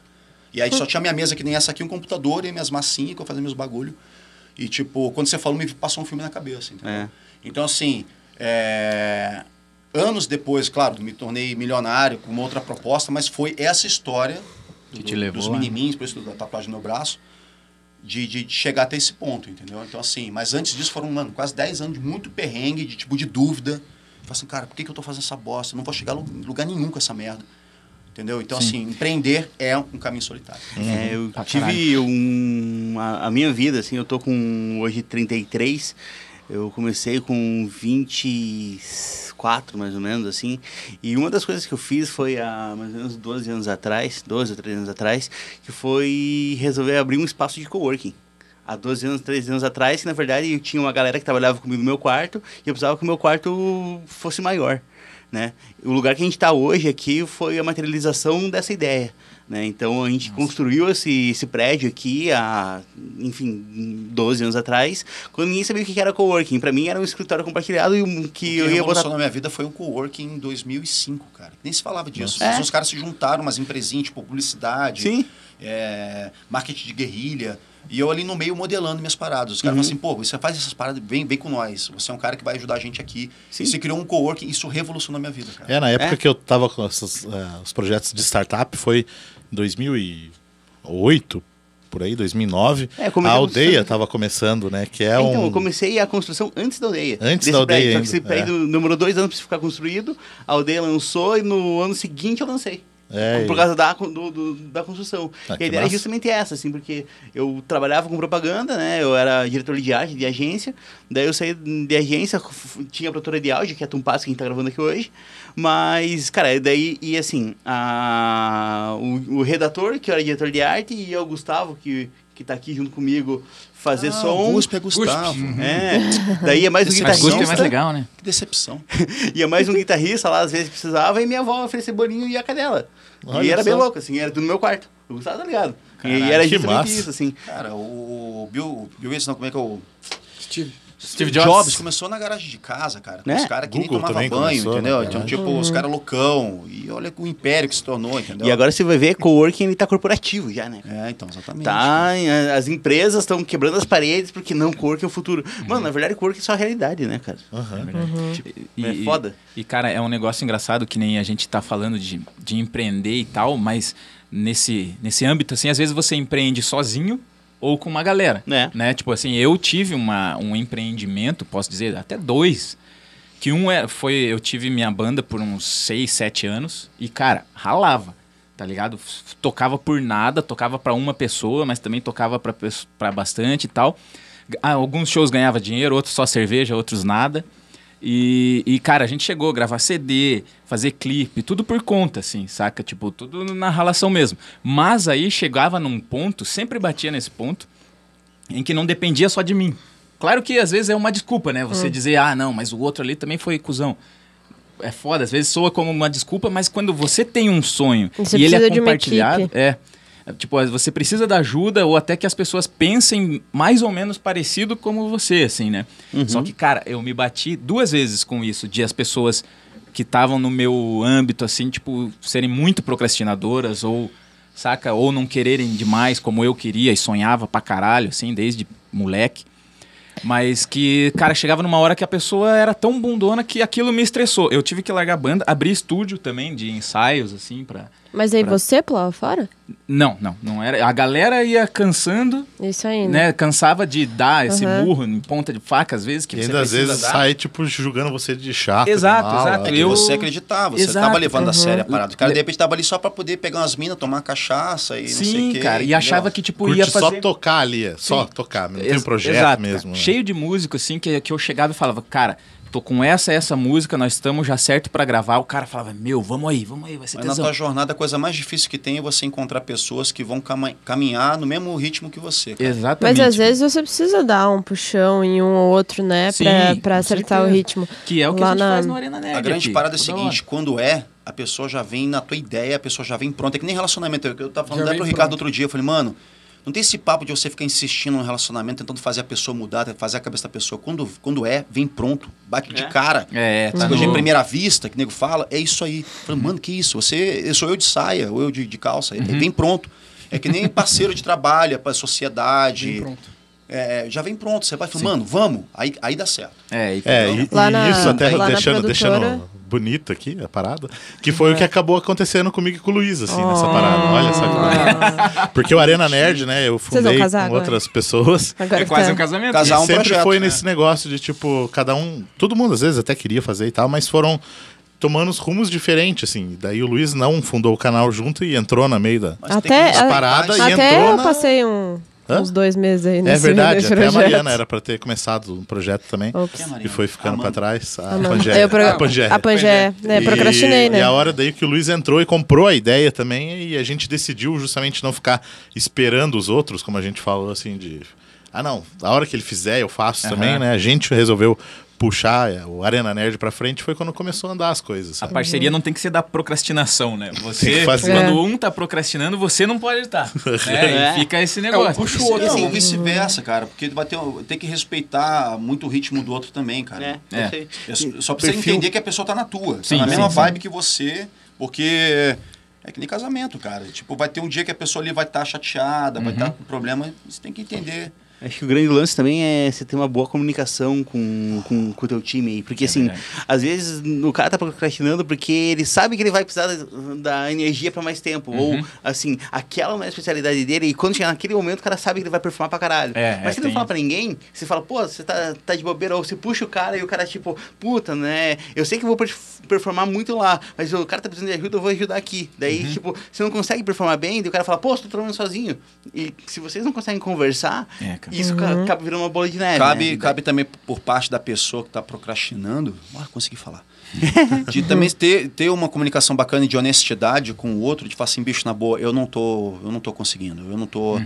Speaker 7: E aí só tinha minha mesa que nem essa aqui, um computador e minhas massinhas que eu fazia meus bagulho. E tipo, quando você falou, me passou um filme na cabeça, entendeu?
Speaker 5: É.
Speaker 7: Então assim, é, anos depois, claro, me tornei milionário com uma outra proposta, mas foi essa história
Speaker 3: Que te levou né?
Speaker 7: dos
Speaker 3: lá.
Speaker 7: minimins, por isso da tatuagem no meu braço, de, de- de chegar até esse ponto, entendeu? Então, assim, mas antes disso foram, mano, quase 10 anos de muito perrengue, de tipo, de dúvida. Eu falo assim, cara, por que, que eu tô fazendo essa bosta? Eu não vou chegar em lugar nenhum com essa merda. Entendeu? Então, assim, empreender é um caminho solitário.
Speaker 5: É, eu
Speaker 3: Pra
Speaker 5: tive um, a, a minha vida, assim, eu tô com hoje 33. Eu comecei com 24, mais ou menos, assim. E uma das coisas que eu fiz foi há mais ou menos 12 anos atrás, 12 ou 13 anos atrás, que foi resolver abrir um espaço de coworking. Há 12 anos, 13 anos atrás, que na verdade eu tinha uma galera que trabalhava comigo no meu quarto e eu precisava que o meu quarto fosse maior né? O lugar que a gente está hoje aqui foi a materialização dessa ideia, né? Então a gente construiu esse, esse prédio aqui há, enfim, 12 anos atrás, quando ninguém sabia o que era coworking. Para mim era um escritório compartilhado e um-
Speaker 7: O
Speaker 5: que
Speaker 7: que
Speaker 5: eu ia botar
Speaker 7: revolucionou na minha vida foi um coworking em 2005, cara. Nem se falava disso.
Speaker 5: É.
Speaker 7: Os caras se juntaram, umas empresinhas, tipo, publicidade,
Speaker 5: Sim.
Speaker 7: é, marketing de guerrilha. E eu ali no meio modelando minhas paradas. Os caras
Speaker 5: Uhum.
Speaker 7: falam assim, pô, você faz essas paradas, vem, vem com nós. Você é um cara que vai ajudar a gente aqui.
Speaker 5: Sim.
Speaker 7: E você criou um coworking, isso revolucionou a minha vida, cara.
Speaker 2: É, na época
Speaker 5: É.
Speaker 2: que eu tava com essas, eh, os projetos de startup foi 2008, por aí, 2009.
Speaker 5: É, como
Speaker 2: a
Speaker 5: eu
Speaker 2: aldeia
Speaker 5: disse-
Speaker 2: tava começando, né? Que é
Speaker 5: então,
Speaker 2: um...
Speaker 5: eu comecei a construção antes da aldeia.
Speaker 2: Antes
Speaker 5: Desse
Speaker 2: da aldeia
Speaker 5: prédio, só que
Speaker 2: ainda, é.
Speaker 5: esse prédio demorou dois anos para ficar construído, a aldeia lançou e no ano seguinte eu lancei.
Speaker 2: É,
Speaker 5: por
Speaker 2: e-
Speaker 5: causa da, con- do- do- da construção.
Speaker 2: Ah,
Speaker 5: e
Speaker 2: que
Speaker 5: a ideia é
Speaker 2: massa.
Speaker 5: justamente essa, assim, porque eu trabalhava com propaganda, né? Eu era diretor de arte de agência, daí eu saí de agência, f- tinha a produtora de áudio, que é a Tumpaz, que a gente tá gravando aqui hoje. Mas, cara, daí, e assim, a, o, o redator, que era diretor de arte, e eu, Gustavo, que, que tá aqui junto comigo, fazer
Speaker 7: Ah,
Speaker 5: som.
Speaker 7: Guspe é Gustavo.
Speaker 2: Uhum.
Speaker 5: É, daí é mais um
Speaker 7: Esse
Speaker 3: Mas
Speaker 7: Guitarrista.
Speaker 3: gosto é
Speaker 5: guitarrista,
Speaker 3: mais legal, né?
Speaker 7: Que decepção.
Speaker 5: ia mais um guitarrista lá, às vezes precisava, e minha avó oferecer bolinho e a cadela.
Speaker 2: Olha
Speaker 5: e era bem
Speaker 2: só.
Speaker 5: louco, assim, era tudo no meu quarto. O Gustavo tá ligado. E
Speaker 2: Caralho,
Speaker 5: era
Speaker 2: que
Speaker 5: justamente
Speaker 2: massa.
Speaker 5: isso, assim.
Speaker 7: Cara, o Bill... Bill Gates, não, como é que é o...
Speaker 4: Steve.
Speaker 3: Steve
Speaker 7: Jobs.
Speaker 3: Jobs.
Speaker 7: começou na garagem de casa, cara.
Speaker 5: Né?
Speaker 7: Os caras que nem
Speaker 2: Google
Speaker 7: tomavam
Speaker 2: também
Speaker 7: banho,
Speaker 2: começou,
Speaker 7: entendeu?
Speaker 2: né?
Speaker 7: Então, tipo, os caras loucão. E olha o império que se tornou, entendeu?
Speaker 5: E agora você vai ver, coworking ele tá corporativo já, né?
Speaker 7: É, então, exatamente.
Speaker 5: Tá, em- a- as empresas estão quebrando as paredes porque não coworking é o futuro.
Speaker 2: Uhum.
Speaker 5: Mano, na verdade, coworking é só a realidade, né, cara? É foda.
Speaker 3: E, cara, é um negócio engraçado que nem a gente tá falando de, de empreender e tal, mas nesse, nesse âmbito, assim, às vezes você empreende sozinho ou com uma galera.
Speaker 5: Né?
Speaker 3: né? Tipo assim, eu tive uma, um empreendimento, posso dizer, até dois. Que um é, foi, eu tive minha banda por uns 6, 7 anos e, cara, ralava, tá ligado? F- Tocava por nada, tocava pra uma pessoa, mas também tocava pra pes- pra bastante e tal. G- ah, Alguns shows ganhava dinheiro, outros só cerveja, outros nada. E, e, cara, a gente chegou a gravar CD, fazer clipe, tudo por conta, assim, saca? Tipo, tudo na ralação mesmo. Mas aí chegava num ponto, sempre batia nesse ponto, em que não dependia só de mim. Claro que às vezes é uma desculpa, né? Você dizer, ah, não, mas o outro ali também foi cuzão. É foda, às vezes soa como uma desculpa, mas quando você tem um sonho
Speaker 6: Você
Speaker 3: e ele é
Speaker 6: precisa de uma
Speaker 3: compartilhado,
Speaker 6: equipe.
Speaker 3: é. É, Tipo, você precisa da ajuda ou até que as pessoas pensem mais ou menos parecido como você, assim, né? Só que, cara, eu me bati duas vezes com isso, de as pessoas que estavam no meu âmbito, assim, tipo, serem muito procrastinadoras ou, saca? Ou não quererem demais como eu queria e sonhava pra caralho, assim, desde moleque. Mas que, cara, chegava numa hora que a pessoa era tão bundona que aquilo me estressou. Eu tive que largar a banda, abrir estúdio também de ensaios, assim, pra.
Speaker 6: Mas aí você pulava fora?
Speaker 3: Não, não, não era. A galera ia cansando,
Speaker 6: Isso aí, né?
Speaker 3: né? Cansava de dar esse
Speaker 6: Aham.
Speaker 3: murro em ponta de faca, às vezes, que
Speaker 2: E
Speaker 3: você
Speaker 2: ainda às
Speaker 3: precisa
Speaker 2: vezes
Speaker 3: dar.
Speaker 2: sai, tipo, julgando você de chato. de
Speaker 3: Exato,
Speaker 2: mala.
Speaker 3: exato. Tipo,
Speaker 7: É que
Speaker 3: Eu-
Speaker 7: você acreditava, você
Speaker 3: Exato.
Speaker 7: tava levando a sério a
Speaker 3: Uhum.
Speaker 7: parada. O cara, de repente, tava ali só pra poder pegar umas minas, tomar cachaça e não sei
Speaker 3: Sim,
Speaker 7: o quê.
Speaker 3: cara, e
Speaker 7: entendeu?
Speaker 3: achava que, tipo,
Speaker 2: Curte
Speaker 3: ia
Speaker 2: só
Speaker 3: fazer...
Speaker 2: tocar ali, é só
Speaker 3: Sim.
Speaker 2: tocar, não tem
Speaker 3: Ex-
Speaker 2: um projeto
Speaker 3: exato, cara.
Speaker 2: mesmo. né?
Speaker 3: Cheio de músico, assim, que, que eu chegava e falava, cara, tô com essa essa música, nós estamos já certo pra gravar. O cara falava, meu, vamos aí, vamos aí, vai ser
Speaker 7: Mas na
Speaker 2: tá
Speaker 3: tesão.
Speaker 7: tua jornada, a coisa mais difícil que tem é você encontrar pessoas que vão cama- caminhar no mesmo ritmo que você. cara.
Speaker 3: Exatamente.
Speaker 6: Mas às vezes você precisa dar um puxão em um ou outro, né?
Speaker 3: Sim,
Speaker 6: pra pra
Speaker 3: com
Speaker 6: acertar o
Speaker 3: certeza.
Speaker 6: ritmo.
Speaker 3: Que é o que
Speaker 6: Lá
Speaker 3: a gente
Speaker 6: na-
Speaker 3: faz no Arena Nerd
Speaker 7: A grande
Speaker 3: aqui,
Speaker 7: parada é a
Speaker 3: toda
Speaker 7: seguinte, quando é, a pessoa já vem na tua ideia, a pessoa já vem pronta. É que nem relacionamento. Eu- Eu tava falando
Speaker 4: Já
Speaker 7: até
Speaker 4: vem
Speaker 7: pro Ricardo
Speaker 4: pronto.
Speaker 7: outro dia, eu falei, mano, não tem esse papo de você ficar insistindo no relacionamento, tentando fazer a pessoa mudar, fazer a cabeça da pessoa. Quando, quando é, vem pronto, bate de cara.
Speaker 3: hora. É, tá
Speaker 7: Hoje, em
Speaker 3: no...
Speaker 7: primeira vista, que o nego fala, é isso aí. Eu Falei, mano, que isso? Você, eu sou eu de saia, ou eu de, de calça, ele vem pronto. É que nem parceiro de trabalho, para sociedade.
Speaker 4: Vem pronto.
Speaker 7: É, já vem pronto, você vai falando, mano, vamos, aí, aí dá certo.
Speaker 3: É, e-
Speaker 2: É, e, e
Speaker 6: Lá na-
Speaker 2: isso até
Speaker 6: lá na
Speaker 2: deixando, deixando
Speaker 6: produtora. É.
Speaker 2: bonito aqui a parada, que foi o que acabou acontecendo comigo e com o Luiz, assim, nessa
Speaker 6: Oh.
Speaker 2: parada. Olha só que
Speaker 3: Ah.
Speaker 2: bonito. Porque o Arena Nerd, né, eu
Speaker 6: vão
Speaker 2: fundei
Speaker 6: casar
Speaker 2: com
Speaker 6: agora?
Speaker 2: outras pessoas.
Speaker 6: Agora
Speaker 3: é quase
Speaker 6: tá.
Speaker 3: um casamento.
Speaker 7: Casal. Cada
Speaker 2: E
Speaker 7: um
Speaker 2: sempre
Speaker 7: projeto,
Speaker 2: foi
Speaker 7: né?
Speaker 2: nesse negócio de tipo, cada um, todo mundo às vezes até queria fazer e tal, mas foram tomando os rumos diferentes, assim. Daí o Luiz não fundou o canal junto e entrou na meio da.
Speaker 7: Mas tem
Speaker 6: Até-
Speaker 7: que dar
Speaker 6: a-
Speaker 2: parada e
Speaker 6: Até
Speaker 2: entrou
Speaker 6: eu
Speaker 2: na-
Speaker 6: passei um-
Speaker 2: Hã?
Speaker 6: uns dois meses aí
Speaker 2: É
Speaker 6: nesse,
Speaker 2: verdade,
Speaker 6: nesse
Speaker 2: até a
Speaker 6: projeto.
Speaker 2: Mariana era pra ter começado um projeto também.
Speaker 6: Ops.
Speaker 2: E foi ficando pra trás. A
Speaker 6: Ah, não.
Speaker 2: Pangéia.
Speaker 6: Eu pro-
Speaker 2: A Pangéia.
Speaker 6: A Pangé. né,
Speaker 2: E-
Speaker 6: procrastinei, né?
Speaker 2: E a hora daí que o Luiz entrou e comprou a ideia também, e a gente decidiu justamente não ficar esperando os outros, como a gente falou, assim, de. Ah, não, a hora que ele fizer, eu faço também, né? A gente resolveu puxar é, o Arena Nerd pra frente, foi quando começou a andar as coisas.
Speaker 3: A
Speaker 2: sabe?
Speaker 3: parceria não tem que ser da procrastinação, né? Você,
Speaker 2: Tem que fazer.
Speaker 3: quando
Speaker 6: É.
Speaker 3: um tá procrastinando, você não pode [laughs] estar. né?
Speaker 5: É.
Speaker 3: E fica esse negócio.
Speaker 4: puxa o
Speaker 7: Não,
Speaker 4: outro,
Speaker 7: ou
Speaker 4: assim.
Speaker 7: vice-versa, cara, porque vai ter, um, tem que respeitar muito o ritmo do outro também, cara.
Speaker 5: É,
Speaker 3: É.
Speaker 5: eu sei.
Speaker 7: É só- só pra você
Speaker 5: Perfil.
Speaker 7: entender que a pessoa tá na tua.
Speaker 3: Sim,
Speaker 7: tá na
Speaker 3: sim,
Speaker 7: mesma
Speaker 3: sim.
Speaker 7: vibe que você, porque é que nem casamento, cara. Tipo, vai ter um dia que a pessoa ali vai estar chateada, vai estar com problema. Você tem que entender.
Speaker 5: Acho que o grande lance também é você ter uma boa comunicação com o com, com o teu time aí.
Speaker 3: É
Speaker 5: Porque, assim, às vezes o cara tá procrastinando porque ele sabe que ele vai precisar da, da energia para mais tempo.
Speaker 3: Uhum.
Speaker 5: Ou, assim, aquela não é a especialidade dele. E quando chegar naquele momento, o cara sabe que ele vai performar pra caralho.
Speaker 3: É, é,
Speaker 5: Mas se
Speaker 3: tem
Speaker 5: ele não fala pra ninguém, você fala, pô, você tá, tá de bobeira. Ou você puxa o cara e o cara, tipo, puta, né? Eu sei que eu vou per- performar muito lá, mas o cara tá precisando de ajuda, eu vou ajudar aqui. Daí, tipo, você não consegue performar bem, daí o cara fala, pô, você tá trabalhando sozinho. E se vocês não conseguem conversar,
Speaker 3: É, cara.
Speaker 5: isso ca- acaba virando uma bola de neve.
Speaker 7: cabe,
Speaker 5: né?
Speaker 7: cabe também por parte da pessoa que tá procrastinando. Ah, consegui falar. de também ter, ter uma comunicação bacana e de honestidade com o outro, de falar assim, bicho, na boa, eu não tô, eu não tô conseguindo, eu não tô.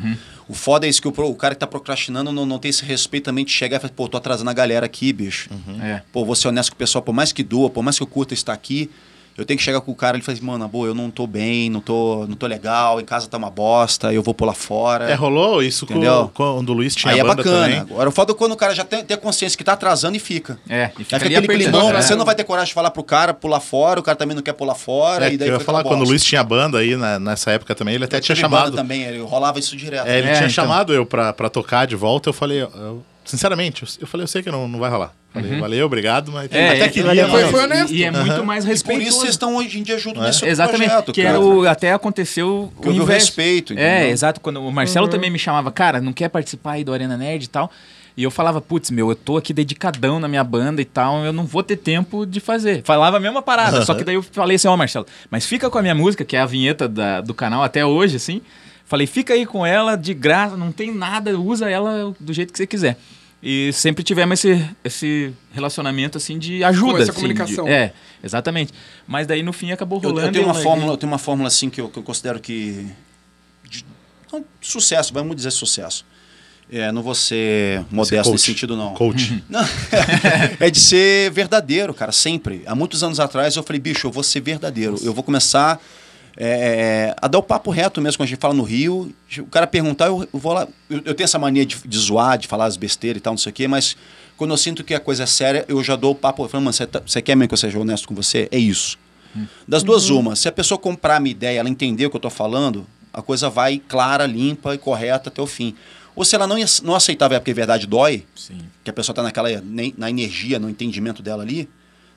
Speaker 7: O foda é isso que o, pro- o cara que tá procrastinando não, não tem esse respeito também de chegar e falar, pô, tô atrasando a galera aqui, bicho.
Speaker 3: É.
Speaker 7: Pô, vou ser honesto com o pessoal, por mais que doa, por mais que eu curta estar aqui, Eu tenho que chegar com o cara e falar assim, mano, na boa, eu não tô bem, não tô, não tô legal, em casa tá uma bosta, eu vou pular fora.
Speaker 2: É, rolou isso com,
Speaker 7: Entendeu?
Speaker 2: quando o Luiz tinha
Speaker 7: Aí
Speaker 2: a
Speaker 7: é
Speaker 2: banda
Speaker 7: bacana.
Speaker 2: também.
Speaker 7: Agora, o foda é quando o cara já tem, tem a consciência que tá atrasando e fica.
Speaker 3: É, e
Speaker 7: É
Speaker 3: fica ali
Speaker 7: aquele
Speaker 3: apertando,
Speaker 7: climão,
Speaker 3: né?
Speaker 7: você não vai ter coragem de falar pro cara pular fora, o cara também não quer pular fora.
Speaker 2: É,
Speaker 7: e daí
Speaker 2: eu ia
Speaker 7: fica
Speaker 2: falar,
Speaker 7: uma
Speaker 2: quando o
Speaker 7: bosta.
Speaker 2: Luiz tinha banda aí, na- nessa época também, ele até tinha
Speaker 7: Teve banda
Speaker 2: chamado.
Speaker 7: também, ele rolava isso direto.
Speaker 2: É, ele
Speaker 3: É,
Speaker 2: tinha
Speaker 3: então.
Speaker 2: chamado eu pra, pra tocar de volta, eu falei, eu- sinceramente, eu, eu falei, eu sei que não, não vai rolar. Falei, valeu, obrigado, mas
Speaker 3: É,
Speaker 2: até
Speaker 3: é,
Speaker 2: queria,
Speaker 4: foi-
Speaker 2: mas-
Speaker 4: foi honesto.
Speaker 3: E, e é muito mais
Speaker 7: Por
Speaker 3: respeitoso.
Speaker 7: isso vocês estão hoje em dia junto
Speaker 2: É.
Speaker 7: nesse outro
Speaker 3: Exatamente,
Speaker 7: é um projeto.
Speaker 3: que
Speaker 7: cara.
Speaker 3: era o, até aconteceu
Speaker 7: Que houve o
Speaker 3: inverso.
Speaker 7: respeito,
Speaker 3: É,
Speaker 7: entendeu?
Speaker 3: exato, quando o
Speaker 4: Uhum.
Speaker 3: Marcelo também me chamava, cara, não quer participar aí do Arena Nerd e tal. E eu falava, putz, meu, eu tô aqui dedicadão na minha banda e tal, eu não vou ter tempo de fazer. Falava a mesma parada, só que daí eu falei assim, ó, Marcelo, mas fica com a minha música, que é a vinheta da- do canal até hoje, assim. Falei, fica aí com ela, de graça, não tem nada, usa ela do jeito que você quiser. E sempre tivemos esse, esse relacionamento, assim, de ajuda. assim,
Speaker 4: essa
Speaker 3: de-
Speaker 4: comunicação.
Speaker 3: é, exatamente. Mas daí no fim acabou
Speaker 7: Eu,
Speaker 3: rolando.
Speaker 7: eu tenho uma
Speaker 3: e-
Speaker 7: fórmula, eu tenho uma fórmula assim que eu, que eu considero que de- não, sucesso, vamos dizer sucesso. É, não vou ser modesto nesse
Speaker 2: coach.
Speaker 7: sentido não. Uhum.
Speaker 2: Coach.
Speaker 7: Não, [laughs] é de ser verdadeiro, cara, sempre. Há muitos anos atrás eu falei, bicho, eu vou ser verdadeiro. Eu vou começar é, a dar o papo reto mesmo, quando a gente fala no Rio. O cara perguntar, eu, eu vou lá. Eu, eu tenho essa mania de, de zoar, de falar as besteiras e tal, não sei o quê, mas quando eu sinto que a coisa é séria, eu já dou o papo. Eu falo, mano, você tá- você quer mesmo que eu seja honesto com você? É isso. Das duas, uma. Se a pessoa comprar a minha ideia, ela entender o que eu tô falando, a coisa vai clara, limpa e correta até o fim. Ou se ela não, ia- não aceitava, é porque verdade dói, que a pessoa tá naquela ne- na energia, no entendimento dela ali,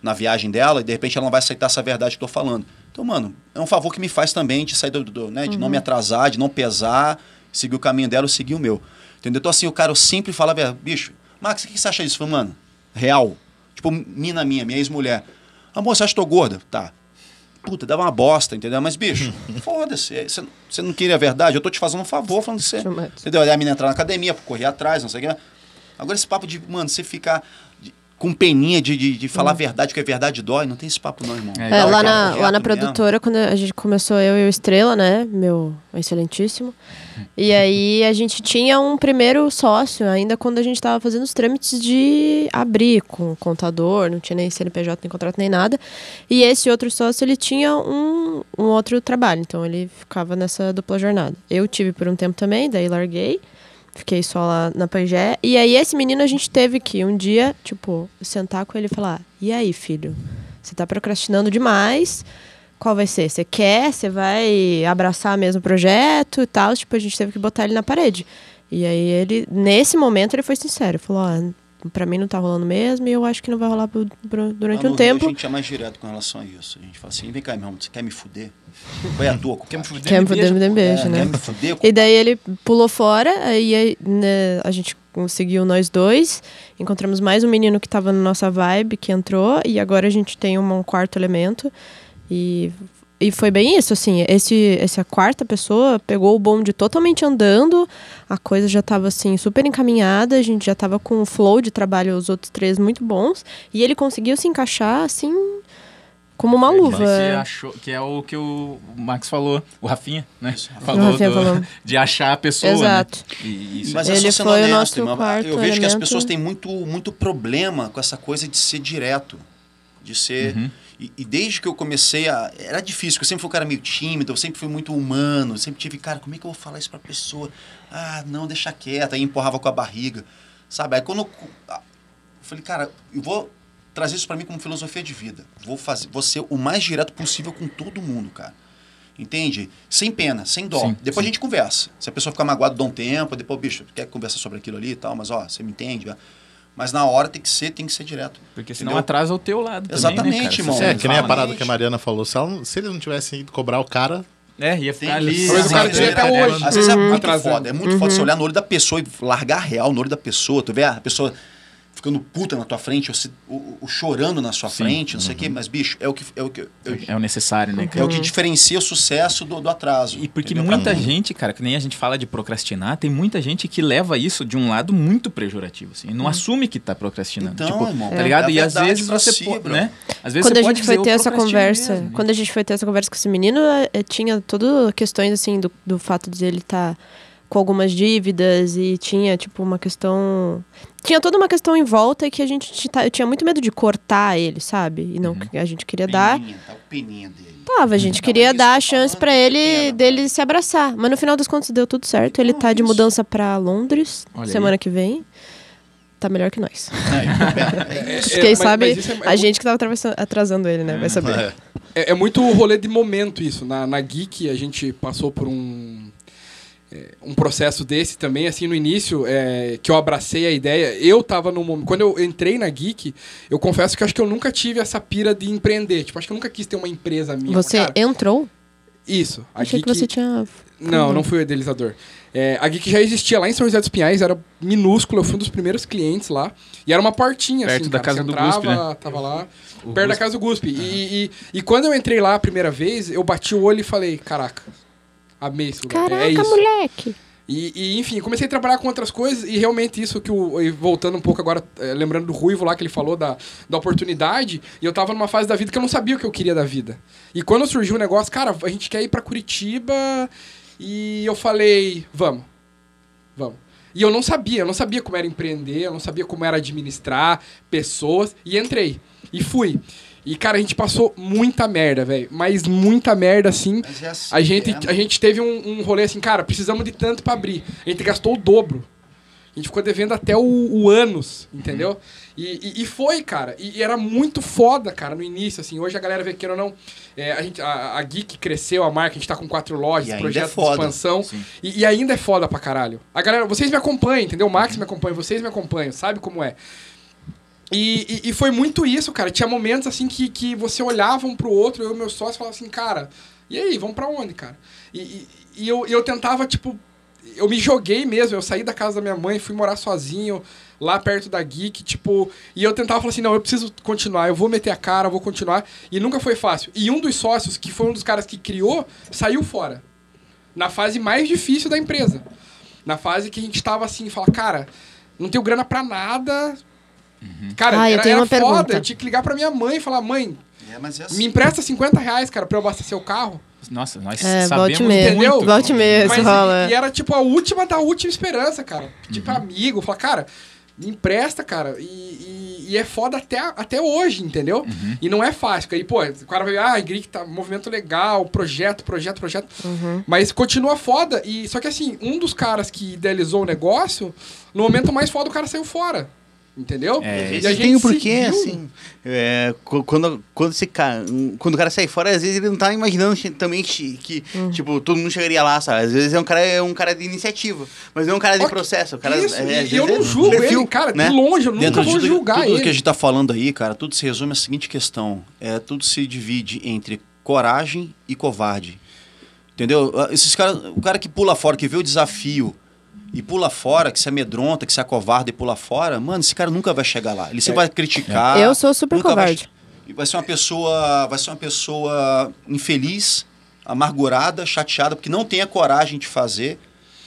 Speaker 7: na viagem dela, e de repente ela não vai aceitar essa verdade que eu tô falando. Então, mano, é um favor que me faz também de sair do, do- né, de não me atrasar, de não pesar, seguir o caminho dela, eu seguir o meu. Entendeu? Então, assim, o cara eu sempre fala, "Vé, bicho, Max, o que que você acha disso? Eu falo, mano, real. Tipo, mina minha, minha ex-mulher. Amor, você acha que eu tô gorda? Tá. Puta, dava uma bosta, entendeu?
Speaker 6: [laughs]
Speaker 7: Mas, bicho, foda-se. é, Você você não queria a verdade? Eu tô te fazendo um favor falando que você.
Speaker 6: Chamado.
Speaker 7: Entendeu? Aí a menina entrar na academia, correr atrás, não sei o que. Agora, esse papo de, mano, você ficar de- com peninha de, de, de falar a verdade, que a verdade dói, não tem esse papo, não, irmão.
Speaker 3: É,
Speaker 6: Uhum. É,
Speaker 7: Fala
Speaker 6: lá,
Speaker 7: o papo
Speaker 6: na,
Speaker 7: reto
Speaker 6: lá na
Speaker 7: mesmo.
Speaker 6: produtora, quando a gente começou, eu e o Estrela, né? Meu excelentíssimo. E aí a gente tinha um primeiro sócio, ainda quando a gente tava fazendo os trâmites de abrir com o contador, não tinha nem CNPJ, nem contrato, nem nada. E esse outro sócio, ele tinha um, um outro trabalho, então ele ficava nessa dupla jornada. Eu tive por um tempo também, daí larguei. Fiquei só lá na Pangé. E aí, esse menino, a gente teve que um dia, tipo, sentar com ele e falar: E aí, filho? Você tá procrastinando demais. Qual vai ser? Você quer? Você vai abraçar mesmo o projeto e tal? Tipo, a gente teve que botar ele na parede. E aí, ele, nesse momento, ele foi sincero: Falou: Ó, pra mim não tá rolando mesmo e eu acho que não vai rolar pro- pro-
Speaker 7: Lá
Speaker 6: durante
Speaker 7: no
Speaker 6: um
Speaker 7: Rio,
Speaker 6: tempo.
Speaker 7: A gente é mais direto com relação a isso. A gente fala assim, vem cá, meu irmão, você quer me fuder? Qual é a tua, compadre?
Speaker 6: Quer me fuder, me dê um beijo,
Speaker 7: É,
Speaker 6: né?
Speaker 7: Quer me fuder?
Speaker 6: E daí ele pulou fora, aí aí, né, a gente conseguiu nós dois. Encontramos mais um menino que tava na nossa vibe, que entrou, e agora a gente tem uma- um quarto elemento. E, e foi bem isso, assim. Esse, essa quarta pessoa pegou o bonde totalmente andando, a coisa já tava assim, super encaminhada, a gente já tava com um flow de trabalho, os outros três muito bons, e ele conseguiu se encaixar assim. Como uma
Speaker 3: Ele
Speaker 6: luva.
Speaker 3: disse que,
Speaker 6: é.
Speaker 3: achou- que é o que o Max falou, o Rafinha, né?
Speaker 6: O
Speaker 3: Falou,
Speaker 6: Rafinha
Speaker 3: do-
Speaker 6: falou.
Speaker 3: [laughs] de achar a pessoa.
Speaker 6: Exato.
Speaker 3: Né? E isso.
Speaker 7: Mas é
Speaker 6: Ele
Speaker 7: só sendo
Speaker 6: foi o
Speaker 7: honesto,
Speaker 6: nosso
Speaker 7: irmão.
Speaker 6: quarto
Speaker 7: Eu vejo que as
Speaker 6: elemento.
Speaker 7: pessoas têm muito, muito problema com essa coisa de ser direto. De ser. E, e desde que eu comecei a. Era difícil, porque eu sempre fui um cara meio tímido, eu sempre fui muito humano, sempre tive, cara, como é que eu vou falar isso pra pessoa? Ah, não, deixa quieta, aí empurrava com a barriga. Sabe? Aí quando. Eu, eu falei, cara, eu vou trazer isso pra mim como filosofia de vida. Vou, fazer, vou ser o mais direto possível com todo mundo, cara. Entende? Sem pena, sem dó.
Speaker 3: Sim,
Speaker 7: depois a gente conversa. Se a pessoa ficar magoada, dá um tempo, depois, bicho, quer conversar sobre aquilo ali e tal, mas ó, você me entende, né? Mas na hora tem que ser, tem que ser direto.
Speaker 3: Porque senão
Speaker 7: Entendeu?
Speaker 3: atrasa o teu lado.
Speaker 7: Exatamente,
Speaker 3: também, né, cara?
Speaker 7: irmão.
Speaker 3: Você
Speaker 2: É, que nem a
Speaker 7: fala,
Speaker 2: parada
Speaker 7: gente.
Speaker 2: que a Mariana falou. Se, ela não- se eles não tivessem ido cobrar o cara,
Speaker 3: É, ia ficar ali.
Speaker 4: Talvez o cara
Speaker 3: sabe,
Speaker 4: tire até
Speaker 3: né?
Speaker 4: hoje.
Speaker 7: Às vezes é muito
Speaker 4: Atrasando.
Speaker 7: foda. É muito foda você olhar no olho da pessoa e largar a real no olho da pessoa. Tu vê a pessoa ficando puta na tua frente, ou, se- ou- ou chorando na sua frente, não sei o quê. Mas, bicho, é o que, é o que, é o-
Speaker 3: É o necessário, né,
Speaker 7: é
Speaker 3: cara?
Speaker 7: o
Speaker 4: Uhum.
Speaker 7: que diferencia o sucesso do, do atraso.
Speaker 3: E porque
Speaker 7: entendeu?
Speaker 3: muita gente, cara, que nem a gente fala de procrastinar, tem muita gente que leva isso de um lado muito pejorativo, assim, e não assume que tá procrastinando.
Speaker 7: Uhum. Então,
Speaker 3: tipo,
Speaker 7: irmão,
Speaker 3: tá
Speaker 7: é.
Speaker 3: ligado?
Speaker 7: É a
Speaker 3: e às
Speaker 7: verdade
Speaker 3: vezes
Speaker 7: pra
Speaker 3: você
Speaker 7: si,
Speaker 3: pode,
Speaker 7: bro.
Speaker 3: né? Às vezes
Speaker 6: quando
Speaker 3: você
Speaker 6: a
Speaker 3: pode
Speaker 6: gente foi
Speaker 3: dizer,
Speaker 6: ter
Speaker 3: "Eu
Speaker 6: essa
Speaker 3: procrastinei
Speaker 6: conversa,
Speaker 3: mesmo".
Speaker 6: quando a é, gente foi ter essa conversa com esse menino, eh, tinha todas questões assim do, do fato de ele estar com algumas dívidas e tinha, tipo, uma questão. Tinha toda uma questão em volta que a gente ti- tá- eu tinha muito medo de cortar ele, sabe? E não que a gente queria dar.
Speaker 7: Peninha, tá o peninha dele.
Speaker 6: Tava, a gente
Speaker 7: Então,
Speaker 6: queria
Speaker 7: isso
Speaker 6: dar a
Speaker 7: tá
Speaker 6: chance
Speaker 7: falando
Speaker 6: pra
Speaker 7: que
Speaker 6: ele
Speaker 7: pena.
Speaker 6: dele se abraçar. Mas no final das contas deu tudo certo. Ele
Speaker 7: Bom,
Speaker 6: tá de
Speaker 7: isso.
Speaker 6: mudança pra Londres
Speaker 3: Olha aí.
Speaker 6: semana que vem. Tá melhor que nós.
Speaker 4: É,
Speaker 6: Quem
Speaker 4: mas-
Speaker 6: sabe
Speaker 4: mas isso é- é
Speaker 6: a
Speaker 4: muito-
Speaker 6: gente que tava atravessando- atrasando ele, né? Vai saber.
Speaker 2: É.
Speaker 4: É, é muito rolê de momento isso. Na, na Geek a gente passou por um, é, um processo desse também, assim, no início, é, que eu abracei a ideia. Eu tava num momento. Quando eu entrei na Geek, eu confesso que eu acho que eu nunca tive essa pira de empreender. Tipo, acho que eu nunca quis ter uma empresa minha.
Speaker 6: Você
Speaker 4: Cara,
Speaker 6: entrou?
Speaker 4: Isso. A
Speaker 6: Achei que
Speaker 4: Geek-
Speaker 6: você tinha.
Speaker 4: Não, não fui o idealizador. É, a Geek já existia lá em São José dos Pinhais, era minúsculo, eu fui um dos primeiros clientes lá. E era uma portinha,
Speaker 3: Perto
Speaker 4: assim,
Speaker 3: da casa
Speaker 4: cara, você
Speaker 3: do
Speaker 4: entrava,
Speaker 3: Guspe, né?
Speaker 4: tava lá, perto
Speaker 3: Guspe.
Speaker 4: da casa do Guspe. E, e- e quando eu entrei lá a primeira vez, eu bati o olho e falei, caraca, amei esse lugar,
Speaker 6: Caraca,
Speaker 4: é isso.
Speaker 6: moleque!
Speaker 4: E, e, enfim, comecei a trabalhar com outras coisas e realmente isso que o. e Voltando um pouco agora, eh, lembrando do Ruivo lá que ele falou da, da oportunidade, e eu tava numa fase da vida que eu não sabia o que eu queria da vida. E quando surgiu o negócio, cara, a gente quer ir pra Curitiba e eu falei, vamos, vamos. E eu não sabia, eu não sabia como era empreender, eu não sabia como era administrar pessoas, e entrei. E fui. E, cara, a gente passou muita merda, velho. Mas muita merda, assim.
Speaker 7: Mas é assim
Speaker 4: A gente,
Speaker 7: que é,
Speaker 4: a gente teve um, um rolê assim, cara, precisamos de tanto pra abrir. A gente gastou o dobro. A gente ficou devendo até o, o anos, entendeu? E, e, e foi, cara. E, e era muito foda, cara, no início, assim. Hoje a galera vê que ou não. é, a, gente, a, a Geek cresceu, a marca, a gente tá com quatro
Speaker 7: E
Speaker 4: lojas,
Speaker 7: ainda
Speaker 4: projeto
Speaker 7: é foda.
Speaker 4: de expansão. E, e ainda é foda pra caralho. A galera, vocês me acompanham, entendeu? O Max me acompanha, vocês me acompanham, sabe como é. E, e, e foi muito isso, cara. Tinha momentos assim que, que você olhava um pro outro, eu e meu sócio falava assim, cara, e aí, vamos pra onde, cara? E, e, e eu, eu tentava, tipo, eu me joguei mesmo, eu saí da casa da minha mãe, fui morar sozinho, lá perto da Geek, tipo, e eu tentava falar assim, não, eu preciso continuar, eu vou meter a cara, eu vou continuar. E nunca foi fácil. E um dos sócios, que foi um dos caras que criou, saiu fora na fase mais difícil da empresa. Na fase que a gente tava assim, fala, cara, não tenho grana pra nada. Cara,
Speaker 6: Ah, eu
Speaker 4: era,
Speaker 6: tenho
Speaker 4: era
Speaker 6: uma
Speaker 4: foda.
Speaker 6: pergunta.
Speaker 4: Eu tinha que ligar pra minha mãe e falar, mãe,
Speaker 7: É, mas é assim.
Speaker 4: me empresta 50 reais, cara, pra eu abastecer o carro.
Speaker 3: Nossa, nós
Speaker 6: É,
Speaker 3: sabemos
Speaker 6: volte mesmo.
Speaker 4: entendeu?
Speaker 6: Volte mesmo,
Speaker 4: Mas,
Speaker 6: rola.
Speaker 4: e, e era tipo a última da última esperança, cara. Pedir
Speaker 5: Uhum.
Speaker 4: pra amigo, falar, cara, me empresta, cara. E, e- e é foda até, até hoje, entendeu?
Speaker 5: Uhum.
Speaker 4: E não é fácil. Aí, pô, o cara vai, ah, Greek tá movimento legal, projeto, projeto, projeto.
Speaker 6: Uhum.
Speaker 4: Mas continua foda. E, só que assim, um dos caras que idealizou o negócio, no momento mais foda, o cara saiu fora. Entendeu?
Speaker 3: É,
Speaker 4: E
Speaker 5: Esse
Speaker 4: a
Speaker 5: tem o
Speaker 4: gente
Speaker 5: porquê,
Speaker 4: seguiu.
Speaker 5: assim. é, qu- quando, quando, esse cara, quando o cara sai fora, às vezes ele não tá imaginando che- também che- que,
Speaker 4: Hum.
Speaker 5: tipo, todo mundo chegaria lá, sabe? Às vezes é um cara, é um cara de iniciativa, mas não é um cara de
Speaker 4: Ok,
Speaker 5: processo. O cara,
Speaker 4: Isso,
Speaker 5: é,
Speaker 4: e-
Speaker 5: às
Speaker 4: e eu
Speaker 5: vezes
Speaker 4: não
Speaker 5: é
Speaker 4: julgo
Speaker 5: perfil,
Speaker 4: ele, cara,
Speaker 5: né?
Speaker 4: de longe, eu
Speaker 7: Dentro
Speaker 4: nunca vou
Speaker 7: de tudo,
Speaker 4: julgar
Speaker 7: tudo
Speaker 4: ele.
Speaker 7: que a gente tá falando aí, cara, tudo se resume à seguinte questão. É, tudo se divide entre coragem e covarde. Entendeu? Ah, Esses caras, o cara que pula fora, que vê o desafio e pula fora, que se amedronta, que se acovarda e pula fora, mano, esse cara nunca vai chegar lá. Ele se
Speaker 4: É.
Speaker 7: vai criticar.
Speaker 6: Eu sou super
Speaker 7: nunca vai
Speaker 6: covarde.
Speaker 7: che- e vai ser uma pessoa, vai ser uma pessoa infeliz, amargurada, chateada porque não tem a coragem de fazer.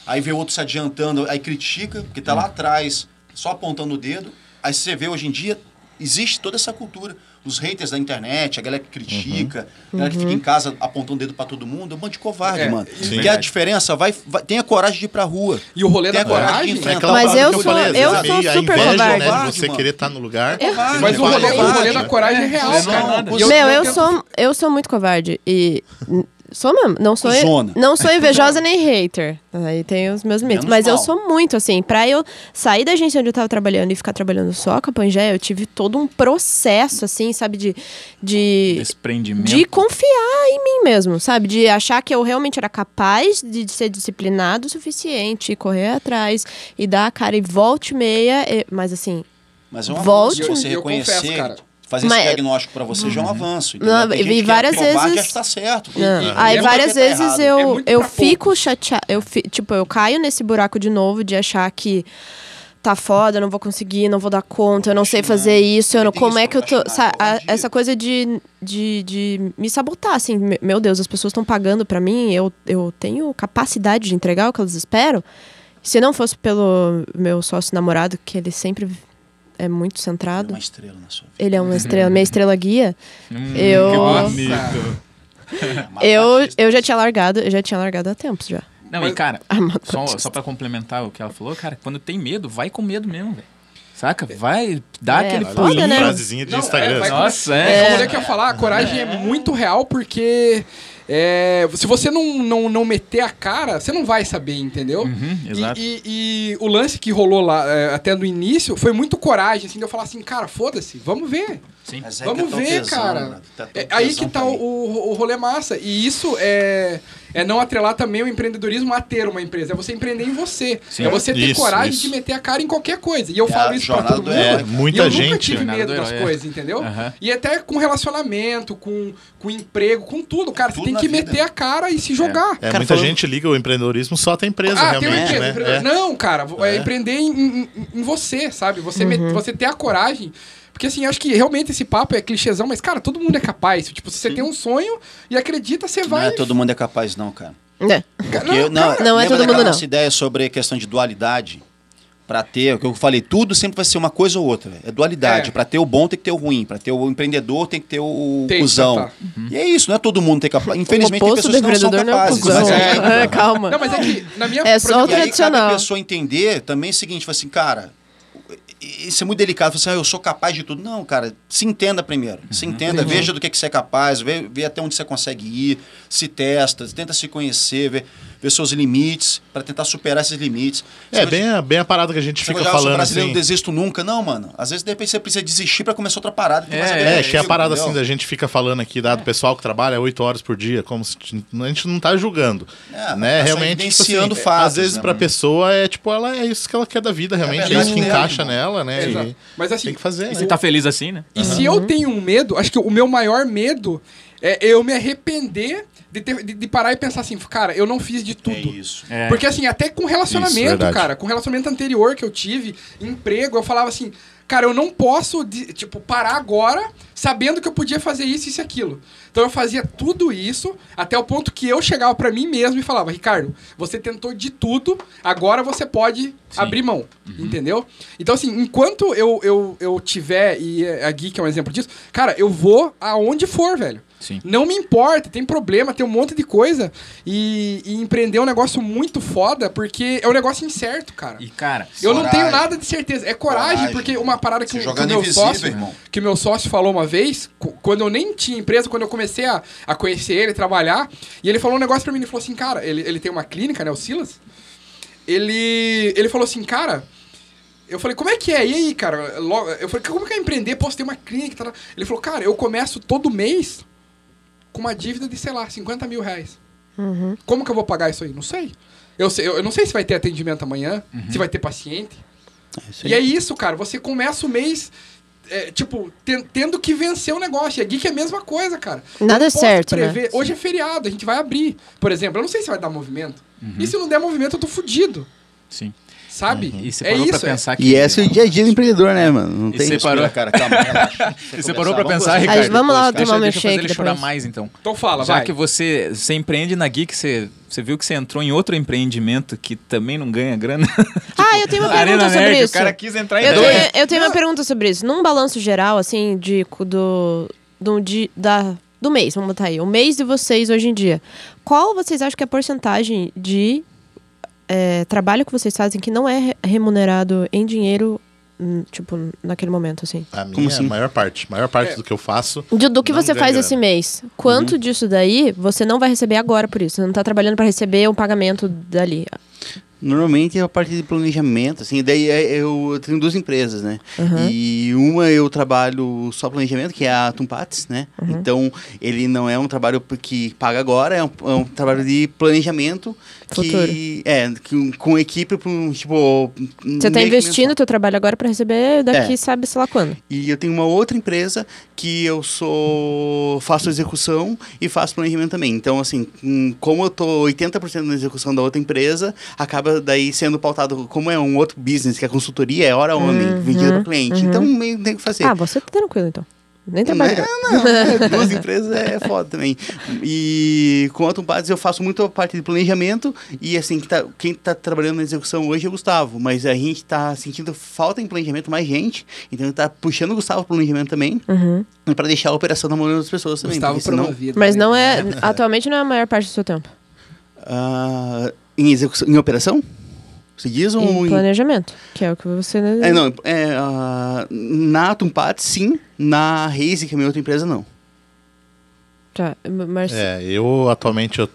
Speaker 7: Aí vê outro se adiantando, aí critica, porque tá lá atrás, só apontando o dedo. Aí você vê hoje em dia, existe toda essa cultura. Os haters da internet, a galera que critica, a galera que fica em casa apontando o dedo pra todo mundo, é um monte de covarde,
Speaker 4: É,
Speaker 7: mano.
Speaker 2: sim.
Speaker 7: Que a diferença vai, vai- tenha coragem de ir pra rua.
Speaker 4: E o rolê
Speaker 7: Tenha
Speaker 4: da coragem,
Speaker 7: de enfrentar
Speaker 6: Mas
Speaker 2: é
Speaker 7: o
Speaker 2: parada
Speaker 6: eu
Speaker 2: que
Speaker 7: problema.
Speaker 6: sou-
Speaker 2: falei,
Speaker 6: eu
Speaker 2: às vezes
Speaker 6: sou
Speaker 2: a
Speaker 6: super
Speaker 2: inveja,
Speaker 6: covarde.
Speaker 2: Né, de você
Speaker 7: mano.
Speaker 2: querer estar no lugar.
Speaker 7: Covarde,
Speaker 4: Mas o
Speaker 7: mano.
Speaker 4: rolê, o rolê da
Speaker 7: Covarde.
Speaker 4: coragem é real,
Speaker 7: Isso é
Speaker 4: cara.
Speaker 7: nada.
Speaker 4: E eu- um
Speaker 6: Meu,
Speaker 4: eu
Speaker 6: eu
Speaker 4: tento-
Speaker 6: sou, eu sou muito covarde. E. n- Sou mesmo. Não sou,
Speaker 7: Cuzona.
Speaker 4: [laughs]
Speaker 6: não sou invejosa nem hater. Aí tem os meus mitos.
Speaker 7: Menos
Speaker 6: Mas eu
Speaker 7: mal.
Speaker 6: sou muito, assim. Pra eu sair da agência onde eu tava trabalhando e ficar trabalhando só com a Pangeia, eu tive todo um processo, assim, sabe? De. de
Speaker 3: Desprendimento.
Speaker 6: de confiar em mim mesmo, sabe? De achar que eu realmente era capaz de ser disciplinado o suficiente, correr atrás e dar a cara e volte meia. e- mas assim,
Speaker 7: Mas é um
Speaker 6: Volte.
Speaker 7: avanço você
Speaker 4: Eu- eu
Speaker 7: reconhecer,
Speaker 4: confesso, cara.
Speaker 7: fazer
Speaker 6: Mas- Uhum.
Speaker 7: esse diagnóstico pra você já é um avanço.
Speaker 6: Não,
Speaker 7: entendeu? Tem
Speaker 6: e
Speaker 7: gente que
Speaker 6: várias
Speaker 7: é covarde e
Speaker 6: vezes-
Speaker 7: acha que tá certo.
Speaker 6: Não.
Speaker 4: E- e-
Speaker 6: Aí
Speaker 4: e é
Speaker 6: várias
Speaker 7: porque tá
Speaker 6: vezes
Speaker 7: errado.
Speaker 4: É
Speaker 6: eu,
Speaker 4: muito
Speaker 6: eu
Speaker 4: pra
Speaker 6: fico chateada. Eu fi- tipo, eu caio nesse buraco de novo de achar que tá foda, eu não vou conseguir, não vou dar conta, eu não sei
Speaker 4: né?
Speaker 6: fazer isso, eu não,
Speaker 7: Tem
Speaker 6: como
Speaker 7: isso,
Speaker 6: é que eu tô.
Speaker 7: procrastinar,
Speaker 6: sa- a-
Speaker 7: covardia.
Speaker 6: essa coisa de, de, de me sabotar, assim, me- meu Deus, as pessoas estão pagando pra mim, eu, eu tenho capacidade de entregar o que elas esperam. Se não fosse pelo meu sócio namorado, que ele sempre é muito
Speaker 7: Ele é
Speaker 6: centrado,
Speaker 7: Uma estrela na sua vida.
Speaker 6: ele
Speaker 9: [laughs]
Speaker 6: é uma estrela, minha estrela guia.
Speaker 3: Hum,
Speaker 6: eu-
Speaker 3: que
Speaker 4: Nossa.
Speaker 3: bonito.
Speaker 7: [laughs] É uma
Speaker 6: Eu,
Speaker 7: artista.
Speaker 6: eu já [laughs] tinha largado, eu já tinha largado há tempos já.
Speaker 9: Não, e
Speaker 4: Mas-
Speaker 9: cara, só, só pra complementar o que ela falou, cara, quando tem medo, vai com medo mesmo, velho. Saca? Vai, dá
Speaker 6: É,
Speaker 9: aquele
Speaker 6: foda,
Speaker 9: pulinho.
Speaker 6: né?
Speaker 2: Frasezinha de
Speaker 4: Não, é,
Speaker 2: Instagram.
Speaker 4: vai-
Speaker 6: um-
Speaker 9: Nossa,
Speaker 4: É.
Speaker 9: é.
Speaker 4: Como eu ia falar, a coragem é muito real porque é, se você não, não, não meter a cara, você não vai saber, entendeu? E-
Speaker 9: exato.
Speaker 4: E, e o lance que rolou lá é, até no início foi muito coragem, assim, de eu falar assim, cara, foda-se, vamos ver.
Speaker 9: Sim.
Speaker 7: Mas
Speaker 4: Vamos
Speaker 7: tá um
Speaker 4: ver,
Speaker 7: tesão,
Speaker 4: cara.
Speaker 7: né? Tá tão
Speaker 4: É aí que
Speaker 7: tesão
Speaker 4: tá
Speaker 7: pra
Speaker 4: o,
Speaker 7: mim.
Speaker 4: o rolê massa. E isso é, é não atrelar também o empreendedorismo a ter uma empresa. É você empreender em você. É você ter
Speaker 2: Isso,
Speaker 4: coragem
Speaker 2: isso.
Speaker 4: de meter a cara em qualquer coisa. E eu
Speaker 7: É
Speaker 4: falo
Speaker 7: a
Speaker 4: isso pra
Speaker 7: jornada
Speaker 4: todo
Speaker 7: do
Speaker 4: mundo.
Speaker 7: herói.
Speaker 4: E
Speaker 2: Muita
Speaker 4: eu nunca
Speaker 2: gente,
Speaker 4: tive
Speaker 9: né?
Speaker 4: medo
Speaker 9: Jornada do
Speaker 4: das
Speaker 9: herói, é.
Speaker 4: coisas, entendeu?
Speaker 9: Aham.
Speaker 4: E até com relacionamento, com, com emprego, com tudo, cara.
Speaker 7: Tudo
Speaker 4: você tem
Speaker 7: na
Speaker 4: que
Speaker 7: vida.
Speaker 4: meter a cara e se jogar.
Speaker 2: É,
Speaker 5: Cara,
Speaker 2: muita
Speaker 5: falando-
Speaker 2: gente liga o empreendedorismo só até empresa,
Speaker 4: Ah, tem uma
Speaker 2: realmente,
Speaker 4: empresa.
Speaker 2: né?
Speaker 4: empreendedor.
Speaker 2: É.
Speaker 4: Não, cara, vo- é empreender em, em- em- em você, sabe?
Speaker 6: Uhum.
Speaker 4: Você, met- você ter a coragem. Porque, assim, acho que realmente esse papo é clichêzão, mas, cara, todo mundo é capaz. Tipo, se você tem um sonho e acredita, você
Speaker 7: Não
Speaker 4: vai.
Speaker 7: é todo mundo é capaz, não, cara.
Speaker 6: Né?
Speaker 4: Cara,
Speaker 7: Porque eu- não,
Speaker 6: cara. Não é
Speaker 7: lembra
Speaker 6: todo
Speaker 7: daquela
Speaker 6: mundo, não.
Speaker 7: nossa ideia sobre a questão de dualidade. Pra ter, o que eu falei, tudo sempre vai ser uma coisa ou outra. velho. É dualidade.
Speaker 4: É.
Speaker 7: Pra ter o bom tem que ter o ruim. Pra ter o empreendedor tem que ter o
Speaker 4: Tem,
Speaker 7: cuzão.
Speaker 4: tá.
Speaker 7: E é isso, não é todo mundo tem capaz.
Speaker 6: O
Speaker 7: Infelizmente tem
Speaker 6: oposto do
Speaker 7: pessoas que não são
Speaker 6: empreendedor não é o
Speaker 7: capazes.
Speaker 6: cuzão.
Speaker 7: mas
Speaker 6: [laughs]
Speaker 7: aí-
Speaker 6: É, Calma.
Speaker 4: Não, mas é que na minha
Speaker 6: É só
Speaker 4: por
Speaker 6: o
Speaker 7: E
Speaker 4: exemplo,
Speaker 7: aí
Speaker 6: tradicional.
Speaker 7: cada pessoa entender também é o seguinte, fala assim, cara, isso é muito delicado. Fala assim, ah, eu sou capaz de tudo. Não, cara, se entenda primeiro. Se entenda, veja do que, que você é capaz, vê, vê até onde você consegue ir, se testa, tenta se conhecer, vê, vê seus limites, para tentar superar esses limites.
Speaker 2: É bem a, bem a parada que a gente fica falando
Speaker 7: brasileiro,
Speaker 2: assim.
Speaker 7: não desisto nunca. Não, mano. Às vezes, de repente, você precisa desistir para começar outra parada. tem mais a ver
Speaker 2: É, que é a
Speaker 7: contigo,
Speaker 2: parada assim
Speaker 7: entendeu? É.
Speaker 2: da gente fica falando aqui da, do pessoal que trabalha oito horas por dia, como se t- a gente não tá julgando.
Speaker 7: É, tá
Speaker 2: né?
Speaker 7: só
Speaker 2: Realmente, tipo assim,
Speaker 7: evidenciando fatos,
Speaker 2: às vezes
Speaker 7: né,
Speaker 2: pra
Speaker 7: mano?
Speaker 2: pessoa é tipo, ela é isso que ela quer da vida, realmente, é,
Speaker 7: verdade,
Speaker 2: isso que
Speaker 7: né,
Speaker 2: encaixa
Speaker 7: irmão?
Speaker 2: nela, né?
Speaker 4: Exato.
Speaker 2: E
Speaker 4: Mas assim,
Speaker 2: tem que fazer,
Speaker 4: e
Speaker 2: né?
Speaker 4: se
Speaker 9: Você tá feliz assim, né?
Speaker 4: E se eu tenho um medo, acho que o meu maior medo é eu me arrepender de, ter- de- de parar e pensar assim, cara, eu não fiz de tudo.
Speaker 7: É isso.
Speaker 9: É.
Speaker 4: Porque assim, até com
Speaker 2: Isso,
Speaker 4: relacionamento,
Speaker 2: verdade.
Speaker 4: cara, com relacionamento anterior que eu tive, emprego, eu falava assim, cara, eu não posso, de- tipo, parar agora sabendo que eu podia fazer isso, isso e aquilo. Então eu fazia tudo isso até o ponto que eu chegava pra mim mesmo e falava, Ricardo, você tentou de tudo, agora você pode abrir mão,
Speaker 9: Uhum.
Speaker 4: entendeu? Então assim, enquanto eu, eu, eu tiver, e a Gui que é um exemplo disso, cara, eu vou aonde for, velho.
Speaker 9: Sim.
Speaker 4: Não me importa, tem problema, tem um monte de coisa. E, e empreender é um negócio muito foda, porque é um negócio incerto, cara.
Speaker 9: E, cara,
Speaker 4: Eu não
Speaker 7: coragem.
Speaker 4: tenho nada de certeza. É coragem,
Speaker 7: Coragem.
Speaker 4: porque uma parada que,
Speaker 7: Se
Speaker 4: o- que o
Speaker 7: jogando
Speaker 4: meu
Speaker 7: invisível,
Speaker 4: sócio,
Speaker 7: irmão.
Speaker 4: que o meu sócio falou uma vez, cu- quando eu nem tinha empresa, quando eu comecei a, a conhecer ele, trabalhar, e ele falou um negócio pra mim, ele falou assim, cara, ele, ele tem uma clínica, né, o Silas? Ele, ele falou assim, cara, eu falei, como é que é? E aí, cara? Logo- Eu falei, como que é empreender? Posso ter uma clínica? e tal, tal. Ele falou, cara, eu começo todo mês com uma dívida de, sei lá, 50 mil reais. Como que eu vou pagar isso aí? Não sei. Eu, sei- eu- eu não sei se vai ter atendimento amanhã,
Speaker 9: Uhum.
Speaker 4: se vai ter paciente. E é isso, cara. Você começa o mês, é, tipo, ten- tendo que vencer o negócio. E a Geek é a mesma coisa, cara.
Speaker 6: Nada é
Speaker 4: posso
Speaker 6: certo, né?
Speaker 4: prever- Hoje é feriado, a gente vai abrir. Por exemplo, eu não sei se vai dar movimento.
Speaker 9: Uhum.
Speaker 4: E se não der movimento, eu tô fudido.
Speaker 9: Sim.
Speaker 4: Sabe?
Speaker 9: Uhum. E você
Speaker 4: é
Speaker 9: parou
Speaker 4: isso.
Speaker 9: pra
Speaker 4: é.
Speaker 9: pensar que.
Speaker 5: E esse é o dia a dia do empreendedor, né, mano? Não
Speaker 9: E
Speaker 5: tem
Speaker 9: você
Speaker 5: isso.
Speaker 9: parou,
Speaker 7: Olha, cara, calma. relaxa. Você
Speaker 9: você
Speaker 7: conversar,
Speaker 9: parou pra
Speaker 7: vamos
Speaker 9: pensar,
Speaker 7: conversar.
Speaker 9: Ricardo?
Speaker 6: vamos lá
Speaker 9: depois,
Speaker 6: tomar
Speaker 9: cara?
Speaker 6: um
Speaker 9: deixa, deixa eu fazer ele
Speaker 6: milkshake
Speaker 9: chorar
Speaker 6: depois.
Speaker 9: mais, então.
Speaker 4: Então fala,
Speaker 9: Já
Speaker 4: vai.
Speaker 9: que você, você empreende na Geek, você, você viu que você entrou em outro empreendimento que também não ganha grana. [laughs]
Speaker 6: Ah, eu tenho uma
Speaker 9: tipo, Arena
Speaker 6: pergunta sobre
Speaker 9: Nerd,
Speaker 6: isso.
Speaker 9: O cara quis entrar
Speaker 5: É
Speaker 9: em
Speaker 6: Eu
Speaker 9: dois.
Speaker 6: tenho, eu tenho uma pergunta sobre isso. Num balanço geral, assim, de, do, do, de- da, do mês, vamos botar aí. O mês de vocês hoje em dia. Qual vocês acham que é a porcentagem de é, trabalho que vocês fazem que não é re- remunerado em dinheiro, hum, tipo, naquele momento, assim?
Speaker 2: A minha
Speaker 5: assim?
Speaker 2: maior parte. maior
Speaker 7: É.
Speaker 2: parte do que eu faço.
Speaker 6: Do, do que
Speaker 2: Não
Speaker 6: você
Speaker 2: ganha
Speaker 6: faz
Speaker 2: grana.
Speaker 6: esse mês.
Speaker 5: Uhum.
Speaker 6: Quanto disso daí você não vai receber agora por isso? Você não tá trabalhando para receber um pagamento dali.
Speaker 5: Normalmente é a parte de planejamento, assim, daí é- eu tenho duas empresas, né?
Speaker 6: Uhum.
Speaker 5: E uma eu trabalho só planejamento, que é a Tumpates, né? Então, ele não é um trabalho que paga agora, é um, é um trabalho de planejamento
Speaker 6: Futuro.
Speaker 5: que é que, com equipe para um tipo
Speaker 6: Você tá
Speaker 5: meio que
Speaker 6: investindo teu trabalho agora para receber daqui,
Speaker 5: É.
Speaker 6: sabe, sei lá quando.
Speaker 5: E eu tenho uma outra empresa que eu sou faço execução e faço planejamento também. Então, assim, hum, como eu tô 80% na execução da outra empresa, acaba daí sendo pautado, como é um outro business, que é consultoria, é hora homem, vendido pro cliente. Então, meio que tem que fazer.
Speaker 6: Ah, você tá tranquilo então. Nem trabalha. agora.
Speaker 5: É, duas empresas é foda também. E com a Tumpates eu faço muito a parte de planejamento e assim, que tá- quem tá trabalhando na execução hoje é o Gustavo, mas a gente tá sentindo falta em planejamento mais gente, então tá puxando o Gustavo pro planejamento também, pra deixar a operação na mão das pessoas também.
Speaker 4: Gustavo
Speaker 5: porque senão,
Speaker 4: promovido.
Speaker 6: Mas
Speaker 4: né?
Speaker 6: não é. Atualmente não é a maior parte do seu tempo.
Speaker 5: ah, Em execução, em operação? Você diz ou
Speaker 6: E
Speaker 5: em...
Speaker 6: planejamento, que é o que você...
Speaker 5: um É, não, é, ah, na Tumpat, sim. Na Raze, que é a minha outra empresa, não.
Speaker 6: Tá, mas...
Speaker 2: É, eu atualmente, eu,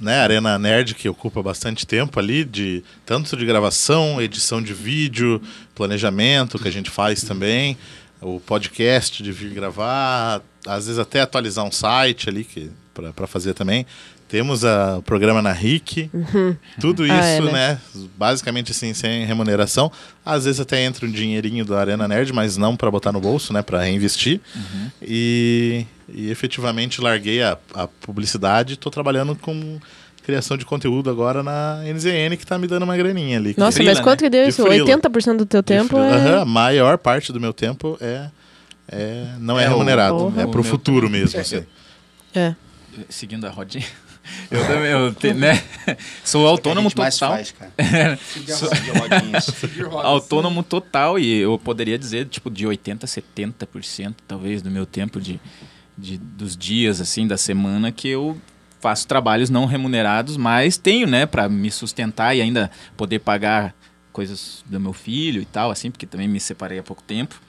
Speaker 2: né, Arena Nerd, que ocupa bastante tempo ali, de tanto de gravação, edição de vídeo, planejamento, que a gente faz também, o podcast de vir gravar, às vezes até atualizar um site ali que para fazer também. Temos a- o programa na RIC, tudo isso,
Speaker 6: Ah, é, né?
Speaker 2: né? Basicamente assim, sem remuneração. Às vezes até entra um dinheirinho da Arena Nerd, mas não para botar no bolso, né? Para reinvestir. E, e efetivamente larguei a, a publicidade. Estou trabalhando com criação de conteúdo agora na NZN, que tá me dando uma graninha ali. que-
Speaker 6: Nossa,
Speaker 2: de
Speaker 6: mas quanto que deu
Speaker 2: de
Speaker 6: isso?
Speaker 2: frila.
Speaker 6: 80% do teu tempo
Speaker 2: frio.
Speaker 6: é...
Speaker 2: Aham, a maior parte do meu tempo é, é- não é,
Speaker 7: É o-
Speaker 2: remunerado.
Speaker 6: Porra.
Speaker 2: É pro
Speaker 3: O meu
Speaker 2: futuro mesmo, assim.
Speaker 6: é.
Speaker 3: Seguindo a rodinha. Eu também, eu te-
Speaker 7: [laughs]
Speaker 3: né? Sou autônomo
Speaker 7: é O que a gente
Speaker 3: total.
Speaker 7: mais faz, cara. Seguir rodinhas.
Speaker 3: autônomo total e eu poderia dizer, tipo, de 80% 70% talvez do meu tempo de, de- dos dias, assim, da semana que eu faço trabalhos não remunerados, mas tenho, né, para me sustentar e ainda poder pagar coisas do meu filho e tal, assim, porque também me separei há pouco tempo.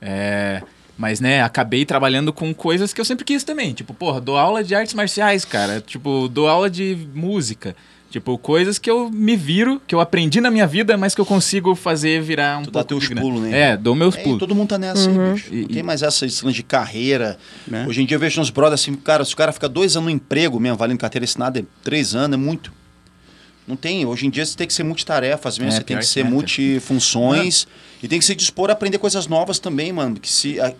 Speaker 3: É, mas, né, acabei trabalhando com coisas que eu sempre quis também. Tipo, porra, dou aula de artes marciais, cara. Tipo, dou aula de música. Tipo, coisas que eu me viro, que eu aprendi na minha vida, mas que eu consigo fazer virar um
Speaker 5: tá
Speaker 7: Tu dá
Speaker 3: pouco
Speaker 7: teus
Speaker 3: de grana.
Speaker 7: pulos, né?
Speaker 3: É, dou meus
Speaker 7: É, e
Speaker 3: pulos.
Speaker 7: todo mundo tá nessa aí, bicho. Não
Speaker 3: E-
Speaker 7: tem mais essa questão de carreira.
Speaker 5: Né?
Speaker 7: Hoje em dia eu vejo nos brothers assim, cara, se o cara fica dois anos no emprego mesmo, valendo carteira assinada, é três anos, é muito. Não tem. Hoje em dia você tem que ser multitarefas mesmo,
Speaker 3: É,
Speaker 7: você tem
Speaker 3: pior
Speaker 7: que
Speaker 3: que
Speaker 7: ser
Speaker 3: é, cara.
Speaker 7: multifunções e tem que se dispor a aprender coisas novas também, mano. Que se. a-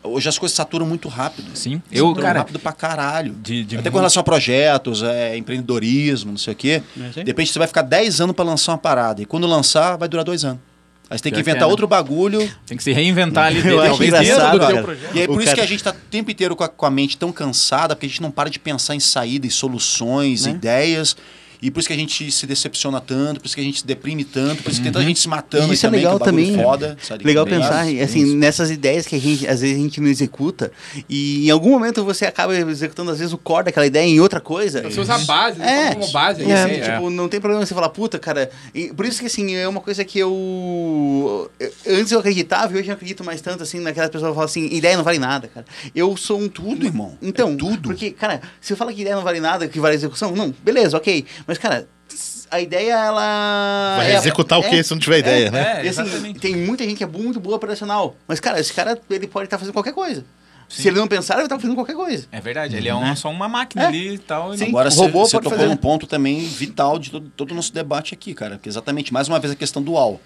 Speaker 7: Hoje as coisas saturam muito rápido.
Speaker 3: Sim. Eu,
Speaker 7: saturam
Speaker 3: cara,
Speaker 7: rápido pra caralho.
Speaker 3: de- de
Speaker 7: Até
Speaker 3: mu-
Speaker 7: com relação a projetos, é, empreendedorismo, não sei o quê.
Speaker 5: sim.
Speaker 7: De repente você vai ficar 10 anos pra lançar uma parada. E quando lançar, vai durar dois anos. Aí você tem que
Speaker 3: Pior que
Speaker 7: inventar
Speaker 3: é, né?
Speaker 7: outro
Speaker 5: [laughs]
Speaker 7: bagulho.
Speaker 3: tem que se reinventar ali
Speaker 5: Eu
Speaker 3: dentro,
Speaker 5: acho
Speaker 3: talvez dentro
Speaker 5: engraçado,
Speaker 3: do teu
Speaker 5: cara.
Speaker 3: projeto.
Speaker 7: E aí, por
Speaker 5: O
Speaker 7: isso
Speaker 5: cara-
Speaker 7: que a gente tá o tempo inteiro com a, com a mente tão cansada, porque a gente não para de pensar em saídas, soluções,
Speaker 5: Né?
Speaker 7: ideias. E por isso que a gente se decepciona tanto, por isso que a gente se deprime tanto, por isso que tanta gente se matando.
Speaker 5: Isso é
Speaker 7: aí também,
Speaker 5: legal
Speaker 7: que um bagulho
Speaker 5: também. né?
Speaker 7: Foda, sabe?
Speaker 5: Legal
Speaker 7: Tem
Speaker 5: pensar
Speaker 7: isso, tem
Speaker 5: assim
Speaker 7: isso.
Speaker 5: nessas ideias que a gente às vezes a gente não executa e em algum momento você acaba executando às vezes o core daquela ideia em outra coisa.
Speaker 4: Você usa a base,
Speaker 5: É.
Speaker 4: né? Como base.
Speaker 5: E, assim,
Speaker 4: né?
Speaker 5: tipo, não tem problema você falar, puta, cara. e por isso que, assim, é uma coisa que eu. eu- Antes eu acreditava e hoje eu não acredito mais tanto, assim, naquelas pessoas que falam assim: ideia não vale nada, cara. Eu sou um tudo, irmão.
Speaker 7: É
Speaker 5: Então, tudo. Porque, cara, se eu falar que ideia não vale nada, que vale a execução, não, beleza, ok. Mas, cara, a ideia, ela.
Speaker 2: Vai
Speaker 5: é-
Speaker 2: executar o quê
Speaker 5: é-
Speaker 2: se não tiver ideia, né?
Speaker 3: É,
Speaker 5: e, assim,
Speaker 3: exatamente.
Speaker 5: tem muita gente que é muito boa operacional. Mas, cara, esse cara, ele pode estar fazendo qualquer coisa. Se ele não pensar, ele vai estar fazendo qualquer coisa.
Speaker 3: É verdade, ele é um- só uma máquina ali e tal. e-
Speaker 5: Né? Sim.
Speaker 7: Agora
Speaker 5: O
Speaker 7: você,
Speaker 5: robô
Speaker 7: você
Speaker 5: pode
Speaker 7: tocou
Speaker 5: fazer.
Speaker 7: num ponto também vital de todo, todo o nosso debate aqui, cara. Porque exatamente, mais uma vez, a questão dual.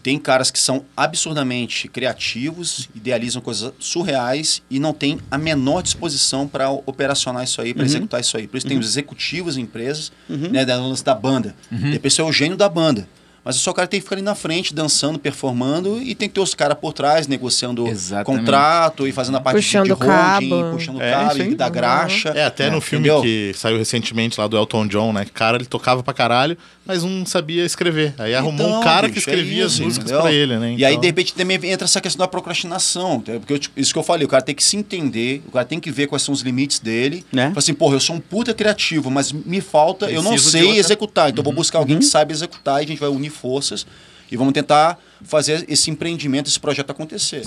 Speaker 7: Tem caras que são absurdamente criativos, idealizam coisas surreais e não tem a menor disposição para operacionar isso
Speaker 5: Uhum.
Speaker 7: aí, para executar isso aí. Por isso tem os executivos em empresas, né, da lance da banda.
Speaker 2: Uhum.
Speaker 7: Depois você é o gênio da banda. Mas é só o cara tem que ficar ali na frente, dançando, performando, e tem que ter os caras por trás, negociando
Speaker 3: Exatamente.
Speaker 7: contrato e fazendo a parte de-
Speaker 6: Puxando
Speaker 7: de
Speaker 6: o
Speaker 7: holding,
Speaker 6: cabo.
Speaker 7: puxando o
Speaker 2: É,
Speaker 7: cabo,
Speaker 2: sim.
Speaker 7: e
Speaker 5: Uhum.
Speaker 7: da graxa. né,
Speaker 2: É, até no filme
Speaker 7: entendeu?
Speaker 2: que saiu recentemente lá do Elton John, né? que o Cara, ele tocava pra caralho, mas não sabia escrever. Aí arrumou um
Speaker 7: Então,
Speaker 2: cara que
Speaker 7: bicho, é
Speaker 2: escrevia as
Speaker 7: isso,
Speaker 2: músicas
Speaker 7: entendeu?
Speaker 2: pra ele, né?
Speaker 7: E aí,
Speaker 2: Então-
Speaker 7: de repente, também entra essa questão da procrastinação. tá? Porque eu te- isso que eu falei, o cara tem que se entender, o cara tem que ver quais são os limites dele.
Speaker 5: Né?
Speaker 7: Fala assim, porra, eu sou um puta criativo, mas me falta, eu não
Speaker 3: Preciso de
Speaker 7: sei
Speaker 3: outra-
Speaker 7: executar. Então, eu
Speaker 2: Uhum.
Speaker 7: vou buscar alguém que saiba executar e a gente vai unir forças e vamos tentar fazer esse empreendimento, esse projeto acontecer.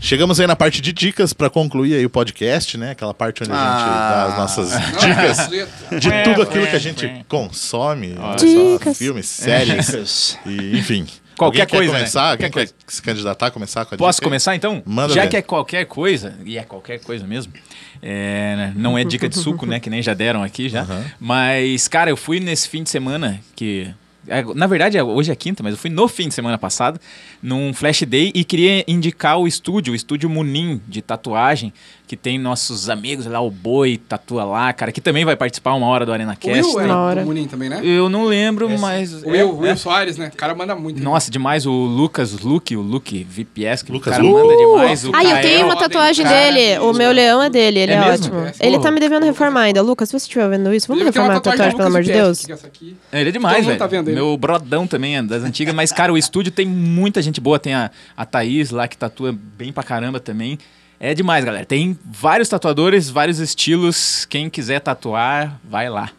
Speaker 2: Chegamos aí na parte de dicas pra concluir aí o podcast, né? Aquela parte onde a gente
Speaker 7: Ah.
Speaker 2: dá as
Speaker 7: [laughs]
Speaker 2: nossas
Speaker 4: Não,
Speaker 2: dicas
Speaker 4: é,
Speaker 2: de tudo aquilo que a gente consome, olha só,
Speaker 6: Dicas.
Speaker 2: filmes,
Speaker 3: [laughs]
Speaker 2: séries e enfim.
Speaker 3: Qualquer
Speaker 2: Alguém quer
Speaker 3: coisa, né?
Speaker 2: começar? Alguém
Speaker 3: Qualquer
Speaker 2: quer se candidatar, começar com a
Speaker 3: Posso
Speaker 2: dica aí?
Speaker 3: começar então?
Speaker 2: Manda
Speaker 3: já
Speaker 2: ver.
Speaker 3: que é qualquer coisa, e é qualquer coisa mesmo, é, né, não é dica de suco, né? Que nem já deram aqui já. Mas, cara, eu fui nesse fim de semana que. é, Na verdade, é- hoje é quinta, mas eu fui no fim de semana passado, num Flash Day, e queria indicar o estúdio, o estúdio Munim de tatuagem, que tem nossos amigos lá, o Boi, Tatua lá, cara, que também vai participar uma hora do Arena
Speaker 4: O
Speaker 3: Cast.
Speaker 4: Will
Speaker 3: né?
Speaker 4: era
Speaker 6: Na hora.
Speaker 4: do Munim também, né?
Speaker 3: Eu não lembro, mas.
Speaker 4: O Will,
Speaker 3: é,
Speaker 4: o Will
Speaker 3: é.
Speaker 4: Soares, né? O cara manda muito. hein?
Speaker 3: Nossa, demais o Lucas Luke, o Luke VPS, que
Speaker 2: Lucas
Speaker 3: o cara
Speaker 2: Luke?
Speaker 3: manda demais. o
Speaker 6: Ah, eu
Speaker 3: Kael.
Speaker 6: tenho uma
Speaker 4: Cara,
Speaker 6: tatuagem
Speaker 4: cara,
Speaker 6: dele. O meu leão é dele, ele
Speaker 3: É
Speaker 6: é,
Speaker 3: mesmo?
Speaker 6: ótimo.
Speaker 3: É,
Speaker 6: Ele
Speaker 3: porra.
Speaker 6: tá me devendo reformar ainda. Lucas, se você estiver vendo isso, vamos
Speaker 4: Ele tem
Speaker 6: reformar
Speaker 4: é uma
Speaker 6: a tatuagem,
Speaker 4: do
Speaker 6: pelo amor de
Speaker 4: Lucas Pérez,
Speaker 6: Deus.
Speaker 4: que é essa aqui.
Speaker 3: Ele é demais,
Speaker 4: Todo mundo
Speaker 3: velho.
Speaker 4: tá vendo ele.
Speaker 3: Meu brodão também é das antigas. Mas, cara, o estúdio tem muita gente boa. Tem a, a Thaís lá, que tatua bem pra caramba também. É demais, galera. Tem vários tatuadores, vários estilos. Quem quiser tatuar, vai lá.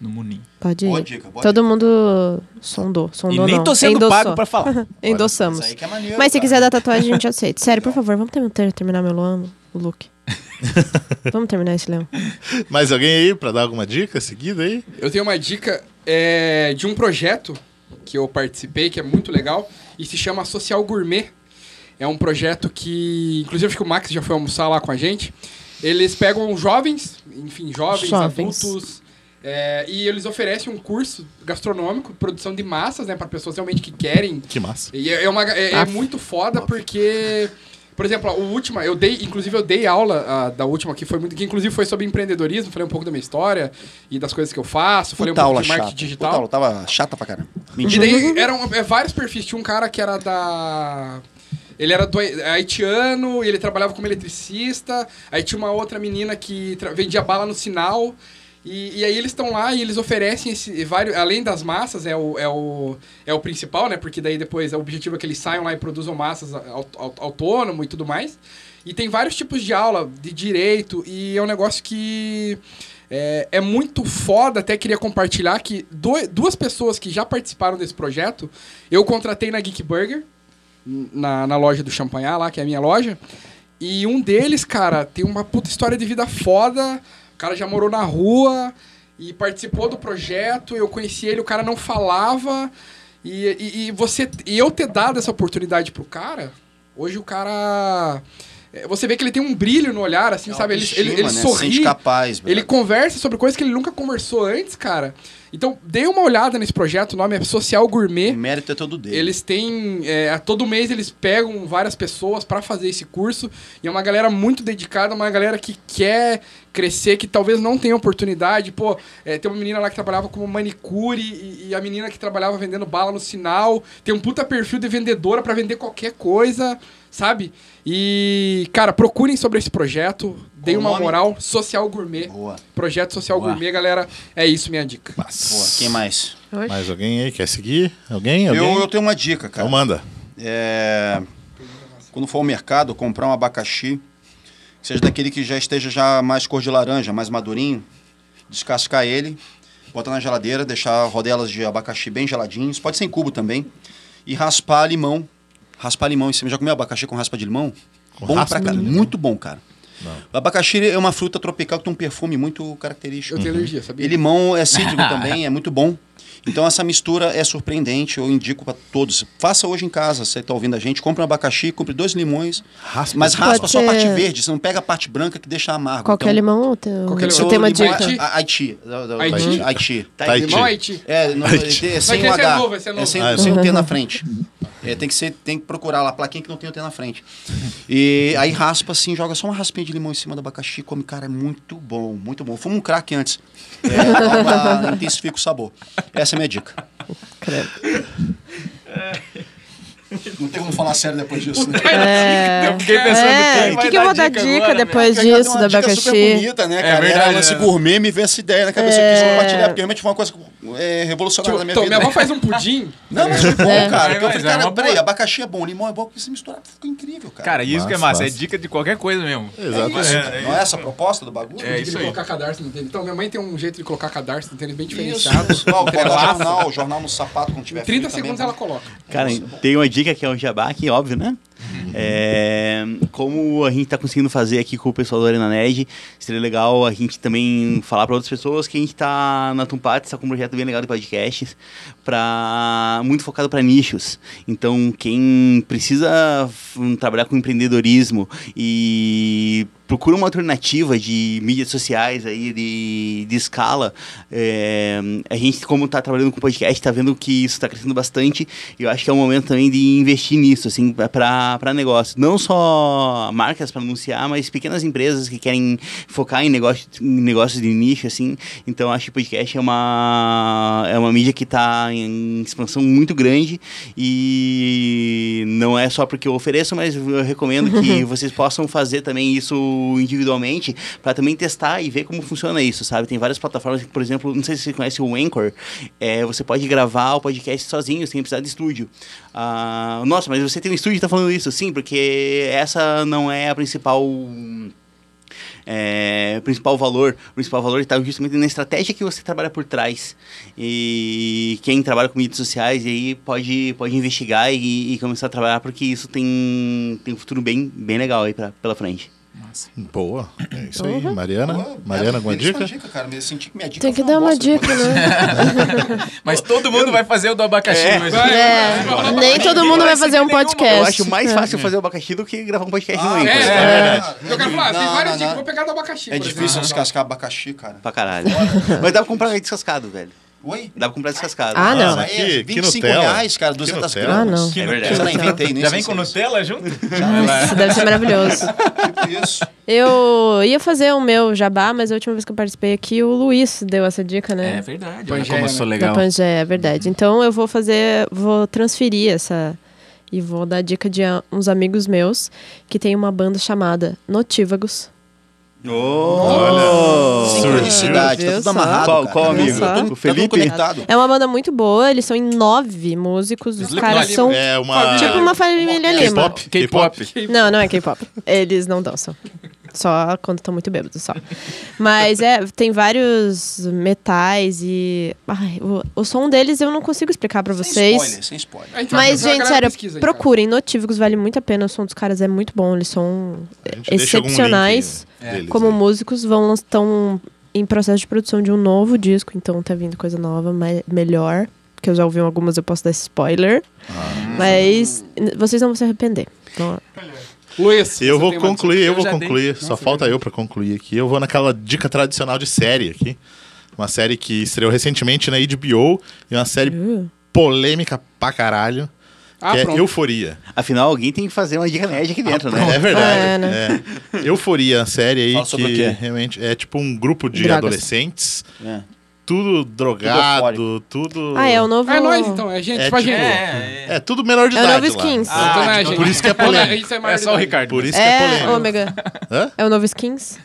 Speaker 9: no Muninho.
Speaker 6: Pode ir.
Speaker 7: Boa dica, boa
Speaker 6: Todo mundo sondou.
Speaker 9: E
Speaker 6: sondou
Speaker 9: nem
Speaker 6: não.
Speaker 9: tô sendo
Speaker 6: Endossou. [laughs]
Speaker 9: pago pra falar.
Speaker 6: Endossamos.
Speaker 7: Isso aí que é maneiro,
Speaker 6: Mas se
Speaker 7: cara.
Speaker 6: quiser dar tatuagem, a gente aceita. Sério, por favor, vamos ter- terminar meu Luan, o look. vamos terminar esse leão.
Speaker 2: Mais alguém aí pra dar alguma dica seguida aí?
Speaker 4: Eu tenho uma dica é, de um projeto que eu participei, que é muito legal, e se chama Social Gourmet. É um projeto que, inclusive, acho que o Max já foi almoçar lá com a gente. Eles pegam jovens, enfim, jovens,
Speaker 6: Jovens.
Speaker 4: adultos, é, e eles oferecem um curso gastronômico, produção de massas, né, para pessoas realmente que querem
Speaker 2: Que massa.
Speaker 4: e é, é uma, é, é muito foda porque. Por exemplo, a última, eu dei, inclusive eu dei aula ah, da última que foi muito, que inclusive foi sobre empreendedorismo, falei um pouco da minha história e das coisas que eu faço, falei
Speaker 7: Puta
Speaker 4: um
Speaker 7: aula
Speaker 4: pouco de marketing
Speaker 7: chata.
Speaker 4: digital.
Speaker 7: Puta aula, tava chata pra caramba.
Speaker 4: E daí eram é, vários perfis. Tinha um cara que era da. Ele era do haitiano e ele trabalhava como eletricista. Aí tinha uma outra menina que tra- vendia bala no sinal. E, e aí eles estão lá e eles oferecem esse vários. Além das massas, é o, é, o, é o principal, né? Porque daí depois o objetivo é que eles saiam lá e produzam massas au- au- autônomo e tudo mais. E tem vários tipos de aula de direito e é um negócio que é, é muito foda. Até queria compartilhar que do- duas pessoas que já participaram desse projeto eu contratei na Geek Burger, na, na loja do Champanhar lá, que é a minha loja. E um deles, cara, tem uma puta história de vida foda. O cara já morou na rua e participou do projeto. Eu conheci ele, o cara não falava. E, e, e você, e eu ter dado essa oportunidade pro cara, hoje o cara. é, Você vê que ele tem um brilho no olhar, assim, sabe? Ele, ele, ele
Speaker 7: Autoestima, né?
Speaker 4: sorri.
Speaker 7: Sente capaz, né?
Speaker 4: Ele
Speaker 7: brother.
Speaker 4: conversa sobre coisas que ele nunca conversou antes, cara. Então, dê uma olhada nesse projeto, o nome é Social
Speaker 7: O
Speaker 4: Gourmet.
Speaker 7: mérito é todo dele.
Speaker 4: Eles têm. é, a todo mês eles pegam várias pessoas pra fazer esse curso. E é uma galera muito dedicada, uma galera que quer crescer, que talvez não tenha oportunidade. Pô, é, tem uma menina lá que trabalhava como manicure e, e a menina que trabalhava vendendo bala no sinal. Tem um puta perfil de vendedora pra vender qualquer coisa, sabe? E, cara, procurem sobre esse projeto. Deem
Speaker 7: o
Speaker 4: uma
Speaker 7: nome?
Speaker 4: moral. Social Gourmet.
Speaker 7: Boa.
Speaker 4: Projeto Social Gourmet, galera. É isso, minha dica.
Speaker 7: Boa. Quem mais?
Speaker 2: Mais alguém aí? Quer seguir? Alguém?
Speaker 7: Eu,
Speaker 2: Alguém?
Speaker 7: eu tenho uma dica, cara.
Speaker 2: Então manda.
Speaker 7: É, quando for ao mercado, comprar um abacaxi, que seja daquele que já esteja já mais cor de laranja, mais madurinho, descascar ele, botar na geladeira, deixar rodelas de abacaxi bem geladinhos, pode ser em cubo também, e raspar limão. Raspar limão em cima. Já comeu abacaxi com raspa de limão? bom
Speaker 2: raspa
Speaker 7: pra
Speaker 2: de
Speaker 7: cara.
Speaker 2: limão?
Speaker 7: Muito bom, cara. O abacaxi é uma fruta tropical que tem um perfume muito
Speaker 4: Eu
Speaker 7: característico.
Speaker 4: tenho alergia, sabia?
Speaker 7: E limão
Speaker 4: [laughs]
Speaker 7: é cítrico também, é muito bom. Então essa mistura é surpreendente, eu indico para todos. Faça hoje em casa, você está ouvindo a gente, compra um abacaxi, compre dois limões,
Speaker 2: Raspa.
Speaker 7: mas
Speaker 6: Pode
Speaker 7: raspa só a parte
Speaker 6: ser-
Speaker 7: verde, você não pega a parte branca que deixa amargo.
Speaker 6: Qualquer
Speaker 7: Então,
Speaker 6: limão ou tem, um
Speaker 4: Qualquer
Speaker 6: ou
Speaker 4: limão.
Speaker 6: tem uma
Speaker 4: Seu limão-
Speaker 6: dica?
Speaker 4: Haiti.
Speaker 7: a- Haiti. da- da-
Speaker 4: Haiti.
Speaker 7: Haiti.
Speaker 2: Haiti.
Speaker 4: Limão Haiti.
Speaker 6: [laughs]
Speaker 7: É, não,
Speaker 2: Haiti.
Speaker 7: é sem
Speaker 4: que esse é
Speaker 7: o H.
Speaker 4: novo, esse é novo.
Speaker 7: sem,
Speaker 2: Ah, é
Speaker 7: sem o T na frente. É, tem, que ser, tem que procurar lá, plaquinha que não tem o T na frente. E aí raspa assim, joga só uma raspinha de limão em cima do abacaxi, come, cara, é muito bom, muito bom. Fuma um crack antes.
Speaker 6: [laughs]
Speaker 7: É, dá uma- intensifica o sabor. Essa é a minha dica.
Speaker 6: Credo.
Speaker 7: Não tem como falar sério depois disso, né?
Speaker 6: É,
Speaker 9: Eu fiquei pensando,
Speaker 6: é,
Speaker 9: quem
Speaker 6: o que,
Speaker 9: vai
Speaker 6: que eu
Speaker 9: dar
Speaker 6: vou dar
Speaker 9: dica
Speaker 6: dica,
Speaker 9: agora, né?
Speaker 6: depois
Speaker 7: Cara,
Speaker 6: disso
Speaker 7: deu
Speaker 6: do
Speaker 7: uma dica super
Speaker 6: abacaxi?
Speaker 7: bonita, né, cara?
Speaker 9: verdade,
Speaker 7: Era esse
Speaker 9: né?
Speaker 7: gourmet me veio essa ideia na cabeça. Eu
Speaker 6: É.
Speaker 7: quis compartilhar, porque realmente foi uma coisa é, revolucionária na minha
Speaker 4: Então,
Speaker 7: vida.
Speaker 4: minha avó faz um
Speaker 7: [laughs]
Speaker 4: pudim.
Speaker 7: Não, mas foi bom, cara.
Speaker 9: É,
Speaker 7: Porque eu
Speaker 9: mas
Speaker 7: falei,
Speaker 9: é uma
Speaker 7: cara, peraí,
Speaker 9: boa.
Speaker 7: abacaxi é bom, limão é bom, porque se misturar fica incrível, cara.
Speaker 9: Cara, isso
Speaker 2: Massa,
Speaker 9: que é massa. É
Speaker 2: massa.
Speaker 9: dica de qualquer coisa mesmo.
Speaker 2: Exato.
Speaker 7: não é essa a proposta do bagulho?
Speaker 9: É
Speaker 4: de
Speaker 9: isso aí.
Speaker 4: colocar cadarço no tênis. Então, minha mãe tem um jeito de colocar cadarço no tênis bem
Speaker 7: Isso.
Speaker 4: diferenciado.
Speaker 7: Ó, o jornal, o jornal no sapato quando
Speaker 4: Em
Speaker 7: tiver
Speaker 4: 30
Speaker 7: frio também, tá né?
Speaker 4: segundos
Speaker 7: mano.
Speaker 4: ela coloca.
Speaker 5: Cara, tem uma dica que é um jabá aqui, óbvio, né? É, como a gente tá conseguindo fazer aqui com o pessoal do Arena Nerd, seria legal a gente também falar para outras pessoas que a gente tá na Tumpats, tá com um projeto bem legal de podcasts, pra, muito focado para nichos. Então, quem precisa hum, trabalhar com empreendedorismo e procura uma alternativa de mídias sociais aí de, de escala. É, a gente, como está trabalhando com podcast, está vendo que isso está crescendo bastante. E eu acho que é o momento também de investir nisso, assim, para negócio. Não só marcas para anunciar, mas pequenas empresas que querem focar em, negócio, em negócios de nicho, assim. Então, acho que podcast é uma, é uma mídia que está em expansão muito grande e não é só porque eu ofereço, mas eu recomendo que vocês possam fazer também isso individualmente para também testar e ver como funciona isso, sabe? Tem várias plataformas, que, por exemplo, não sei se você conhece o Anchor, é, você pode gravar o podcast sozinho, sem precisar de estúdio. Ah, nossa, mas você tem um estúdio e tá falando isso? Sim, porque essa não é a principal É, o principal valor, o principal valor está justamente na estratégia que você trabalha por trás. E quem trabalha com mídias sociais aí pode, pode investigar e, e começar a trabalhar, porque isso tem, tem um futuro bem, bem legal aí pra, pela frente.
Speaker 2: Boa. É isso aí, Mariana.
Speaker 7: Boa,
Speaker 2: Mariana, alguma
Speaker 7: feliz com a
Speaker 2: dica?
Speaker 7: cara. Eu senti que minha é dica
Speaker 6: Tem que
Speaker 7: foi uma
Speaker 6: dar uma
Speaker 7: bosta,
Speaker 6: dica,
Speaker 7: depois.
Speaker 6: né?
Speaker 9: Mas todo mundo vai fazer o do abacaxi. mas-
Speaker 6: É, nem todo mundo vai fazer um podcast. É.
Speaker 5: Eu acho mais fácil fazer o abacaxi do que gravar um podcast ruim.
Speaker 4: é,
Speaker 5: por exemplo.
Speaker 4: é,
Speaker 7: Cara,
Speaker 4: Eu quero falar, tem
Speaker 7: não,
Speaker 4: várias
Speaker 7: não,
Speaker 4: dicas,
Speaker 7: não.
Speaker 4: vou pegar do abacaxi.
Speaker 7: É
Speaker 4: por
Speaker 7: difícil
Speaker 4: exemplo.
Speaker 7: descascar abacaxi, cara.
Speaker 5: Pra caralho. Mas dá pra comprar descascado, velho.
Speaker 7: Oi?
Speaker 5: Dá pra comprar descascado.
Speaker 6: Ah, não.
Speaker 7: Mas aí é
Speaker 2: Que- que
Speaker 7: 25
Speaker 2: Nutella?
Speaker 7: reais, cara,
Speaker 2: Que
Speaker 7: 200
Speaker 2: Nutella?
Speaker 6: Ah,
Speaker 7: gramas.
Speaker 6: não.
Speaker 5: É
Speaker 7: Eu já
Speaker 5: verdade.
Speaker 7: inventei, nem
Speaker 9: Já
Speaker 7: sei
Speaker 9: vem
Speaker 7: se
Speaker 9: com
Speaker 7: é
Speaker 9: Nutella junto?
Speaker 6: Isso deve ser maravilhoso.
Speaker 7: tipo isso.
Speaker 6: Eu ia fazer o meu jabá, mas a última vez que eu participei aqui, o Luiz deu essa dica, né?
Speaker 9: É verdade.
Speaker 4: Pois
Speaker 9: Olha como
Speaker 4: é,
Speaker 9: eu sou
Speaker 6: Da
Speaker 9: legal.
Speaker 6: Pangeia, é verdade. Então eu vou fazer, vou transferir essa e vou dar dica de a- uns amigos meus que tem uma banda chamada Notívagos.
Speaker 7: Sincronicidade, tá
Speaker 6: Viu
Speaker 7: tudo
Speaker 6: só?
Speaker 7: amarrado.
Speaker 5: Qual-
Speaker 7: cara.
Speaker 5: qual
Speaker 7: Tá
Speaker 5: amigo?
Speaker 7: tudo-
Speaker 5: O
Speaker 7: Tá tudo
Speaker 5: Felipe?
Speaker 7: conectado.
Speaker 6: É uma banda muito boa, eles são em nove músicos, os caras
Speaker 4: Ah,
Speaker 6: são
Speaker 2: É uma.
Speaker 6: tipo uma família Lima.
Speaker 2: K-pop? K-pop?
Speaker 6: Não, não é K-pop. Eles não dançam. Só quando estão muito bêbados, só. Mas é, tem vários metais e. Ai, o, o som deles eu não consigo explicar pra
Speaker 7: Sem
Speaker 6: vocês.
Speaker 7: spoiler, sem spoiler.
Speaker 4: A gente Tá, vai
Speaker 6: Mas,
Speaker 4: fazer uma
Speaker 6: gente,
Speaker 4: grande
Speaker 6: sério,
Speaker 4: pesquisa então. aí, cara.
Speaker 6: procurem. Notívagos vale muito a pena. O som dos caras é muito bom. Eles são
Speaker 2: A gente deixa algum link
Speaker 6: excepcionais.
Speaker 2: deles
Speaker 6: Como
Speaker 2: aí.
Speaker 6: músicos, vão estão em processo de produção de um novo disco. Então tá vindo coisa nova, mas melhor. Que eu já ouvi algumas, eu posso dar spoiler.
Speaker 2: Ah.
Speaker 6: mas n- vocês não vão se arrepender. Então,
Speaker 4: Luiz,
Speaker 2: Eu vou
Speaker 4: você tem uma dica?
Speaker 2: concluir, eu,
Speaker 9: Eu
Speaker 2: vou
Speaker 9: já dei.
Speaker 2: concluir. Só falta eu pra concluir aqui. Eu vou naquela dica tradicional de série aqui. Uma série que estreou recentemente na HBO e uma série
Speaker 6: uh,
Speaker 2: polêmica pra caralho,
Speaker 4: Hum. Ah,
Speaker 2: que é
Speaker 4: pronto.
Speaker 2: Euforia.
Speaker 5: Afinal, alguém tem que fazer uma dica nerd aqui dentro, né?
Speaker 2: É verdade.
Speaker 6: É,
Speaker 2: é. Euforia, a série aí
Speaker 7: Fala
Speaker 2: que
Speaker 7: sobre o quê?
Speaker 2: realmente é tipo um grupo de
Speaker 6: Drogas.
Speaker 2: adolescentes,
Speaker 7: É.
Speaker 2: tudo drogado, tudo.
Speaker 6: Ah, é o novo.
Speaker 4: É nóis, então. É gente,
Speaker 2: É
Speaker 4: tipo a gente.
Speaker 2: tipo-
Speaker 9: É, é.
Speaker 2: É tudo menor de
Speaker 6: É o
Speaker 2: idade.
Speaker 6: novo
Speaker 2: lá.
Speaker 6: Skins.
Speaker 4: Então não é gente.
Speaker 2: por
Speaker 4: [laughs]
Speaker 2: isso que é
Speaker 4: Então não
Speaker 2: polêmico.
Speaker 4: isso é
Speaker 9: É
Speaker 4: maior
Speaker 9: só o
Speaker 4: de idade.
Speaker 9: Ricardo.
Speaker 2: Por isso que é
Speaker 6: É,
Speaker 2: polêmico.
Speaker 6: ômega.
Speaker 2: Hã?
Speaker 6: É o novo skins?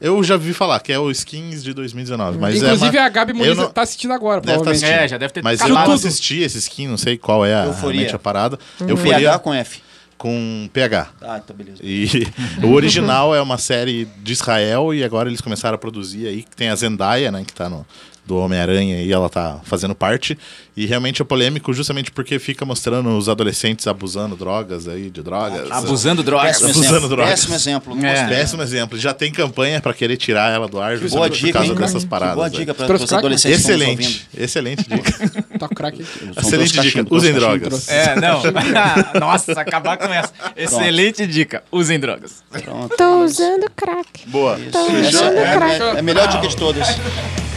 Speaker 2: Eu já vi falar que é o Skins de 2019, mas é
Speaker 4: Inclusive,
Speaker 2: uma-
Speaker 4: a Gabi
Speaker 2: eu
Speaker 4: Muniz
Speaker 2: não-
Speaker 4: tá assistindo agora,
Speaker 2: Deve tá
Speaker 4: provavelmente.
Speaker 2: assistindo.
Speaker 9: É, já deve ter
Speaker 2: Mas eu
Speaker 4: Caiu
Speaker 2: não
Speaker 4: tudo.
Speaker 2: assisti esse skin, não sei qual é a,
Speaker 7: Euforia.
Speaker 2: realmente a parada.
Speaker 6: Uhum.
Speaker 7: PH
Speaker 2: Euforia
Speaker 7: com F.
Speaker 2: com PH.
Speaker 7: Ah, tá, beleza.
Speaker 2: E [laughs] o original é uma série de Israel e agora eles começaram a produzir aí, que tem a Zendaya, né, que tá no do Homem-Aranha e ela tá fazendo parte. E realmente é polêmico justamente porque fica mostrando os adolescentes abusando drogas aí, de
Speaker 7: Ah,
Speaker 2: drogas.
Speaker 9: Abusando drogas.
Speaker 2: Péssimo
Speaker 3: Tá né?
Speaker 2: exemplo. Usando drogas.
Speaker 7: Péssimo exemplo. não
Speaker 9: É.
Speaker 7: gostei.
Speaker 2: Péssimo exemplo. Já tem campanha pra querer tirar ela do ar justamente
Speaker 7: Boa
Speaker 2: por
Speaker 7: dica,
Speaker 2: causa
Speaker 7: hein?
Speaker 2: dessas
Speaker 7: Que
Speaker 2: paradas.
Speaker 7: Boa
Speaker 2: né?
Speaker 7: dica para
Speaker 4: Trouxe
Speaker 7: os
Speaker 4: crack?
Speaker 7: adolescentes que estão nos
Speaker 2: Excelente, excelente dica.
Speaker 4: Tá com crack aí.
Speaker 7: ouvindo. São
Speaker 2: excelente
Speaker 7: dois
Speaker 2: dica.
Speaker 7: cachimbo, dois
Speaker 2: Usem
Speaker 7: cachimbo.
Speaker 2: drogas.
Speaker 9: É, não. [laughs] Nossa, acabar com essa. Excelente dica. Usem drogas.
Speaker 7: Pronto.
Speaker 6: Tô usando crack.
Speaker 2: Boa.
Speaker 7: Isso. Essa é, é- é a melhor dica de todas.